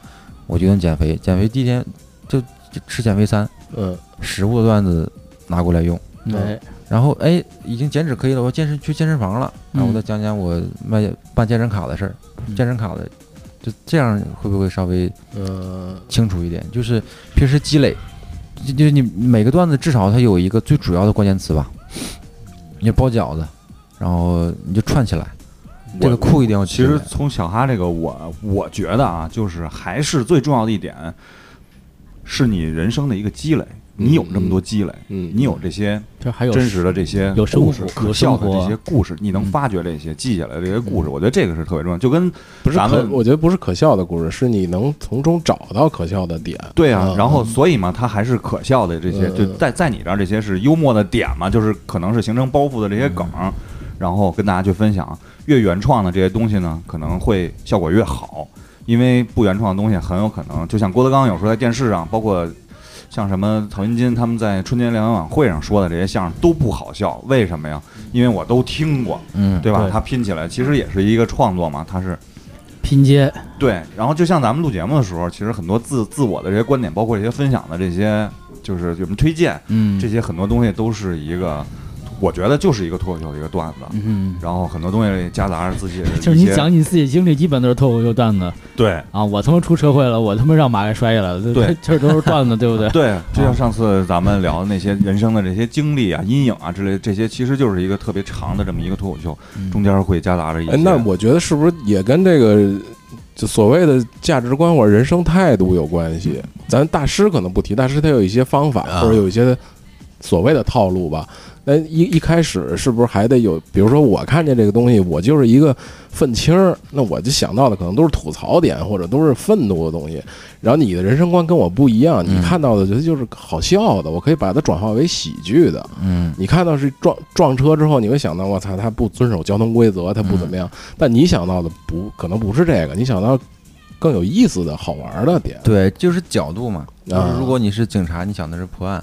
S6: 我决定减肥。减肥第一天就就吃减肥餐，
S3: 嗯
S6: 食物的段子拿过来用。
S5: 嗯
S4: 哎，
S6: 然后哎，已经减脂可以了，我健身去健身房了，然后我再讲讲我卖办健身卡的事儿，
S4: 嗯
S6: 健身卡的，就这样会不会稍微
S3: 嗯
S6: 清楚一点？就是平时积累，就就你每个段子至少它有一个最主要的关键词吧，你包饺子，然后你就串起来，这个库一定要
S5: 哦其
S6: 积累
S5: 实从小哈这个，我我觉得啊，就是还是最重要的一点，是你人生的一个积累。你有这么多积累，
S3: 嗯
S5: 你有这些
S4: 这还有
S5: 真实的这些
S4: 有生
S5: 故事
S4: 活
S5: 可
S4: 有
S5: 笑的
S4: 生活嗯
S5: 这些故事，你能发掘这些、记下来这些故事，我觉得这个是特别重要。就跟
S3: 不是
S5: 咱
S3: 可
S5: 们，
S3: 我觉得不是可笑的故事，是你能从中找到可笑的点。
S5: 对啊
S3: 嗯，
S5: 然后所以嘛，它还是可笑的这些，
S3: 嗯
S5: 就在在你这儿这些是幽默的点嘛，就是可能是形成包袱的这些梗，然后跟大家去分享。越原创的这些东西呢，可能会效果越好，因为不原创的东西很有可能，就像郭德纲有时候在电视上，包括像什么曹云金他们在春节联欢晚会上说的这些相声都不好笑，为什么呀？因为我都听过，
S6: 嗯，
S5: 对吧
S4: 对？
S5: 他拼起来其实也是一个创作嘛，他是
S4: 拼接，
S5: 对，然后就像咱们录节目的时候，其实很多自自我的这些观点，包括一些分享的这些，就是有什么推荐，
S6: 嗯
S5: 这些很多东西都是一个我觉得就是一个脱口秀的一个段子，
S4: 嗯，
S5: 然后很多东西夹杂着自己的一 些，
S4: 就是你讲你自己经历，基本都是脱口秀段子
S5: 对
S4: 啊。我他妈出车祸了，我他妈让马给摔下来了，
S5: 对，
S4: 这都是段子，对 不对？
S5: 对，就像上次咱们聊的那些人生的这些经历啊、阴影啊之类，这些其实就是一个特别长的这么一个脱口秀，
S4: 嗯
S5: 中间会夹杂着一些。
S3: 哎，那我觉得是不是也跟这个就所谓的价值观或者人生态度有关系？咱大师可能不提，大师他有一些方法
S7: 啊
S3: 或者有一些所谓的套路吧。那一一开始是不是还得有？比如说我看见这个东西，我就是一个愤青儿，那我就想到的可能都是吐槽点或者都是愤怒的东西。然后你的人生观跟我不一样，你
S6: 嗯
S3: 看到的觉得就是好笑的，我可以把它转化为喜剧的。
S6: 嗯，
S3: 你看到是撞撞车之后，你会想到我操，他不遵守交通规则，他不怎么样。但你想到的不可能不是这个，你想到更有意思的好玩的点。
S6: 对，就是角度嘛。
S3: 啊
S6: 如果你是警察，你想的是破案；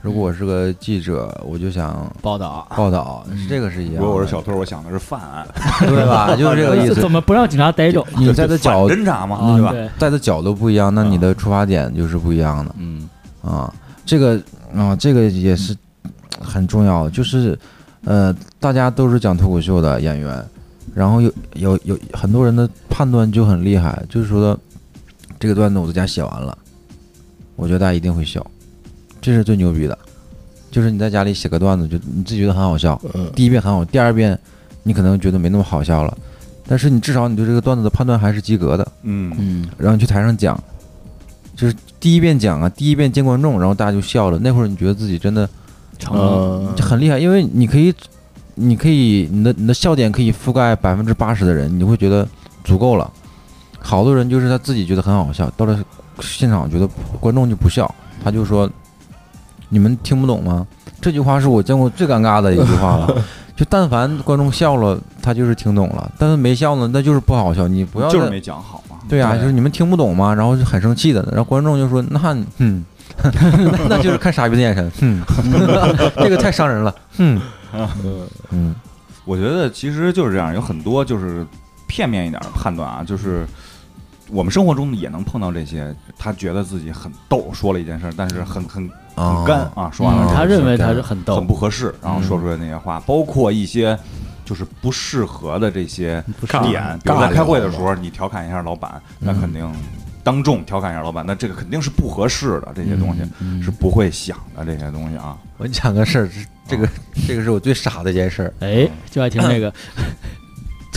S6: 如果我是个记者，我就想
S4: 报道，
S6: 报道，
S4: 嗯
S6: 是这个是一样的。
S5: 如果我是小偷，我想的是犯案，
S6: 对吧？ 就是 这个意思
S4: 怎。么不让警察逮着
S6: 你在的
S5: 反
S6: 角
S5: 侦查嘛，
S4: 啊？
S5: 嗯对吧？
S4: 对，
S6: 在的角度不一样，那你的出发点就是不一样的。
S4: 嗯
S6: 啊，这个啊，这个也是很重要的，就是呃，大家都是讲脱口秀的演员，然后有有有很多人的判断就很厉害，就是说这个段子我在家写完了，我觉得大家一定会笑，这是最牛逼的，就是你在家里写个段子，就你自己觉得很好笑，
S3: 嗯，
S6: 第一遍很好，第二遍你可能觉得没那么好笑了。但是你至少你对这个段子的判断还是及格的，
S5: 嗯，
S4: 嗯，
S6: 然后你去台上讲，就是第一遍讲啊，第一遍见观众，然后大家就笑了。那会儿你觉得自己真的
S4: 成了，
S3: 嗯
S6: 就很厉害，因为你可以，你可以，你的你的笑点可以覆盖百分之八十的人，你会觉得足够了。好多人就是他自己觉得很好笑，到了现场觉得观众就不笑，他就说：“你们听不懂吗？”这句话是我见过最尴尬的一句话了。就但凡观众笑了，他就是听懂了；但是没笑呢，那就是不好笑。你不要
S5: 就是
S6: 再
S5: 没讲好嘛。
S6: 对啊，就是你们听不懂吗？然后就很生气的，然后观众就说：“那，嗯，那 那就是看傻逼的眼神， 嗯，这个太伤人了，嗯，嗯，
S5: 我觉得其实就是这样，有很多就是片面一点的判断啊，就是我们生活中也能碰到这些，他觉得自己很逗，说了一件事儿，但是很很
S6: 啊
S5: 很干啊，说完
S4: 嗯
S5: 了
S4: 他
S5: 之后
S4: 认为他是很逗
S5: 很，不合适，然后说出来那些话，包括一些就是不适合的这些点，比如在开会的时候你调侃一下老板，那肯定当众调侃一下老板，那这个肯定是不合适的，这些东西是不会想的，这些东西啊，
S6: 我讲个事儿，这这个这个是我最傻的一件事儿。
S4: 哎，就爱听这个，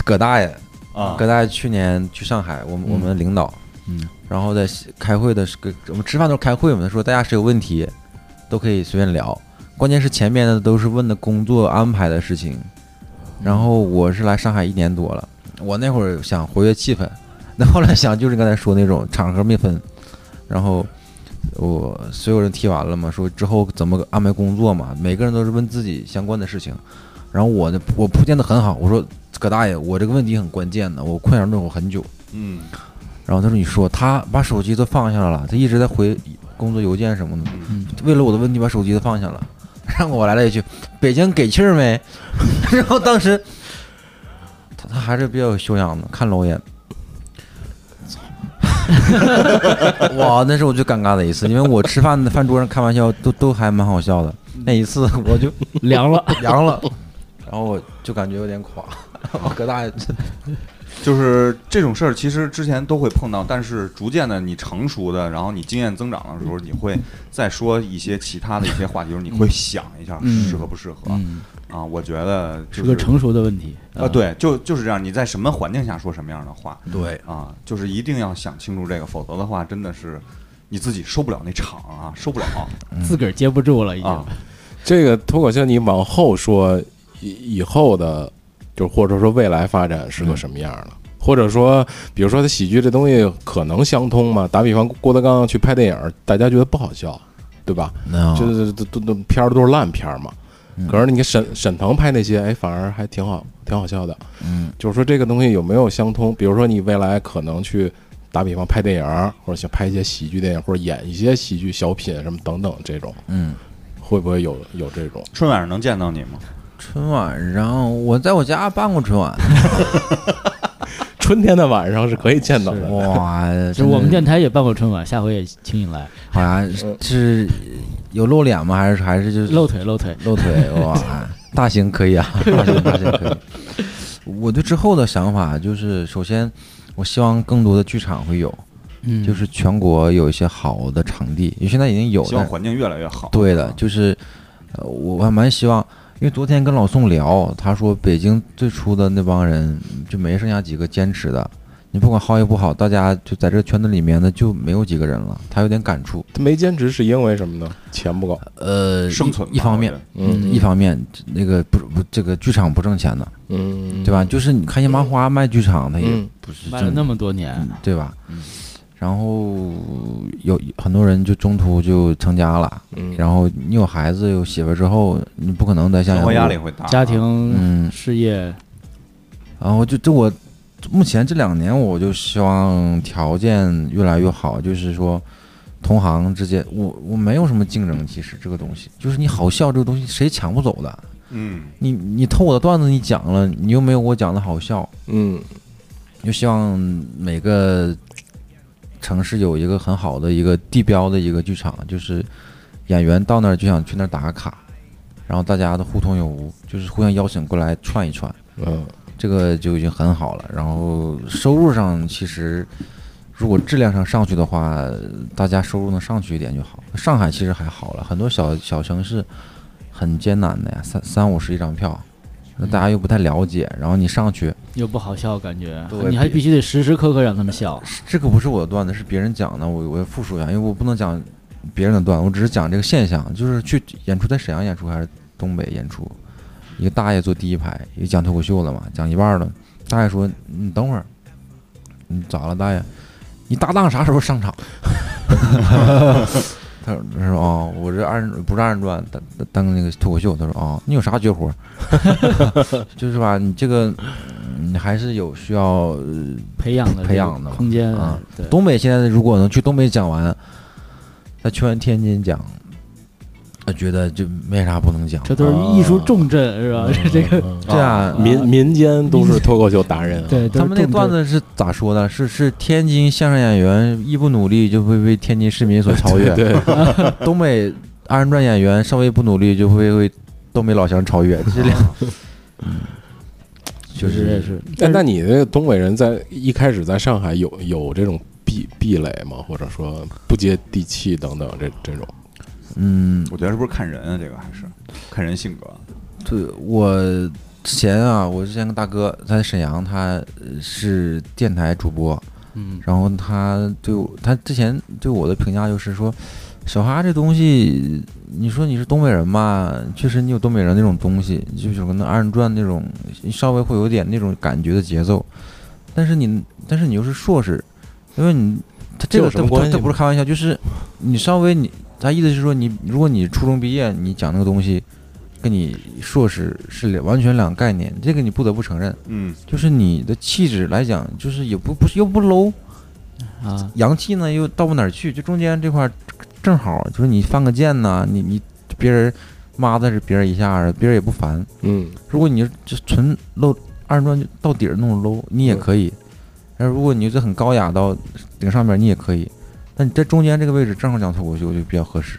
S6: 葛大爷，
S5: 啊
S6: 葛大爷去年去上海，我们我们领导，
S4: 嗯，
S6: 然后在开会的时，我们吃饭都是开会嘛，他说大家谁有问题都可以随便聊，关键是前面的都是问的工作安排的事情，然后我是来上海一年多了，我那会儿想活跃气氛， 那后来想就是你刚才说那种场合没分，然后我所有人提完了嘛，说之后怎么安排工作嘛，每个人都是问自己相关的事情，然后我的我铺垫的很好，我说葛大爷，我这个问题很关键的，我困扰了我很久。
S5: 嗯
S6: 然后他说你说他把手机都放下了，他一直在回工作邮件什么的，
S4: 嗯
S6: 为了我的问题把手机都放下了。然后我来了一句：“北京给气儿没？” 然后当时他他还是比较有修养的，看了我一眼。 操哇，那是我最尴尬的一次，因为我吃饭的饭桌上开玩笑都都还蛮好笑的，那一次我就
S4: 凉了，
S6: 凉 了，然后我就感觉有点垮。 我搁大爷，
S5: 就是这种事儿，其实之前都会碰到，但是逐渐的你成熟的，然后你经验增长的时候，你会再说一些其他的一些话题，就是你会想一下
S4: 嗯
S5: 适合不适合、
S4: 嗯，
S5: 啊。我觉得
S4: 是
S5: 就是
S4: 个成熟的问题
S5: 啊，对，就就是这样，你在什么环境下说什么样的话
S6: 对，
S5: 啊，就是一定要想清楚这个，否则的话真的是你自己受不了那场啊，受不了
S4: 自个儿接不住了已经
S5: 啊。。
S3: 这个脱口秀你往后说以以后的，就或者说未来发展是个什么样的？或者说，比如说他喜剧这东西可能相通吗？打比方，郭德纲去拍电影，大家觉得不好笑，对吧？
S6: 那
S3: 就是都都都片儿都是烂片儿嘛。可是你看沈沈腾拍那些，哎，反而还挺好，挺好笑的。
S6: 嗯，
S3: 就是说这个东西有没有相通？比如说你未来可能去打比方拍电影儿，或者想拍一些喜剧电影，或者演一些喜剧小品什么等等这种，
S6: 嗯。
S3: 会不会有有这种？
S5: 春晚上能见到你吗？
S6: 春晚上，我在我家办过春 晚，
S3: 春天的晚上是可以见到的。
S6: 哇，
S4: 就是我们电台也办过春晚，下回也请你来，
S6: 呃好像是有露脸吗？还是还是就是
S4: 露腿露腿，
S6: 露腿？哇，大型可以 啊，大型大型可以。我对之后的想法就是，首先我希望更多的剧场会有，
S4: 嗯，
S6: 就是全国有一些好的场地，因为现在已经有
S5: 希望
S6: 了。
S5: 环境越来越好。
S6: 对的，就是呃，我我还蛮希望，因为昨天跟老宋聊，他说北京最初的那帮人就没剩下几个坚持的。你不管好与不好，大家就在这圈子里面呢，就没有几个人了。他有点感触，
S3: 他没兼职是因为什么呢？钱不够。
S6: 呃，
S5: 生存吧
S6: 一一方面
S5: 我觉，
S3: 嗯
S6: 一方面那个不不，这个剧场不挣钱的，
S3: 嗯，
S6: 对吧？就是你看些麻花卖剧场，他也
S3: 嗯
S6: 不是嗯
S4: 卖了
S6: 挣
S4: 那么多年，
S5: 嗯
S6: 对吧？然后有很多人就中途就成家了，
S3: 嗯，
S6: 然后你有孩子有媳妇儿之后，你不可能再像
S5: 生活压
S6: 原
S5: 力
S6: 来
S5: 会大，啊
S4: 家庭、
S6: 嗯，
S4: 事业，
S6: 然后就这我目前这两年我就希望条件越来越好，就是说同行之间，我我没有什么竞争，其实这个东西就是你好笑这个东西谁抢不走的，
S5: 嗯，
S6: 你你偷我的段子你讲了，你又没有我讲的好笑，
S3: 嗯
S6: 就希望每个城市有一个很好的一个地标的一个剧场，就是演员到那儿就想去那儿打个卡，然后大家都互通有无，就是互相邀请过来串一串，
S3: 嗯
S6: 这个就已经很好了。然后收入上其实。如果质量上上去的话，大家收入能上去一点就好。上海其实还好了，很多小小城市很艰难的呀，三三五十一张票，那大家又不太了解，然后你上去，
S4: 又不好笑，感觉
S6: 对
S4: 你还
S6: 比
S4: 必须得时时刻刻让他们笑。
S6: 是这个不是我的段子，是别人讲的，我我复述一下，因为我不能讲别人的段子，我只是讲这个现象，就是去演出在沈阳演出还是东北演出，一个大爷坐第一排，也讲脱口秀的嘛，讲一半儿了，大爷说你等会儿，你咋了，大爷？你搭档啥时候上场？ 他说：“他说哦，我这二人不是二人转，当当那个脱口秀。”他说：“哦，你有啥绝活儿？ 就是吧，你这个嗯你还是有需要呃
S4: 培养的
S6: 培养的
S4: 这
S6: 嘛
S4: 个空间
S6: 啊，
S4: 对，
S6: 东北现在如果能去东北讲完，他去完天津讲，我觉得就没啥不能讲。
S4: 这都是艺术重镇是吧？这个
S6: 对啊，
S3: 民民间都是脱口秀达人啊。
S4: 对，都
S6: 他
S4: 是
S6: 们那
S4: 重
S6: 段
S4: 镇
S6: 子是咋说的？是是天津相声演员一不努力就会被天津市民所超越，
S3: 对，
S6: 东北二人转演员稍微不努力就会被东北老乡超越，这两
S4: 确实也是，
S3: 哎，那你那个东北人在一开始在上海有有这种壁壁垒吗？或者说不接地气等等这这种？
S6: 嗯，
S5: 我觉得是不是看人啊？这个还是看人性格。
S6: 对我之前啊，我之前跟大哥他在沈阳，他呃是电台主播，
S4: 嗯，
S6: 然后他对我，他之前对我的评价就是说，小哈这东西，你说你是东北人吧，确实你有东北人那种东西，就是可能二人转那种，稍微会有点那种感觉的节奏。但是你，但是你又是硕士，因为你他
S3: 这
S6: 这
S3: 有
S6: 个
S3: 什么
S6: 他不
S3: 关系
S6: 他不是开玩笑，就是你稍微你他意思是说你，如果你初中毕业，你讲那个东西，跟你硕士是两完全两个概念，这个你不得不承认。
S5: 嗯，
S6: 就是你的气质来讲，就是也不不是又不 low。
S4: 啊，
S6: 阳气呢又到不哪儿去，就中间这块儿正好，就是你犯个贱呐、你你别人骂的是别人一下儿，别人也不烦。
S3: 嗯
S6: 如果你就纯露二人转就到底儿那种 low，你也可以；但是如果你就很高雅到顶上面，你也可以。但你在中间这个位置正好讲脱口秀就比较合适。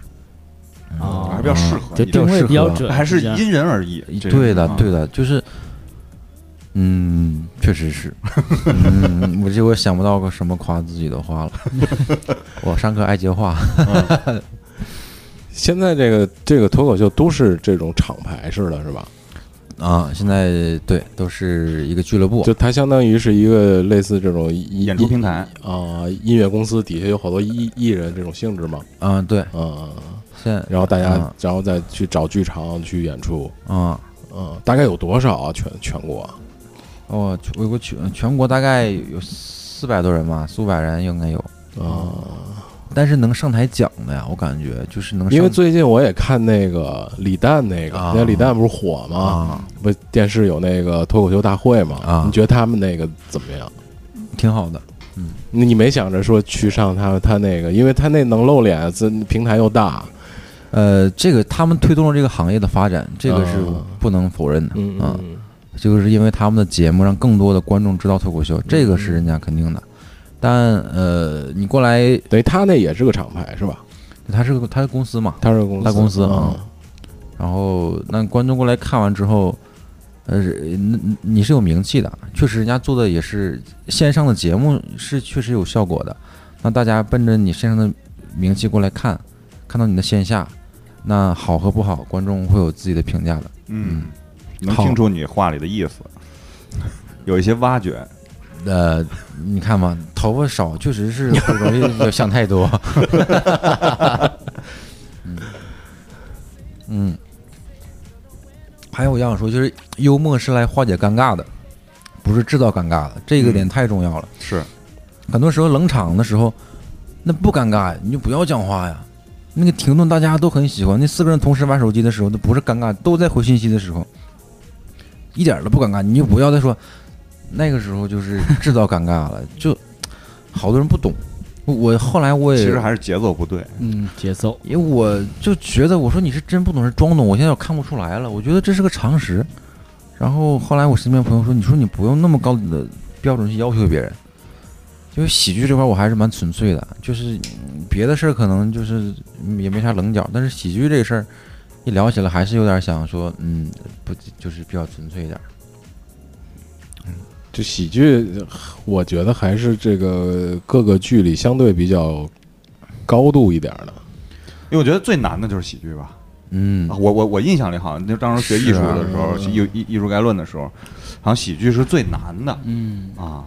S4: 哦
S5: 还是比较适合
S4: 就
S5: 你这
S4: 定
S5: 个，
S4: 位比较
S6: 适合
S4: 准，
S5: 还是
S4: 这样
S5: 因人而异。这个
S6: 对的，
S5: 啊
S6: 对的，就是，嗯，确实是，嗯，我这我想不到个什么夸自己的 话了。我上课爱接话，
S3: 现在这个这个脱口秀都是这种厂牌式的，是吧？
S6: 啊，现在对都是一个俱乐部，
S3: 就它相当于是一个类似这种音
S5: 演出平台，
S3: 啊、音乐公司底下有好多艺艺人这种性质嘛，
S6: 啊，对，
S3: 嗯，
S6: 现在
S3: 然后大家、
S6: 啊
S3: 然后再去找剧场去演出，
S6: 啊，
S3: 嗯，大概有多少啊？全全国啊
S6: 我去我我哦全全国大概有四百多人吧，四五百人应该有，
S3: 啊，
S6: 但是能上台讲的呀，我感觉就是啊能上，
S3: 因为最近我也看那个李诞那个，
S6: 啊
S3: 那李诞不是火吗？
S6: 啊
S3: 不，电视有那个脱口秀大会嘛？
S6: 啊
S3: 你觉得他们那个怎么样？
S6: 挺好的，
S3: 你你没想着说去上他他那个，因为他那能露脸，这平台又大，
S6: 呃，这个他们推动了这个行业的发展，这个是
S3: 啊
S6: 不能否认的
S3: 嗯
S6: 啊，
S3: 嗯
S6: 就是因为他们的节目让更多的观众知道脱口秀，这个
S3: 嗯
S6: 是人家肯定的，但呃，你过来，
S3: 等于他那也是个厂牌是吧？
S6: 他是个他是公司嘛，嗯
S3: 他是个公司
S6: 大公司
S3: 啊
S6: 啊，然后那观众过来看完之后，呃，那你是有名气的，确实人家做的也是线上的节目是确实有效果的。那大家奔着你身上的名气过来看，看到你的线下，那好和不好，观众会有自己的评价的。
S5: 嗯，能
S6: 好
S5: 听出你话里的意思，有一些挖掘。
S6: 呃，你看嘛，头发少确实是会容易想太多。嗯，嗯，还有我想说，就是幽默是来化解尴尬的，不是制造尴尬的，这个点太重要了。
S5: 是，
S6: 很多时候冷场的时候，那不尴尬呀，你就不要讲话呀。那个停顿大家都很喜欢，那四个人同时玩手机的时候，那不是尴尬，都在回信息的时候，一点儿都不尴尬。你就不要再说，那个时候就是制造尴尬了，就好多人不懂。我后来我
S5: 其
S6: 也
S5: 实还是节奏不对。
S4: 嗯，节奏，
S6: 因为我就觉得，我说你是真不懂是装懂，我现在我看不出来了，我觉得这是个常识。然后后来我身边朋友说，你说你不用那么高的标准去要求别人，因为喜剧这块我还是蛮纯粹的，就是嗯别的事儿可能就是嗯也没啥棱角，但是喜剧这个事儿一聊起来还是有点想说，嗯，不就是比较纯粹一点儿。
S3: 就喜剧，我觉得还是这个各个剧里相对比较高度一点儿的。
S5: 因为我觉得最难的就是喜剧吧。
S6: 嗯啊
S5: 啊，我我我印象里好像就当时学艺术的时候，艺艺艺术概论的时候，好像喜剧是最难的
S4: 嗯，
S5: 啊。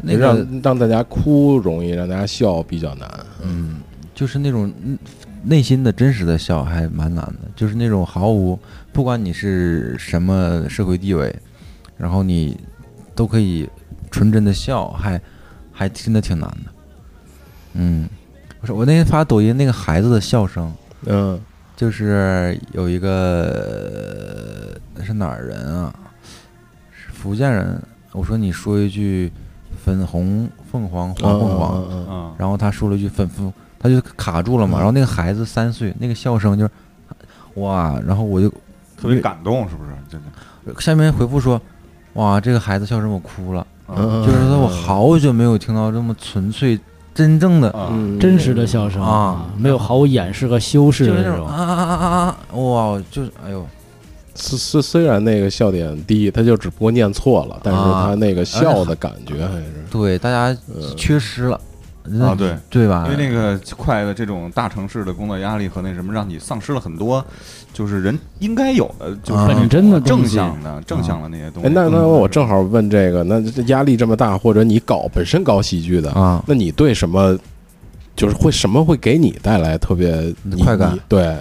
S6: 那个
S3: 让让大家哭容易，让大家笑比较难。
S6: 嗯，就是那种嗯内心的真实的笑还蛮难的，就是那种毫无，不管你是什么社会地位，然后你都可以纯真的笑，还还真的挺难的。嗯，不是我那天发抖音那个孩子的笑声，
S3: 嗯，
S6: 就是有一个呃是哪儿人啊？是福建人。我说你说一句粉红凤凰黄凤凰，
S3: 嗯嗯嗯
S5: 嗯，
S6: 然后他说了一句反复，他就卡住了嘛。
S3: 嗯
S6: 然后那个孩子三岁，那个笑声就是哇，然后我就
S5: 特别感动，是不是？真的，
S6: 下面回复说哇，这个孩子笑声我哭了，
S3: 嗯
S6: 就是说我好久没有听到这么纯粹、真正的，
S5: 啊，
S3: 嗯
S4: 真实的笑声
S6: 啊，
S4: 没有毫无掩饰和修饰
S6: 就是
S4: 的
S6: 那
S4: 那
S6: 种
S4: 种，
S6: 啊啊啊啊啊，哇，就是哎呦，
S3: 虽虽虽然那个笑点低，他就只不过念错了，但是
S6: 啊哎
S3: 他那个笑的感觉还是
S6: 对，大家
S3: 呃
S6: 缺失了
S5: 啊对
S6: 对吧？
S5: 因为那个快的这种大城市的工作压力和那什么，让你丧失了很多，就是人应该有的，就是
S6: 啊
S5: 那种
S4: 本真的东
S5: 正
S4: 西
S5: 向的、正向的那些东
S3: 哎，
S5: 西。嗯
S3: 那那我正
S5: 好
S3: 好问这个，那这压力这么大，或者你搞本身搞喜剧的，
S6: 啊，
S3: 那你对什么就是会什么会给你带来特别你
S6: 快感
S3: 你对，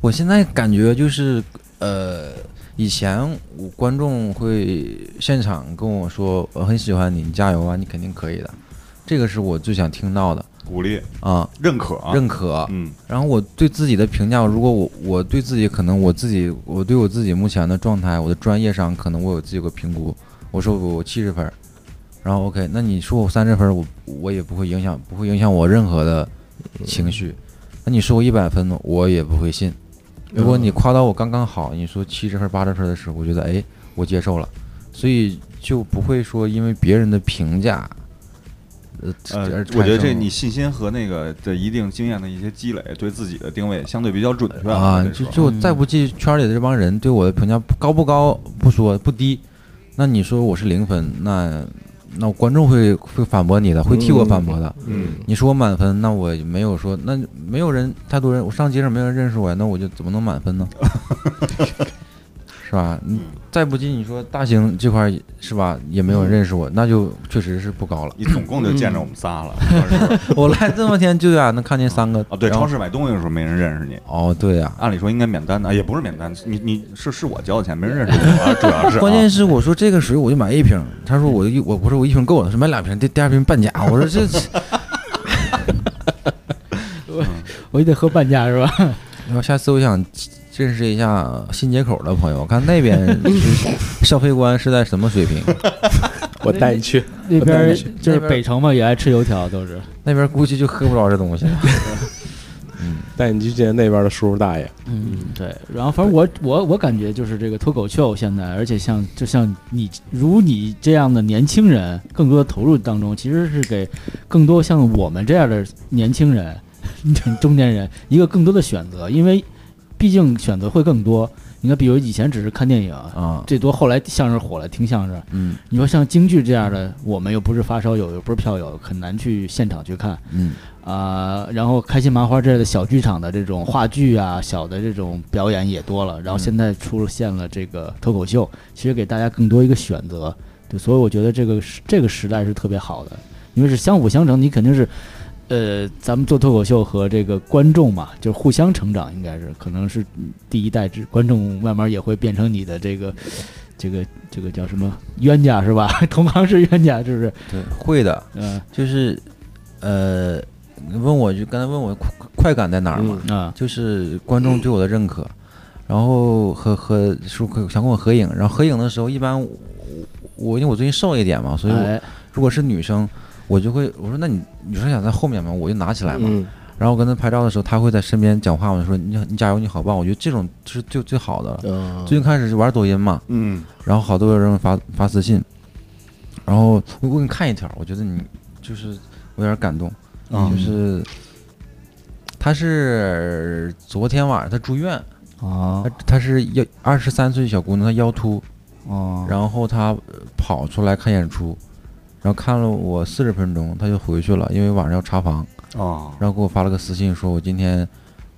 S6: 我现在感觉就是，呃，以前我观众会现场跟我说我很喜欢你，你加油啊，你肯定可以的，这个是我最想听到的
S5: 鼓励、
S6: 啊，
S5: 认可、啊、
S6: 认可。
S5: 嗯
S6: 然后我对自己的评价，如果我我对自己可能我自己我对我自己目前的状态，我的专业上可能我有自己有个评估，我说我七十分儿，然后 OK，那你说我三十分儿，我我也不会影响不会影响我任何的情绪，那你说我一百分，我也不会信。如果你夸到我刚刚好，你说七十分八十分的时候，我觉得哎，我接受了，所以就不会说因为别人的评价，呃，
S5: 呃
S6: 而，
S5: 我觉得这
S6: 产生
S5: 你信心和那个的一定经验的一些积累，对自己的定位相对比较准确了
S6: 啊，
S5: 这
S6: 就
S5: 时候
S6: 就再不济，圈里的这帮人对我的评价不高不高不说不低，那你说我是零分，那那观众会会反驳你的，会替我反驳的。
S5: 嗯。
S6: 你说我满分，那我没有说，那没有人太多人，我上街上没有人认识我呀，那我就怎么能满分呢？是吧？你再不济，你说大型这块儿是吧，也没有人认识我，那就确实是不高了
S5: 你总共就见着我们仨了，是 吧
S6: 我来这么天就呀，能看见三个
S5: 啊，对，
S6: 然后
S5: 超市买东西的时候没人认识你，
S6: 哦，对呀、
S5: 按理说应该免单的，啊也不是免单，你你是是我交的钱，没人认识我啊，主要是啊
S6: 关键是我说这个水我就买一瓶，他说我一我我说我一瓶够了，是买两瓶，第第二瓶 半价。我说这
S4: 我也得喝半价是吧？
S6: 然后下次我想认识一下新街口的朋友，看那边是消费观是在什 么水平，
S3: 我带你去，
S4: 那边儿就
S6: 那
S4: 是
S6: 边儿
S4: 北城嘛，也爱吃油条，都是，
S6: 那边估计就喝不着这东西了。
S3: 带你去见那边的叔叔大爷。
S4: 嗯，对。然后反正我我我感觉就是这个脱口秀现在，而且像就像你如你这样的年轻人，更多的投入当中，其实是给更多像 我们这样的年轻人、中年人一个更多的选择，因为。毕竟选择会更多。你看，比如以前只是看电影，
S6: 啊，
S4: 最多后来相声火了，听相声。
S6: 嗯
S4: 你说像京剧这样的，我们又不是发烧友，又不是票友，很难去现场去看
S6: 嗯
S4: 啊、然后开心麻花这类的小剧场的这种话剧啊，小的这种表演也多了。然
S6: 嗯
S4: 后现在出现了这个脱口秀，其实给大家更多一个选择。对，所以我觉得这个时这个时代是特别好的，因为是相辅相成，你肯定是。呃，咱们做脱口秀和这个观众嘛，就是互相成长，应该是可能是第一代之观众，慢慢也会变成你的这个这个这个叫什么冤家是吧？ 同行是冤家，是不是？
S6: 对，会的，
S4: 嗯、
S6: 就是呃，你问我就刚才问我快快感在哪儿
S5: 嗯
S6: 嘛，
S4: 啊，
S6: 就是观众对我的认可，然后和和说想跟我合影，然后合影的时候一般我我因为我最近瘦了一点嘛，所以我
S4: 哎
S6: 如果是女生，我就会我说那你女生想在后面嘛，我就拿起来嘛。
S3: 嗯
S6: 然后我跟她拍照的时候，她会在身边讲话，我就说你你加油，你好棒。我觉得这种是最最好的了。
S3: 嗯
S6: 最近开始玩抖音嘛，
S5: 嗯，
S6: 然后好多人发发私信，然后我我给你看一条，我觉得你就是我有点感动，
S5: 啊
S6: 就是他是昨天晚上他住院，
S4: 哦
S6: 他他是幺二十三岁小姑娘，她腰突，
S4: 哦，
S6: 然后她呃跑出来看演出，然后看了我四十分钟，她就回去了，因为晚上要查房，
S5: 哦，
S6: 然后给我发了个私信说，我今天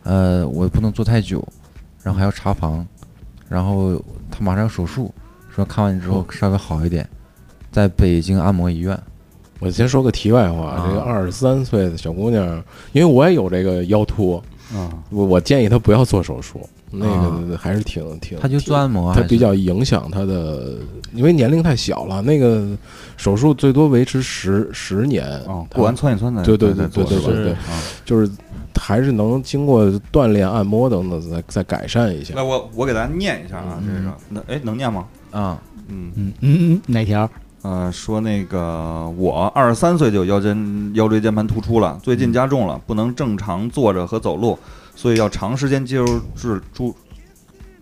S6: 呃我不能坐太久，然后还要查房，然后她马上要手术，说看完之后稍微好一点，在北京按摩医院，
S3: 我先说个题外话，这个
S6: 啊
S3: 二十三岁的小姑娘，因为我也有这个腰突，
S5: 啊，
S3: 我我建议她不要做手术，那个还是挺挺，
S6: 啊她就做按摩还
S3: 它
S6: 是，
S3: 比较影响他的，因为年龄太小了，那个手术最多维持十十年
S5: 哦，，
S3: 它
S5: 过完窜一窜再
S3: 对对
S5: 再
S3: 对
S5: 做
S3: 对对
S5: 是吧
S3: 对对
S5: 啊，
S3: 就是嗯还是能经过锻炼、按摩等等再再改善一下
S5: 来，。我我给大家念一下啊，这个那哎能念吗？
S6: 啊
S5: 嗯
S4: 嗯嗯嗯，哪条？
S5: 呃，说那个我二十三岁就腰间腰椎间盘突出了，
S3: 嗯
S5: 最近加重了，不能正常坐着和走路，所以要长时间接受治住。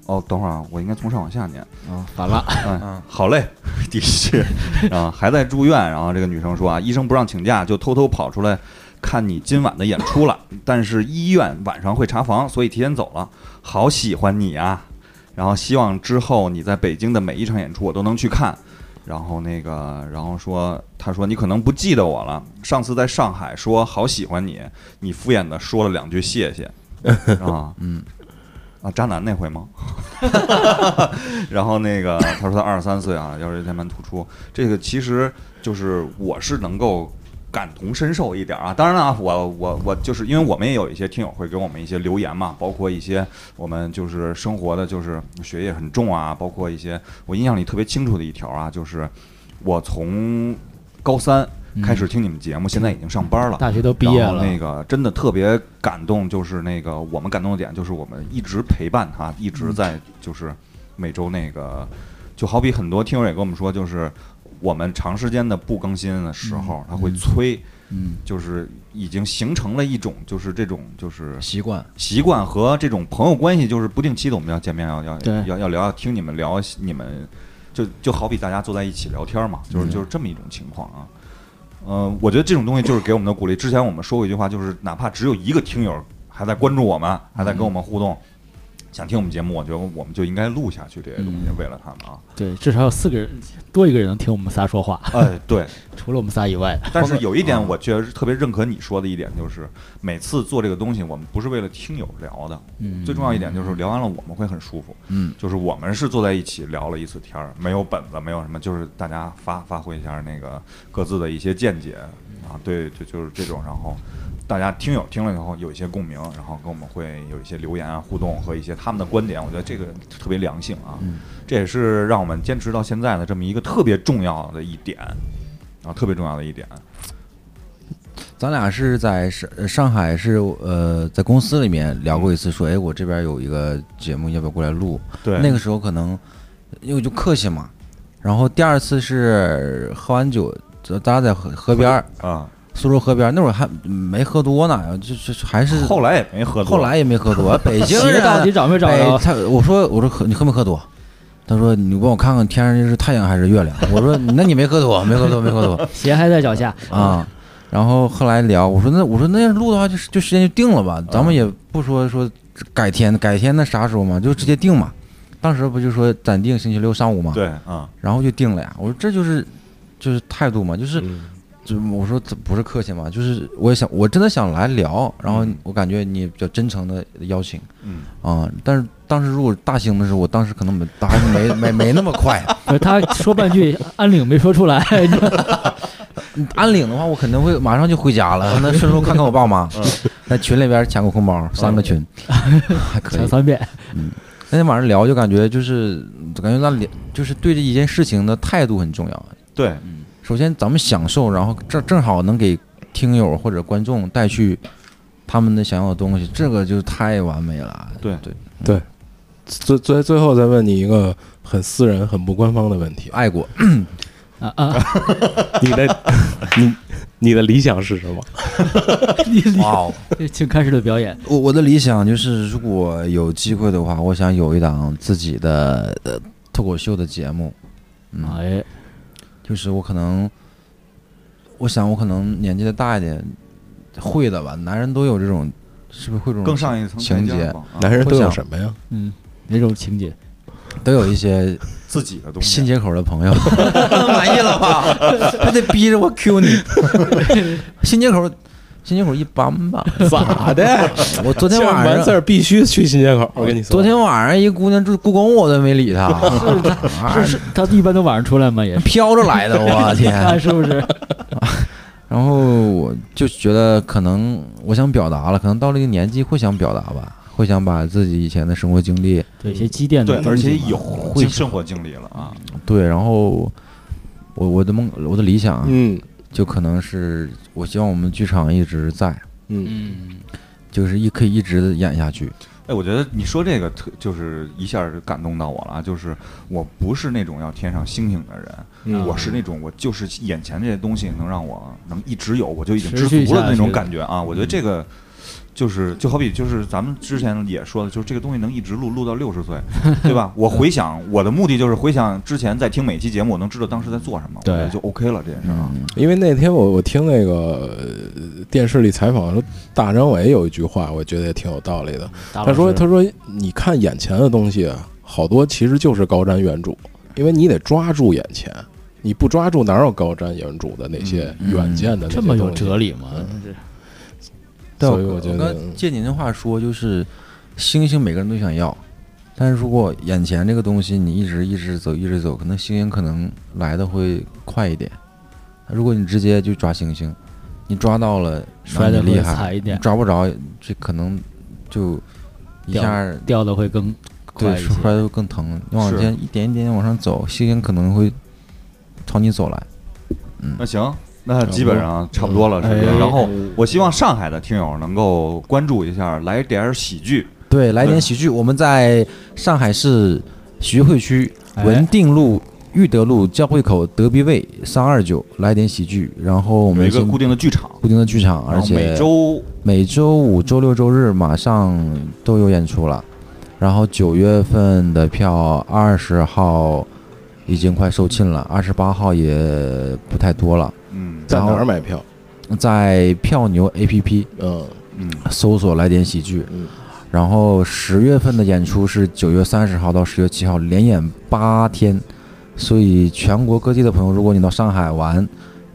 S5: 哦，等会儿啊，我应该从上往下念。
S4: 啊，反了，
S5: 哎，好嘞， 的确，啊，还在住院。然后这个女生说啊，医生不让请假，就偷偷跑出来看你今晚的演出了。 但是医院晚上会查房，所以提前走了。好喜欢你啊！然后希望之后你在北京的每一场演出我都能去看。然后那个，然后说，他说你可能不记得我了。上次在上海说好喜欢你，你敷衍的说了两句谢谢 啊，
S6: 嗯
S5: 啊，渣男那回吗？ 然后那个他说他二十三岁啊，腰椎间盘突出，这个其实就是我是能够感同身受一点啊。当然了啊，我我我就是因为我们也有一些听友会给我们一些留言嘛，包括一些我们就是生活的就是学业很重啊，包括一些我印象里特别清楚的一条啊，就是我从高三开始听你们节目，现在已经上班了。
S4: 嗯大学都毕业
S5: 然后
S4: 了，
S5: 那个真的特别感动，就是那个我们感动的点，就是我们一直陪伴他，一直在就是每周那个，就好比很多听友也跟我们说，就是我们长时间的不更新的时候，他会催，
S6: 嗯，
S5: 就是已经形成了一种就是这种就是
S6: 习惯。
S5: 习惯和这种朋友关系，就是不定期的我们要见面，要要
S4: 对
S5: 要要聊，要听你们聊你们，就就好比大家坐在一起聊天嘛，就是
S6: 嗯
S5: 就是这么一种情况啊。嗯，我觉得这种东西就是给我们的鼓励。之前我们说过一句话，就是哪怕只有一个听友还在关注我们，还在跟我们互动，想听我们节目，我觉得我们就应该录下去这些东西，为了他们啊。
S4: 对，至少有四个人，多一个人能听我们仨说话，
S5: 哎，对，
S4: 除了我们仨以外，
S5: 但是有一点，我确实特别认可你说的一点，就是每次做这个东西，我们不是为了听友聊的，
S4: 嗯，
S5: 最重要一点就是聊完了我们会很舒服。
S6: 嗯，
S5: 就是我们是坐在一起聊了一次天儿，没有本子，没有什么，就是大家发发挥一下那个各自的一些见解啊，对，就就是这种，然后大家听友听了以后有一些共鸣，然后跟我们会有一些留言啊、互动和一些他们的观点，我觉得这个特别良性啊，这也是让我们坚持到现在的这么一个特别重要的一点啊，特别重要的一点，
S6: 咱俩是在上呃上海是呃在公司里面聊过一次，说哎我这边有一个节目，要不要过来录？
S5: 对
S6: 那个时候可能因为我就客气嘛。然后第二次是喝完酒，咱大家在河河边儿，
S5: 啊，
S6: 苏州河边儿，那会儿还没喝多呢，就就就还是
S5: 后来也没喝多，
S6: 后来也没喝 多。北京
S4: 鞋
S6: 人
S4: 到底找没找
S6: 哎
S4: 着？
S6: 他我说我说喝你喝没喝多？他说你帮我看看天上这是太阳还是月亮？我说 那你没喝多，没喝多，没喝多。
S4: 鞋还在脚下，
S6: 啊。然后后来聊，我说那我说那录的话就就时间就定了吧，咱们也不说说改天改天那啥时候嘛，就直接定嘛。当时不就说暂定星期六上午嘛，
S5: 对啊，
S6: 然后就定了呀。我说这就是就是态度嘛，就是
S3: 嗯
S6: 就我说这不是客气嘛，就是我也想我真的想来聊，然后我感觉你比较真诚的邀请
S5: 嗯，
S6: 啊、但是当时如果大兴的时候，我当时可能没答应没没没那么快。
S4: 不是他说半句 安岭没说出 来，
S6: 安岭的话，我肯定会马上就回家了，那顺路看看我爸妈，在群里边抢个红包，三个群，还可
S4: 讲
S6: 以。
S4: 三遍，
S6: 那天晚上聊就感觉就是嗯感觉咱俩就是对这一件事情的态度很重要。
S5: 对，
S6: 首先咱们享受，然后正正好能给听友或者观众带去他们的想要的东西，这个就太完美了。
S5: 对
S6: 对，，
S3: 最最最后再问你一个很私人、很不官方的问题
S6: 爱国，
S4: 啊啊，
S3: 你 的你你的理想是什么？
S4: 你你
S6: 哇哦！
S4: 请开始的表演，
S6: 我我的理想就是，如果有机会的话，我想有一档自己的呃脱口秀的节目，嗯
S4: 哎，
S6: 就是我可能，我想我可能年纪再大一点，会的吧，男人都有这种，是不是会这种
S5: 更上一层
S6: 情
S5: 台阶
S6: 节
S5: 吧啊
S3: 男人都
S6: 我
S3: 有
S6: 想
S3: 什么呀？
S4: 嗯，哪种情节？
S6: 都有一些
S5: 自己 的东西啊
S6: 新，街口的朋友， 满意了吧？ 他得逼着我 Q 你。新街口，新街口一般吧。
S3: 咋的？
S6: 我昨天晚
S3: 完事
S6: 上，
S3: 儿必须去新街口，我跟你说。
S6: 昨天晚上一姑娘住故宫，我都没理 她，啊
S4: 是是，他一般都晚上出来吗？ 也是，
S6: 飘着来的，我
S4: 啊
S6: 天！
S4: 是不是？
S6: 然后我就觉得，可能我想表达了，可能到了一个年纪会想表达吧，会想把自己以前的生活经历，
S4: 对，一些积淀的
S5: 对，
S4: 东西嘛，
S5: 而且有
S6: 会
S5: 经生活经历了啊，
S6: 对，然后我我的梦，我的理想啊，
S3: 嗯
S6: 就可能是我希望我们剧场一直在，
S3: 嗯
S4: 嗯，
S6: 就是一可以一直地演下去。
S5: 哎，我觉得你说这个特就是一下就感动到我了啊，就是我不是那种要天上星星的人，
S3: 嗯，
S5: 我是那种我就是眼前这些东西能让我能一直有，我就已经知
S4: 持续
S5: 足了
S4: 下
S5: 那种
S4: 去嗯
S5: 感觉啊。我觉得这个就是就好比就是咱们之前也说的，就是这个东西能一直录录到六十 岁，对吧？我回想我的目的就是回想之前在听每期节目，我能知道当时在做什么，我觉得
S4: 对
S5: 就 OK 了这件事儿啊。
S3: 因为那天我我听那个呃电视里采访说，大张伟有一句话，我觉得也挺有道理的。
S4: 他
S3: 他说：“他说，你看眼前的东西，好多其实就是高瞻远瞩，因为你得抓住眼前，你不抓住哪有高瞻远瞩的那些远见的那些
S4: 嗯这么有
S3: 东西嗯
S4: 哲理吗？
S6: 但
S3: 所以我觉
S6: 我
S3: 得
S6: 刚借您的话说，就是星星每个人都想要，但是如果眼前这个东西你一直一直走一直走，可能星星可能来的会快一点。如果你直接就抓星星，你抓到了
S4: 摔
S6: 的
S4: 的
S6: 厉
S4: 会
S6: 害，
S4: 惨一
S6: 你
S4: 点，
S6: 抓不着这可能就一
S4: 掉
S6: 下
S4: 掉的会更快
S6: 对
S4: 一些
S6: 摔的更疼。你往
S5: 是
S6: 前一点一点往上走，星星可能会朝你走来。
S5: 那行，那基本上差不多了，是不是？
S4: 哎
S5: 然后我希望上海的听友能够关注一下，来点儿喜剧。
S6: 对，来点喜剧。我们在上海市徐汇区
S4: 哎
S6: 文定路、裕德路交汇口德必味三二九，来点喜剧。然后我
S5: 有
S6: 们
S5: 一个
S6: 先
S5: 固定的剧场，
S6: 固定的剧场，
S5: 然
S6: 而
S5: 后
S6: 且
S5: 每周
S6: 每周五、周六、周日马上都有演出了。然后九月份的票，二十号已经快售罄了，二十八号也不太多了。
S5: 嗯
S3: 在哪儿买票？
S6: 在票牛 APP
S3: 嗯，
S5: 嗯，
S6: 搜索“来点喜剧”，
S3: 嗯
S6: 然后十月份的演出是九月三十号到十月七号，连演八天，所以全国各地的朋友，如果你到上海玩，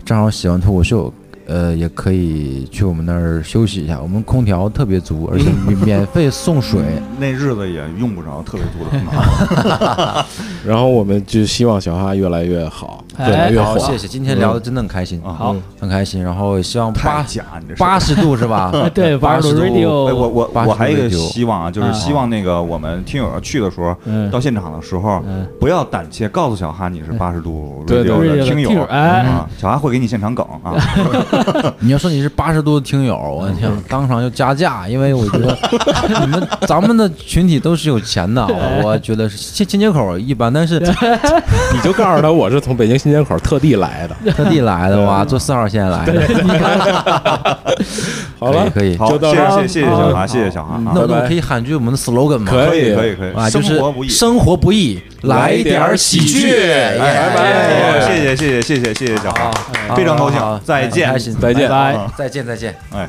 S6: 正好喜欢脱口秀，呃，也可以去我们那儿休息一下，我们空调特别足，而且免免费送水。
S5: 那日子也用不着特别多的
S3: 然后我们就希望小哈越来越好，越
S4: 哎
S3: 来越
S6: 好，
S3: 火。
S6: 谢谢，今天聊的真的很开心，
S5: 啊，
S4: 好？
S6: 很开心，然后希望
S5: 太
S6: 八
S5: 假你这事儿
S6: 八。十度是吧
S4: 对
S6: 八十度
S4: Radio
S5: 哎，我我
S6: 八十
S5: 我还有一个
S6: 度九
S5: 希望啊，就是
S4: 啊
S5: 希望那个我们听友要去的时候，
S4: 嗯
S5: 到现场的时候
S4: 嗯，
S5: 不要胆怯，告诉小哈你是八十度
S3: 对对
S5: radio
S4: 对
S5: 的
S4: 对
S5: 听
S4: 听友
S5: 友
S4: 哎
S5: 啊，小哈会给你现场梗啊，
S6: 你要说你是八十度的听友，我的天，当场就加价，因为我觉得你们咱们的群体都是有钱的，啊我觉得是新新街口一般，但是
S3: 你就告诉他我是从北京新街口特地来 的。
S6: 特地来的哇，坐四号线来的，
S3: 好了，
S6: 可以可以
S5: 好，
S3: 就
S5: 谢
S3: 到这儿
S5: 谢谢谢谢谢小哈，谢谢小哈啊，
S6: 那我
S3: 拜拜
S6: 们可以喊句我们的 slogan 吗？
S3: 可
S5: 可
S3: 以
S5: 以可以可
S6: 啊，
S5: 以，
S6: 就是
S5: 活不易，
S6: 生活不易，来一点儿喜剧，
S3: 哎拜
S5: 哎
S3: 拜
S5: 好谢谢谢谢谢谢谢谢小哈，
S6: 好
S5: 非常高
S6: 好好
S5: 兴，再
S6: 很
S5: 见
S6: 开。心
S3: 再见
S4: 拜拜
S5: 啊
S6: 再见，再见。
S5: 哎。